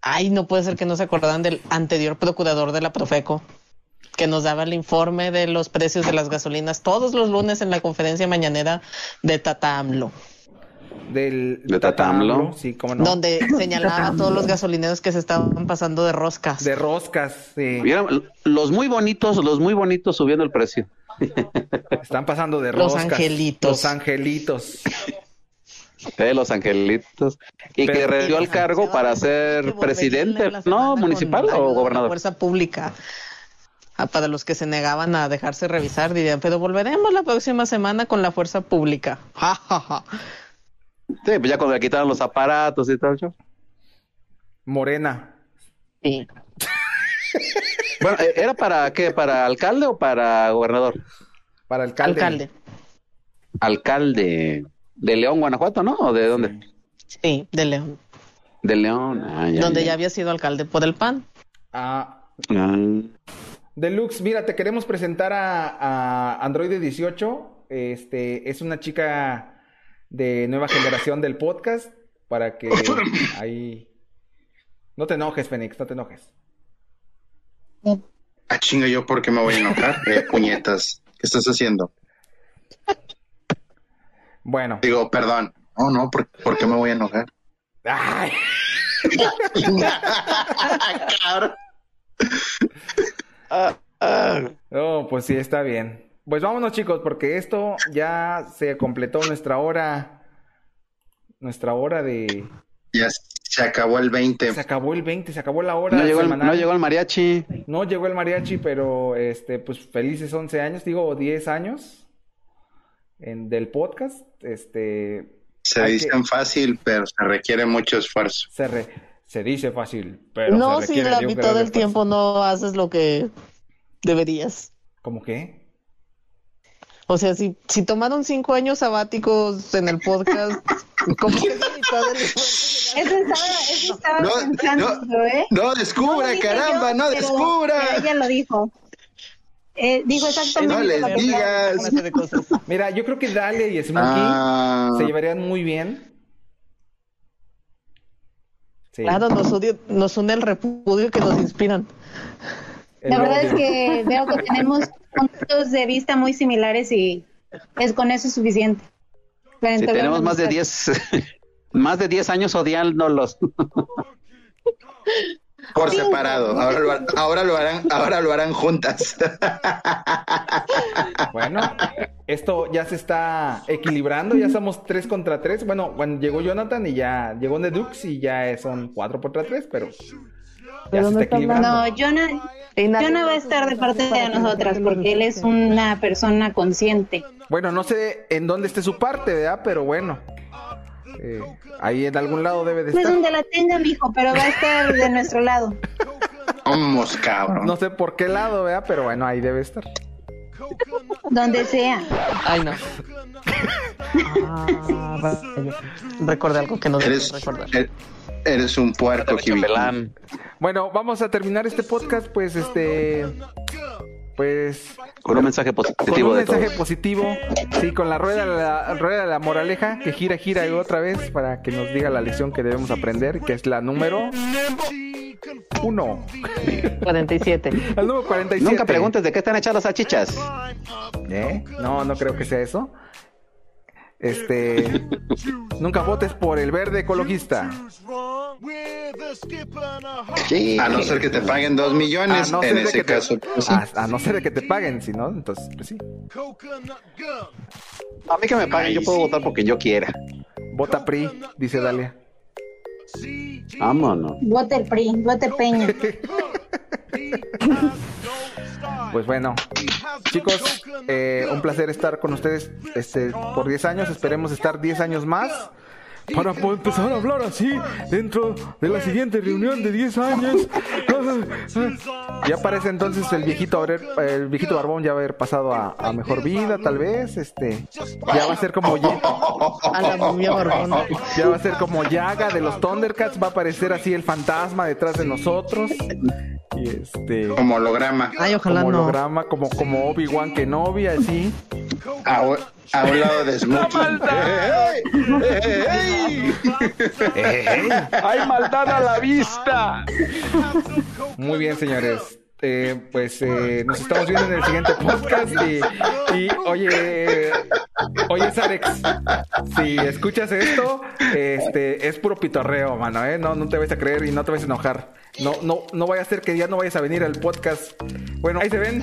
[SPEAKER 10] Ay, no puede ser que no se acordaran del anterior procurador de la Profeco, que nos daba el informe de los precios de las gasolinas todos los lunes en la conferencia mañanera de Tata AMLO,
[SPEAKER 5] Del
[SPEAKER 4] ¿De Tata AMLO?
[SPEAKER 5] Sí, cómo no.
[SPEAKER 10] donde señalaba a todos los gasolineros que se estaban pasando de roscas.
[SPEAKER 5] De roscas. sí.
[SPEAKER 4] Vieron, Los muy bonitos, los muy bonitos subiendo el precio.
[SPEAKER 5] Están pasando de
[SPEAKER 10] Los
[SPEAKER 5] roscas.
[SPEAKER 10] angelitos.
[SPEAKER 5] Los angelitos.
[SPEAKER 4] De los angelitos. Y
[SPEAKER 5] Pero-
[SPEAKER 4] que
[SPEAKER 10] Eh,
[SPEAKER 4] renunció al cargo para ser presidente, ¿no? Municipal
[SPEAKER 10] Ayuda de
[SPEAKER 4] o
[SPEAKER 10] la
[SPEAKER 4] gobernador.
[SPEAKER 10] Fuerza pública. Ah, Para los que se negaban a dejarse revisar, dirían, pero volveremos la próxima semana con la fuerza pública. (laughs) Ja, ja, ja.
[SPEAKER 4] Sí, pues ya cuando le quitaron los aparatos y tal. yo.
[SPEAKER 5] Morena.
[SPEAKER 10] Sí.
[SPEAKER 4] Bueno, eh, ¿era para qué? ¿Para alcalde o para gobernador?
[SPEAKER 5] Para alcalde.
[SPEAKER 10] Alcalde.
[SPEAKER 4] Alcalde de León, Guanajuato, ¿no? ¿O de dónde?
[SPEAKER 10] Sí, de León.
[SPEAKER 4] De León. Ah, ya,
[SPEAKER 10] donde ya
[SPEAKER 4] ya.
[SPEAKER 10] había sido alcalde por el PAN.
[SPEAKER 5] Ah,
[SPEAKER 4] Ah.
[SPEAKER 5] Deluxe, mira, te queremos presentar a, a Android 18. Este es una chica de nueva generación del podcast para que ahí. No te enojes, Fénix, no te enojes.
[SPEAKER 6] Ah, chinga, yo porque me voy a enojar, eh, puñetas. ¿Qué estás haciendo?
[SPEAKER 5] Bueno.
[SPEAKER 6] Digo, perdón. No, no, ¿por, por qué me voy a enojar?
[SPEAKER 5] Ay, No, pues sí, está bien. Pues vámonos, chicos, porque esto ya se completó nuestra hora. Nuestra hora de,
[SPEAKER 3] Ya se acabó el 20.
[SPEAKER 5] Se acabó el 20, se acabó la hora.
[SPEAKER 2] No llegó, el,
[SPEAKER 5] semanal.
[SPEAKER 2] no llegó el mariachi.
[SPEAKER 5] No llegó el mariachi, pero este, pues felices 11 años, digo 10 años en, del podcast. Este,
[SPEAKER 3] Se
[SPEAKER 5] hay
[SPEAKER 3] dicen fácil, pero se requiere mucho esfuerzo.
[SPEAKER 5] Se, re- se dice fácil, pero
[SPEAKER 10] no,
[SPEAKER 5] se
[SPEAKER 10] si
[SPEAKER 5] requiere
[SPEAKER 10] la
[SPEAKER 5] de un
[SPEAKER 10] mitad
[SPEAKER 5] gran
[SPEAKER 10] del
[SPEAKER 5] esfuerzo.
[SPEAKER 10] tiempo no haces lo que deberías.
[SPEAKER 5] ¿Cómo qué?
[SPEAKER 10] O sea, si, si tomaron cinco años sabáticos en el (laughs) podcast, ¿cómo que la mitad del
[SPEAKER 15] Eso estaba, eso estaba
[SPEAKER 10] No,
[SPEAKER 15] pensando, ¿eh?
[SPEAKER 3] No descubra,
[SPEAKER 15] lo dije
[SPEAKER 3] caramba, no
[SPEAKER 15] pero-
[SPEAKER 3] descubra.
[SPEAKER 15] pero Ella lo dijo. Eh, dijo exactamente. lo que-
[SPEAKER 5] Mira, yo creo que Dale y Smokey
[SPEAKER 3] Ah.
[SPEAKER 5] se llevarían muy bien. Sí.
[SPEAKER 10] Claro, nos, odio- nos une el repudio que nos inspiran.
[SPEAKER 5] El
[SPEAKER 15] La verdad
[SPEAKER 5] odio.
[SPEAKER 15] es que veo que tenemos puntos de vista muy similares y es con eso suficiente. Para
[SPEAKER 2] Si
[SPEAKER 15] entablar
[SPEAKER 2] tenemos
[SPEAKER 15] una
[SPEAKER 2] más de
[SPEAKER 15] amistad.
[SPEAKER 2] 10, (laughs) más de 10 años odiándolos.
[SPEAKER 3] Por separado. Ahora lo, har- ahora lo harán, ahora lo harán juntas.
[SPEAKER 5] Bueno, esto ya se está equilibrando, ya somos tres contra tres. Bueno, cuando llegó Jonathan y ya llegó Nedux y ya son cuatro contra tres, pero ya se está equilibrando.
[SPEAKER 15] pues, No, Jonah, Jonah va a estar de parte de nosotras porque él es una persona consciente.
[SPEAKER 5] Bueno, no sé en dónde esté su parte, ¿verdad? Pero bueno, eh, ahí en algún lado debe de
[SPEAKER 15] No es
[SPEAKER 5] estar.
[SPEAKER 15] Pues donde la tenga, mijo, pero va a estar de nuestro lado.
[SPEAKER 3] Vamos, cabrón.
[SPEAKER 5] No sé por qué lado, ¿verdad? Pero bueno, ahí debe estar.
[SPEAKER 15] Donde sea.
[SPEAKER 10] Ay, no. Ah, vaya. Recordé algo que no debía
[SPEAKER 3] Eres-
[SPEAKER 10] recordar.
[SPEAKER 3] er- Eres un puerco, Jibitán.
[SPEAKER 5] Bueno, vamos a terminar este podcast, pues este. Pues.
[SPEAKER 2] Con un mensaje
[SPEAKER 5] Con
[SPEAKER 2] positivo
[SPEAKER 5] un
[SPEAKER 2] de
[SPEAKER 5] mensaje
[SPEAKER 2] todos.
[SPEAKER 5] positivo, sí, con la rueda, de la rueda de la moraleja que gira, gira y otra vez para que nos diga la lección que debemos aprender, que es la número uno,
[SPEAKER 10] 47.
[SPEAKER 5] el número 47.
[SPEAKER 2] Nunca preguntes de qué están hechas las salchichas.
[SPEAKER 5] ¿Eh? No, no creo que sea eso. Este, nunca votes por el verde ecologista.
[SPEAKER 3] A no ser que te paguen dos millones,
[SPEAKER 5] A no ser
[SPEAKER 3] en
[SPEAKER 5] de
[SPEAKER 3] ese
[SPEAKER 5] que te-
[SPEAKER 3] caso. pues
[SPEAKER 5] a, a no ser de que te paguen, si no, entonces pues sí.
[SPEAKER 2] A mí que me paguen, yo puedo votar porque yo quiera.
[SPEAKER 5] Vota PRI, dice Dalia.
[SPEAKER 2] Vámonos.
[SPEAKER 15] Vote el PRI, vote Peña.
[SPEAKER 5] Pues bueno, chicos, eh, un placer estar con ustedes este, por 10 años. Esperemos estar 10 años más. Para po- empezar a hablar así dentro de la siguiente reunión de 10 años. Ya parece entonces el viejito haber- el viejito barbón ya haber pasado a, a mejor vida, tal vez, este, ya va a ser como Ye-
[SPEAKER 6] Oh,
[SPEAKER 5] oh, ya va a ser como Yaga de los Thundercats, va a aparecer así el fantasma detrás de nosotros. Y
[SPEAKER 3] (laughs)
[SPEAKER 5] este
[SPEAKER 3] Como holograma.
[SPEAKER 10] Ay, ojalá
[SPEAKER 5] como
[SPEAKER 10] no.
[SPEAKER 5] holograma, como, como Obi-Wan Kenobi, así.
[SPEAKER 3] A, u- a un lado de Smokey.
[SPEAKER 5] ¡Hay maldad a la vista! Muy bien, señores. Eh, pues eh, nos estamos viendo en el siguiente podcast. Y, y, oye, oye, Zarex, si escuchas esto, este es puro pitorreo, mano. ¿eh? No, no te vayas a creer y no te vayas a enojar. No, no, no vaya a ser que ya no vayas a venir al podcast. Bueno, ahí se ven.